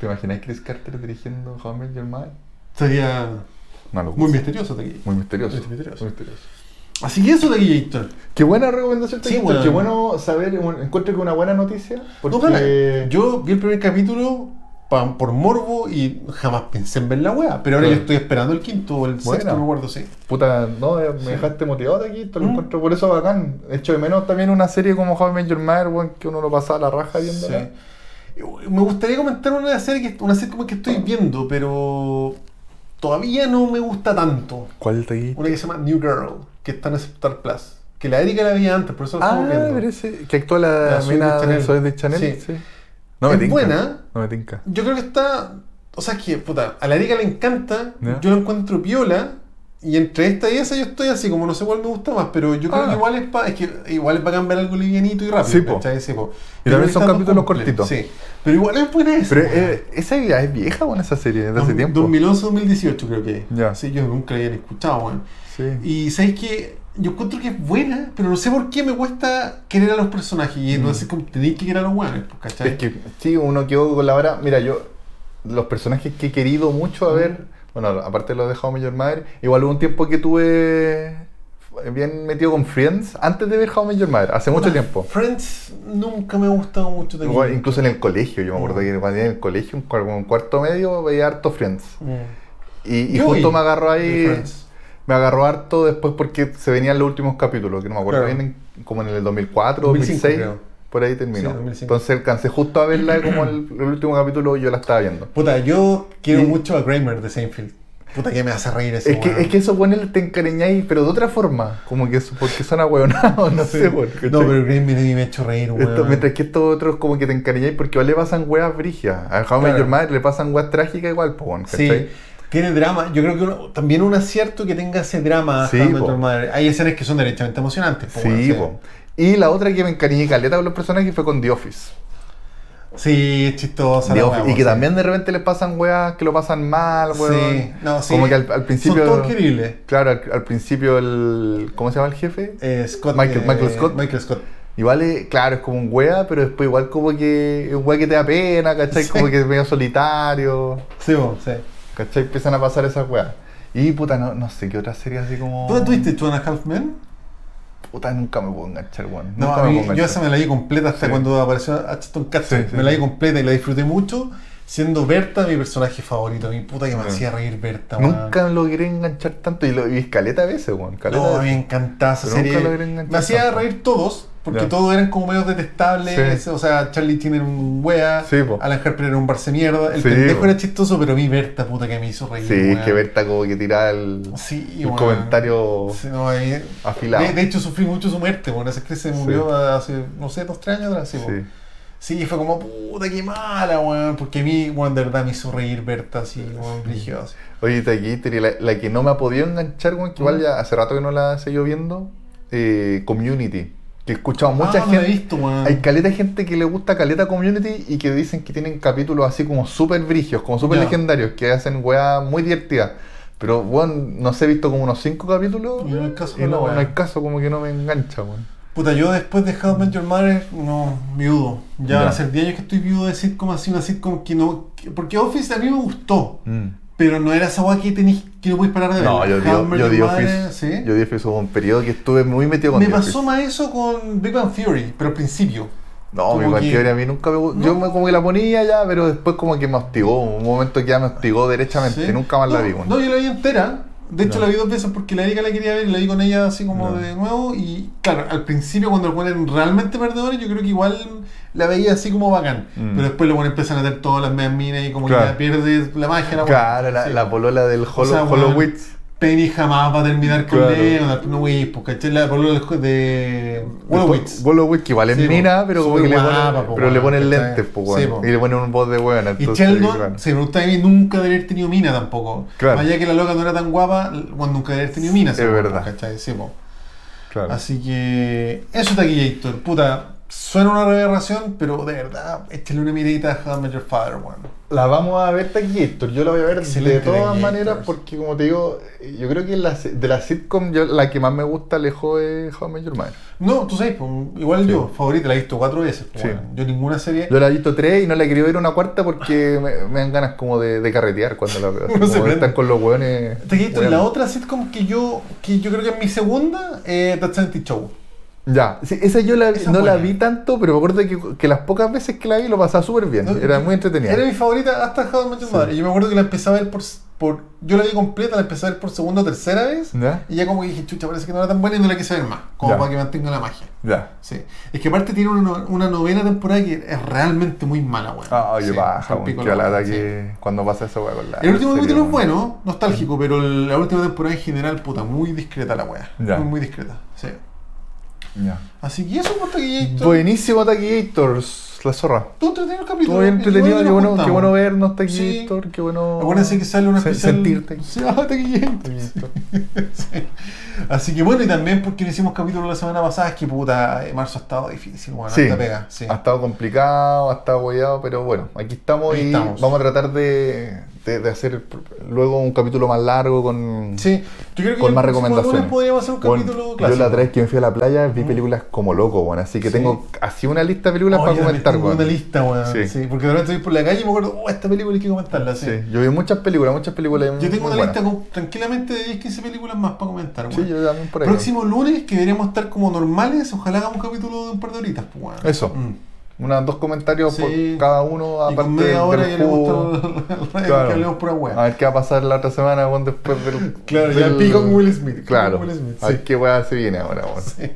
Speaker 1: ¿Te imaginas Chris Carter dirigiendo How I Met Your Mother?
Speaker 2: Sería
Speaker 1: No lo
Speaker 2: muy misterioso de aquí.
Speaker 1: Muy misterioso.
Speaker 2: Muy misterioso.
Speaker 1: Muy misterioso.
Speaker 2: Así que eso de aquí, Héctor.
Speaker 1: Qué buena recomendación,
Speaker 2: Sí,
Speaker 1: sí,
Speaker 2: weón.
Speaker 1: Qué bueno saber, un- encuentro que una buena noticia. Porque
Speaker 2: No, cara, yo vi el primer capítulo pa- por morbo y jamás pensé en ver la wea. Pero ahora
Speaker 1: Claro.
Speaker 2: yo estoy esperando el quinto o el
Speaker 1: Buena.
Speaker 2: sexto, no me acuerdo, sí.
Speaker 1: Puta, no, eh, me
Speaker 2: Sí.
Speaker 1: dejaste motivado de aquí, esto lo
Speaker 2: Mm.
Speaker 1: encuentro por eso bacán. Echo de menos también una serie como How I Met Your Mother, weón, que uno lo pasaba la raja viendo.
Speaker 2: Sí. Me gustaría comentar una serie que una serie como que estoy viendo, pero todavía no me gusta tanto.
Speaker 1: ¿Cuál te dijiste?
Speaker 2: Una que se llama New Girl, que está en Star Plus. Que la Erika la veía antes, por eso la
Speaker 1: Ah,
Speaker 2: estamos viendo.
Speaker 1: pero ese, que actúa la,
Speaker 2: La Zoe
Speaker 1: mina
Speaker 2: Deschanel.
Speaker 1: de Soy de Chanel.
Speaker 2: Sí.
Speaker 1: Sí. No me
Speaker 2: Es
Speaker 1: tinca.
Speaker 2: buena.
Speaker 1: No me tinca.
Speaker 2: Yo creo que está. O sea, es que, puta, a la Erika le encanta,
Speaker 1: Ya.
Speaker 2: yo la encuentro piola, y entre esta y esa yo estoy así, como no sé cuál me gusta más, pero yo creo
Speaker 1: Ah.
Speaker 2: que igual es para es que igual es pa cambiar algo livianito y rápido.
Speaker 1: Sí, po.
Speaker 2: ¿cachai? Sí, po.
Speaker 1: Y
Speaker 2: Yo creo
Speaker 1: también
Speaker 2: que
Speaker 1: son
Speaker 2: estas dos
Speaker 1: capítulos
Speaker 2: cumplen,
Speaker 1: cortitos.
Speaker 2: Sí, pero igual es buena esa.
Speaker 1: Pero
Speaker 2: weón.
Speaker 1: eh, esa idea es vieja, bueno, esa serie, desde hace
Speaker 2: Dos-
Speaker 1: tiempo.
Speaker 2: 2011-2018 creo que.
Speaker 1: Ya.
Speaker 2: Sí, yo nunca la habían escuchado, weón.
Speaker 1: Sí.
Speaker 2: Y sabéis que yo encuentro que es buena, pero no sé por qué me cuesta querer a los personajes, y no
Speaker 1: Mm.
Speaker 2: sé cómo tenéis que querer a los weones, pues, ¿cachai?
Speaker 1: Es que sí, uno quedó con la vara. Mira, yo, los personajes que he querido mucho a ver,
Speaker 2: Mm.
Speaker 1: bueno, aparte de los de How I Met Your Mother, igual hubo un tiempo que tuve bien metido con Friends antes de ver How I Met Your Mother, hace
Speaker 2: Ah.
Speaker 1: mucho tiempo.
Speaker 2: Friends nunca me ha gustado mucho también.
Speaker 1: Igual, incluso en el colegio, yo me
Speaker 2: Mm.
Speaker 1: acuerdo que cuando iba en el colegio, en cua- en cuarto medio, veía harto Friends. Y, y
Speaker 2: Yo
Speaker 1: justo
Speaker 2: vi
Speaker 1: me agarró
Speaker 2: de
Speaker 1: ahí,
Speaker 2: Mm. Friends.
Speaker 1: me agarró harto después porque se venían los últimos capítulos, que no me acuerdo
Speaker 2: Claro.
Speaker 1: bien, en- como en el 2004,
Speaker 2: 2005
Speaker 1: 2006,
Speaker 2: creo.
Speaker 1: por ahí terminó.
Speaker 2: Sí, 2005.
Speaker 1: Entonces alcancé justo a verla como el, el último capítulo yo la estaba viendo.
Speaker 2: Puta, yo quiero
Speaker 1: Y-
Speaker 2: mucho a Kramer de Seinfeld. Puta, que me hace reír ese
Speaker 1: Es que,
Speaker 2: weón.
Speaker 1: es que esos buenos te encariñáis, pero de otra forma. Como que eso, porque son ahueonados, no
Speaker 2: Sí.
Speaker 1: sé, weón, ¿cachai?
Speaker 2: No, pero Kramer a mí me ha hecho reír, weón.
Speaker 1: Esto- mientras que estos otros como que te encariñáis porque igual le pasan weas brigias. A How I Met
Speaker 2: Claro.
Speaker 1: Your Mother le pasan weas trágicas igual, po, weón,
Speaker 2: Sí,
Speaker 1: ¿cachai?
Speaker 2: tiene drama. Yo creo que uno- también un acierto que tenga ese drama.
Speaker 1: Sí,
Speaker 2: How I Met
Speaker 1: po.
Speaker 2: Your Mother. Hay escenas que son derechamente emocionantes. po, weón,
Speaker 1: Sí, po. Y la otra que me encariñé caleta con los personajes fue con The Office.
Speaker 2: Sí, es chistosa.
Speaker 1: The
Speaker 2: la
Speaker 1: Office.
Speaker 2: weá,
Speaker 1: Y que
Speaker 2: po,
Speaker 1: también de repente le pasan weas que lo pasan mal,
Speaker 2: Sí,
Speaker 1: weón.
Speaker 2: Sí, no, sí.
Speaker 1: Como que al, al principio...
Speaker 2: Son todos queribles.
Speaker 1: Claro, al, al principio el... ¿Cómo se llama el jefe?
Speaker 2: Eh, Scott,
Speaker 1: Michael-
Speaker 2: eh,
Speaker 1: Michael Scott.
Speaker 2: Michael Scott.
Speaker 1: Igual, es- claro, es como un wea, pero después igual como que es un wea que te da pena, ¿cachai?
Speaker 2: Sí.
Speaker 1: Como que es medio solitario,
Speaker 2: Sí, po, sí.
Speaker 1: ¿cachai? Empiezan a pasar esas weas. Y puta, no, no sé qué otra serie así como.
Speaker 2: ¿Tú tuviste Two and a Half Men?
Speaker 1: Puta, nunca me puedo enganchar, weón.
Speaker 2: No,
Speaker 1: nunca
Speaker 2: a
Speaker 1: me
Speaker 2: mí-
Speaker 1: puedo
Speaker 2: yo
Speaker 1: enganchar.
Speaker 2: esa me la vi completa hasta
Speaker 1: Sí.
Speaker 2: cuando apareció Ashton Kutcher.
Speaker 1: Sí, sí,
Speaker 2: me la vi
Speaker 1: sí.
Speaker 2: completa y la disfruté mucho, siendo Berta mi personaje favorito. Mi puta que me
Speaker 1: Sí.
Speaker 2: hacía reír Berta. weón.
Speaker 1: Nunca logré enganchar tanto y lo vi escaleta a veces, weón. Caleta
Speaker 2: No,
Speaker 1: de-
Speaker 2: me encantaba esa
Speaker 1: Pero nunca
Speaker 2: serie.
Speaker 1: logré enganchar
Speaker 2: Me hacía
Speaker 1: tanto.
Speaker 2: reír todos, Porque
Speaker 1: Ya.
Speaker 2: todos eran como medio detestables.
Speaker 1: Sí.
Speaker 2: ese- O sea, Charlie Chin era un wea.
Speaker 1: Sí, po.
Speaker 2: Alan Harper era un barce mierda. El
Speaker 1: Sí,
Speaker 2: pendejo
Speaker 1: po.
Speaker 2: era chistoso, pero mi Berta, puta, que me hizo reír.
Speaker 1: Sí,
Speaker 2: weón.
Speaker 1: es que Berta como que tira el,
Speaker 2: Sí,
Speaker 1: el
Speaker 2: weón.
Speaker 1: comentario
Speaker 2: Sí, no, ahí-
Speaker 1: afilado.
Speaker 2: de, de hecho, sufrí mucho su muerte. Bueno, es que se murió
Speaker 1: Sí.
Speaker 2: hace, no sé, dos, tres años atrás. Sí, po.
Speaker 1: Sí.
Speaker 2: Sí, fue como, puta, qué mala, weón. Porque a mí, weón, de verdad me hizo reír Berta, así, weón, brígido, así.
Speaker 1: Oye, Taquiter, y la, la que no me ha podido enganchar, weón, que igual ya hace rato que no la seguí viendo, eh, Community. Que he escuchado mucha
Speaker 2: Ah, no la he
Speaker 1: gente.
Speaker 2: visto, weón.
Speaker 1: Hay caleta de gente que le gusta caleta Community y que dicen que tienen capítulos así como súper brigios, como súper
Speaker 2: Ya.
Speaker 1: legendarios, que hacen weas muy divertidas. Pero, weón, no sé, he visto como unos cinco capítulos
Speaker 2: Y no hay caso
Speaker 1: y
Speaker 2: con la
Speaker 1: no,
Speaker 2: wea.
Speaker 1: no hay caso, como que no me engancha, weón.
Speaker 2: Puta, yo después de How I Met Your Mother, no, viudo. Ya,
Speaker 1: Ya.
Speaker 2: hace 10 años que estoy viudo de sitcom, así una sitcom que no... que- porque Office a mí me gustó, pero no era esa weá que tenéis que no podéis parar de ver.
Speaker 1: Mm. No, yo
Speaker 2: How I
Speaker 1: di,
Speaker 2: Met
Speaker 1: yo
Speaker 2: Your
Speaker 1: di
Speaker 2: Mother,
Speaker 1: Office.
Speaker 2: ¿sí?
Speaker 1: Yo di Office hubo un periodo que estuve muy metido con
Speaker 2: me
Speaker 1: The
Speaker 2: pasó
Speaker 1: Office.
Speaker 2: más eso con Big Bang Theory, pero al principio.
Speaker 1: No, mi
Speaker 2: como que-
Speaker 1: cualquiera a mí nunca me gustó. Yo
Speaker 2: No.
Speaker 1: me- como que la ponía ya, pero después como que me hostigó. Un momento que ya me hostigó derechamente.
Speaker 2: Sí.
Speaker 1: Nunca más la
Speaker 2: No,
Speaker 1: vi, weón.
Speaker 2: No, yo la vi entera. De hecho,
Speaker 1: No.
Speaker 2: la vi dos veces porque la Erika la quería ver y la vi con ella así como
Speaker 1: No.
Speaker 2: de nuevo. Y claro, al principio cuando los ponen realmente perdedores, yo creo que igual la veía así como bacán.
Speaker 1: Mm.
Speaker 2: Pero después lo ponen empiezan a tener todas las medias minas y como
Speaker 1: Claro.
Speaker 2: que ya pierde la magia. La
Speaker 1: Claro, la,
Speaker 2: sí.
Speaker 1: la polola del Hollow,
Speaker 2: O sea,
Speaker 1: Hollow
Speaker 2: weón,
Speaker 1: Wits.
Speaker 2: Penny jamás va a terminar con
Speaker 1: Claro.
Speaker 2: Leonard, no Wiz, porque es la polola de- de Wolowitz.
Speaker 1: Wolowitz, que igual es
Speaker 2: Sí, po.
Speaker 1: mina, pero como que
Speaker 2: Súper
Speaker 1: le
Speaker 2: guapa,
Speaker 1: ponen,
Speaker 2: po,
Speaker 1: pero le
Speaker 2: weón,
Speaker 1: ponen
Speaker 2: ¿cachai?
Speaker 1: lentes, po,
Speaker 2: Sí,
Speaker 1: weón.
Speaker 2: po.
Speaker 1: Y le ponen un voz de weón.
Speaker 2: Y
Speaker 1: Entonces,
Speaker 2: Sheldon
Speaker 1: claro.
Speaker 2: se pregunta a mí nunca de haber tenido mina tampoco.
Speaker 1: Claro.
Speaker 2: Más allá que la loca no era tan guapa, bueno, nunca de haber tenido mina.
Speaker 1: Es
Speaker 2: según,
Speaker 1: verdad.
Speaker 2: ¿cachai? Sí, po.
Speaker 1: Claro.
Speaker 2: Así que eso está aquí, Héctor. Puta, suena una reaberración, pero de verdad, échale una miradita a How I Met Your Father, weón.
Speaker 1: La vamos a ver Taki Héctor. Yo la voy a ver
Speaker 2: Excelente,
Speaker 1: de todas
Speaker 2: Taki
Speaker 1: maneras
Speaker 2: Héctor.
Speaker 1: porque, como te digo, yo creo que la, de la sitcom yo- la que más me gusta lejos es How I Met Your Mother.
Speaker 2: No, tú sabes, po, igual
Speaker 1: Sí.
Speaker 2: yo, favorita, la he visto cuatro veces. po,
Speaker 1: Sí.
Speaker 2: weón. Yo ninguna serie.
Speaker 1: Yo la he visto tres y no la he querido ver una cuarta porque me, me dan ganas como de, de carretear cuando la veo.
Speaker 2: No
Speaker 1: así como
Speaker 2: se
Speaker 1: de
Speaker 2: prende.
Speaker 1: estar con los hueones.
Speaker 2: Está aquí, Héctor,
Speaker 1: hueones.
Speaker 2: la otra sitcom que yo, que yo creo que es mi segunda, eh, That's 70 Show.
Speaker 1: Ya, sí, esa yo la, vi-
Speaker 2: Esa
Speaker 1: no la
Speaker 2: buena.
Speaker 1: vi tanto, pero me acuerdo que, que las pocas veces que la vi lo pasaba súper bien.
Speaker 2: No,
Speaker 1: Era muy entretenida.
Speaker 2: Era mi favorita hasta How I Met Your Mother. Y yo me acuerdo que la empecé a ver por, por. Yo la vi completa, la empecé a ver por segunda o tercera vez.
Speaker 1: ¿Ya?
Speaker 2: Y ya como que dije, chucha, parece que no era tan buena y no la quise ver más. Como
Speaker 1: Mm. Ya.
Speaker 2: para que mantenga la magia.
Speaker 1: Ya.
Speaker 2: Sí. Es que aparte tiene una, no- una novena temporada que es realmente muy mala, weón.
Speaker 1: Ah, oye,
Speaker 2: Sí,
Speaker 1: baja,
Speaker 2: al
Speaker 1: un
Speaker 2: pico
Speaker 1: que
Speaker 2: la-
Speaker 1: lata
Speaker 2: sí.
Speaker 1: que cuando pasa esa hueá con la.
Speaker 2: El último
Speaker 1: serie,
Speaker 2: capítulo es
Speaker 1: weón.
Speaker 2: bueno, nostálgico, pero el- la última temporada en general, puta, muy discreta la weá.
Speaker 1: Ya.
Speaker 2: Muy, muy discreta, sí.
Speaker 1: Ya.
Speaker 2: Así que eso, puta que ya
Speaker 1: Buenísimo Taquillators, la zorra.
Speaker 2: Tú entretenido el capítulo.
Speaker 1: Estuvo bien
Speaker 2: el
Speaker 1: entretenido,
Speaker 2: lunes
Speaker 1: qué
Speaker 2: nos
Speaker 1: bueno, qué
Speaker 2: juntamos.
Speaker 1: bueno vernos
Speaker 2: Sí.
Speaker 1: Taquillator, qué bueno.
Speaker 2: Acuérdense que sale una
Speaker 1: se-
Speaker 2: especial.
Speaker 1: Sentirte.
Speaker 2: Sí, ah, te guillé. Sí. Así que bueno, y también porque no hicimos capítulo la semana pasada, es que puta, eh, marzo ha estado difícil, bueno,
Speaker 1: Sí.
Speaker 2: hasta pega. Sí.
Speaker 1: Ha estado complicado, ha estado guayado, pero bueno, aquí estamos
Speaker 2: Aquí
Speaker 1: y
Speaker 2: estamos.
Speaker 1: vamos a tratar de, de- de hacer pr- luego un capítulo más largo con,
Speaker 2: Sí. Yo creo que
Speaker 1: con
Speaker 2: el
Speaker 1: más
Speaker 2: próximo
Speaker 1: recomendaciones.
Speaker 2: lunes podríamos hacer un
Speaker 1: Bueno,
Speaker 2: capítulo
Speaker 1: yo
Speaker 2: clásico. Mm.
Speaker 1: la otra vez que me fui a la playa vi películas como loco, bueno, así que
Speaker 2: Sí.
Speaker 1: tengo así una lista de películas
Speaker 2: Oh,
Speaker 1: para
Speaker 2: yo también
Speaker 1: comentar,
Speaker 2: tengo
Speaker 1: bueno.
Speaker 2: una lista, weón. Sí.
Speaker 1: Sí.
Speaker 2: porque de repente voy por la calle y me acuerdo, oh, esta película hay que comentarla, sí.
Speaker 1: Sí, yo vi muchas películas, muchas películas. muy
Speaker 2: Yo tengo una
Speaker 1: buenas.
Speaker 2: lista con, tranquilamente de 10, 15 películas más para comentar, weón.
Speaker 1: Sí, yo también por ahí.
Speaker 2: Próximo lunes que deberíamos estar como normales, ojalá hagamos un capítulo de un par de horitas, pues, weón.
Speaker 1: Eso.
Speaker 2: Mm.
Speaker 1: Unas dos comentarios
Speaker 2: Sí.
Speaker 1: por cada uno,
Speaker 2: Y con
Speaker 1: aparte
Speaker 2: media hora ya
Speaker 1: del
Speaker 2: le
Speaker 1: jugo.
Speaker 2: gusta el- el-
Speaker 1: Claro.
Speaker 2: que hablemos pura
Speaker 1: A
Speaker 2: weá.
Speaker 1: ver qué va a pasar la otra semana weón, después del.
Speaker 2: Claro, ya
Speaker 1: del...
Speaker 2: pico con Will Smith, pico
Speaker 1: Claro.
Speaker 2: con Will Smith,
Speaker 1: A ver
Speaker 2: sí.
Speaker 1: qué weá se viene ahora, weón.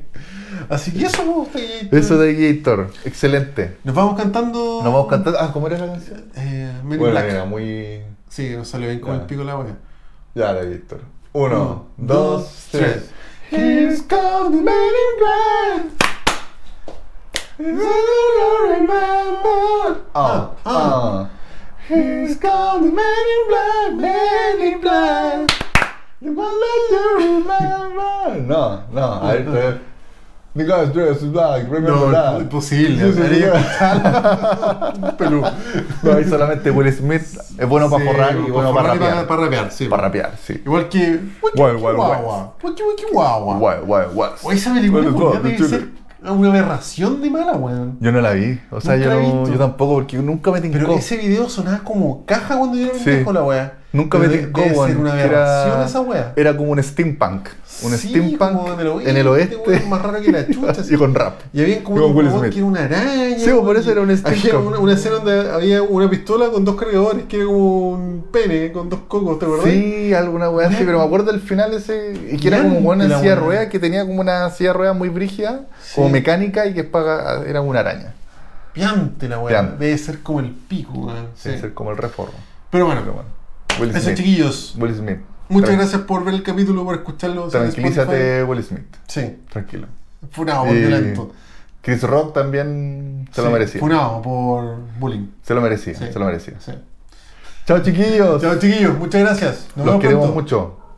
Speaker 2: Así que eso, pues, te-
Speaker 1: Eso de Gator, excelente.
Speaker 2: Nos vamos cantando.
Speaker 1: Nos vamos a cantar. Ah, ¿cómo era la canción?
Speaker 2: Eh, Men in
Speaker 1: Bueno,
Speaker 2: Black.
Speaker 1: mira, muy.
Speaker 2: Sí, nos salió bien con
Speaker 1: Ya.
Speaker 2: el pico la weá.
Speaker 1: Ya, la Gator. Uno, dos, tres.
Speaker 2: Here's come the men in black. It's all I remember.
Speaker 1: Ah,
Speaker 2: Ah, ah.
Speaker 1: ah.
Speaker 2: Here's come the men in black, men in black.
Speaker 1: The one that you remember. No, no, a ver, a ver. Because dress is black, remember that.
Speaker 2: No,
Speaker 1: Sí,
Speaker 2: imposible.
Speaker 1: sí,
Speaker 2: habría que
Speaker 1: sí.
Speaker 2: escucharla. Pelú.
Speaker 1: No, ahí solamente Will Smith es bueno para
Speaker 2: Sí,
Speaker 1: forrar y bueno para
Speaker 2: forrar y
Speaker 1: rapear.
Speaker 2: para rapear, sí.
Speaker 1: Para rapear, sí.
Speaker 2: Igual que.
Speaker 1: Guay, guay,
Speaker 2: Guau, Wiki Wiki Guagua.
Speaker 1: Guay, guay, guay.
Speaker 2: O esa película
Speaker 1: Bueno,
Speaker 2: culiá,
Speaker 1: tú,
Speaker 2: debe
Speaker 1: tú,
Speaker 2: ser una aberración de mala, weón.
Speaker 1: Yo no la vi, o sea,
Speaker 2: Nunca
Speaker 1: yo,
Speaker 2: la he
Speaker 1: no-
Speaker 2: visto.
Speaker 1: yo tampoco, porque nunca me tincó.
Speaker 2: Pero ese video sonaba como caja cuando yo era un
Speaker 1: Sí.
Speaker 2: viejo la weá.
Speaker 1: Nunca
Speaker 2: Pero
Speaker 1: me
Speaker 2: de-
Speaker 1: tincó,
Speaker 2: debe
Speaker 1: weón,
Speaker 2: ser una
Speaker 1: que era-
Speaker 2: aberración esa wea.
Speaker 1: Era como un steampunk. Un
Speaker 2: Sí,
Speaker 1: steampunk
Speaker 2: como
Speaker 1: en el oeste.
Speaker 2: weón, más raro que la chucha.
Speaker 1: y con rap.
Speaker 2: Y había como
Speaker 1: Como
Speaker 2: un
Speaker 1: Will
Speaker 2: robot
Speaker 1: Smith.
Speaker 2: que era una araña.
Speaker 1: Sí, pues, por eso
Speaker 2: y
Speaker 1: era un
Speaker 2: Había
Speaker 1: sitcom.
Speaker 2: una, una escena donde había una pistola con dos cargadores que era como un pene con dos cocos, ¿te acuerdas?
Speaker 1: Sí, alguna weá así, pero me acuerdo del final ese. Y que era como un weón en
Speaker 2: La
Speaker 1: silla de
Speaker 2: weá.
Speaker 1: ruedas que tenía como una silla de ruedas muy brígida,
Speaker 2: Sí.
Speaker 1: como mecánica y que paga, era una araña.
Speaker 2: Piante la weá.
Speaker 1: Piante.
Speaker 2: Debe ser como el pico, weón. Sí.
Speaker 1: Debe ser como el reforma.
Speaker 2: Pero bueno,
Speaker 1: Pero bueno. Will
Speaker 2: eso
Speaker 1: Smith.
Speaker 2: chiquillos.
Speaker 1: Will Smith.
Speaker 2: Muchas
Speaker 1: Tran-
Speaker 2: gracias por ver el capítulo, por escucharlo. en Spotify.
Speaker 1: Tranquilízate, Will Smith.
Speaker 2: Sí,
Speaker 1: Tranquilo.
Speaker 2: funado por
Speaker 1: Y-
Speaker 2: violento.
Speaker 1: Chris Rock también se lo
Speaker 2: Sí,
Speaker 1: merecía.
Speaker 2: Funado por bullying.
Speaker 1: Se lo merecía,
Speaker 2: Sí.
Speaker 1: se lo merecía.
Speaker 2: Sí.
Speaker 1: Chao chiquillos.
Speaker 2: Chao, chiquillos. Muchas gracias.
Speaker 1: Los
Speaker 2: Nos vemos
Speaker 1: queremos
Speaker 2: pronto.
Speaker 1: mucho.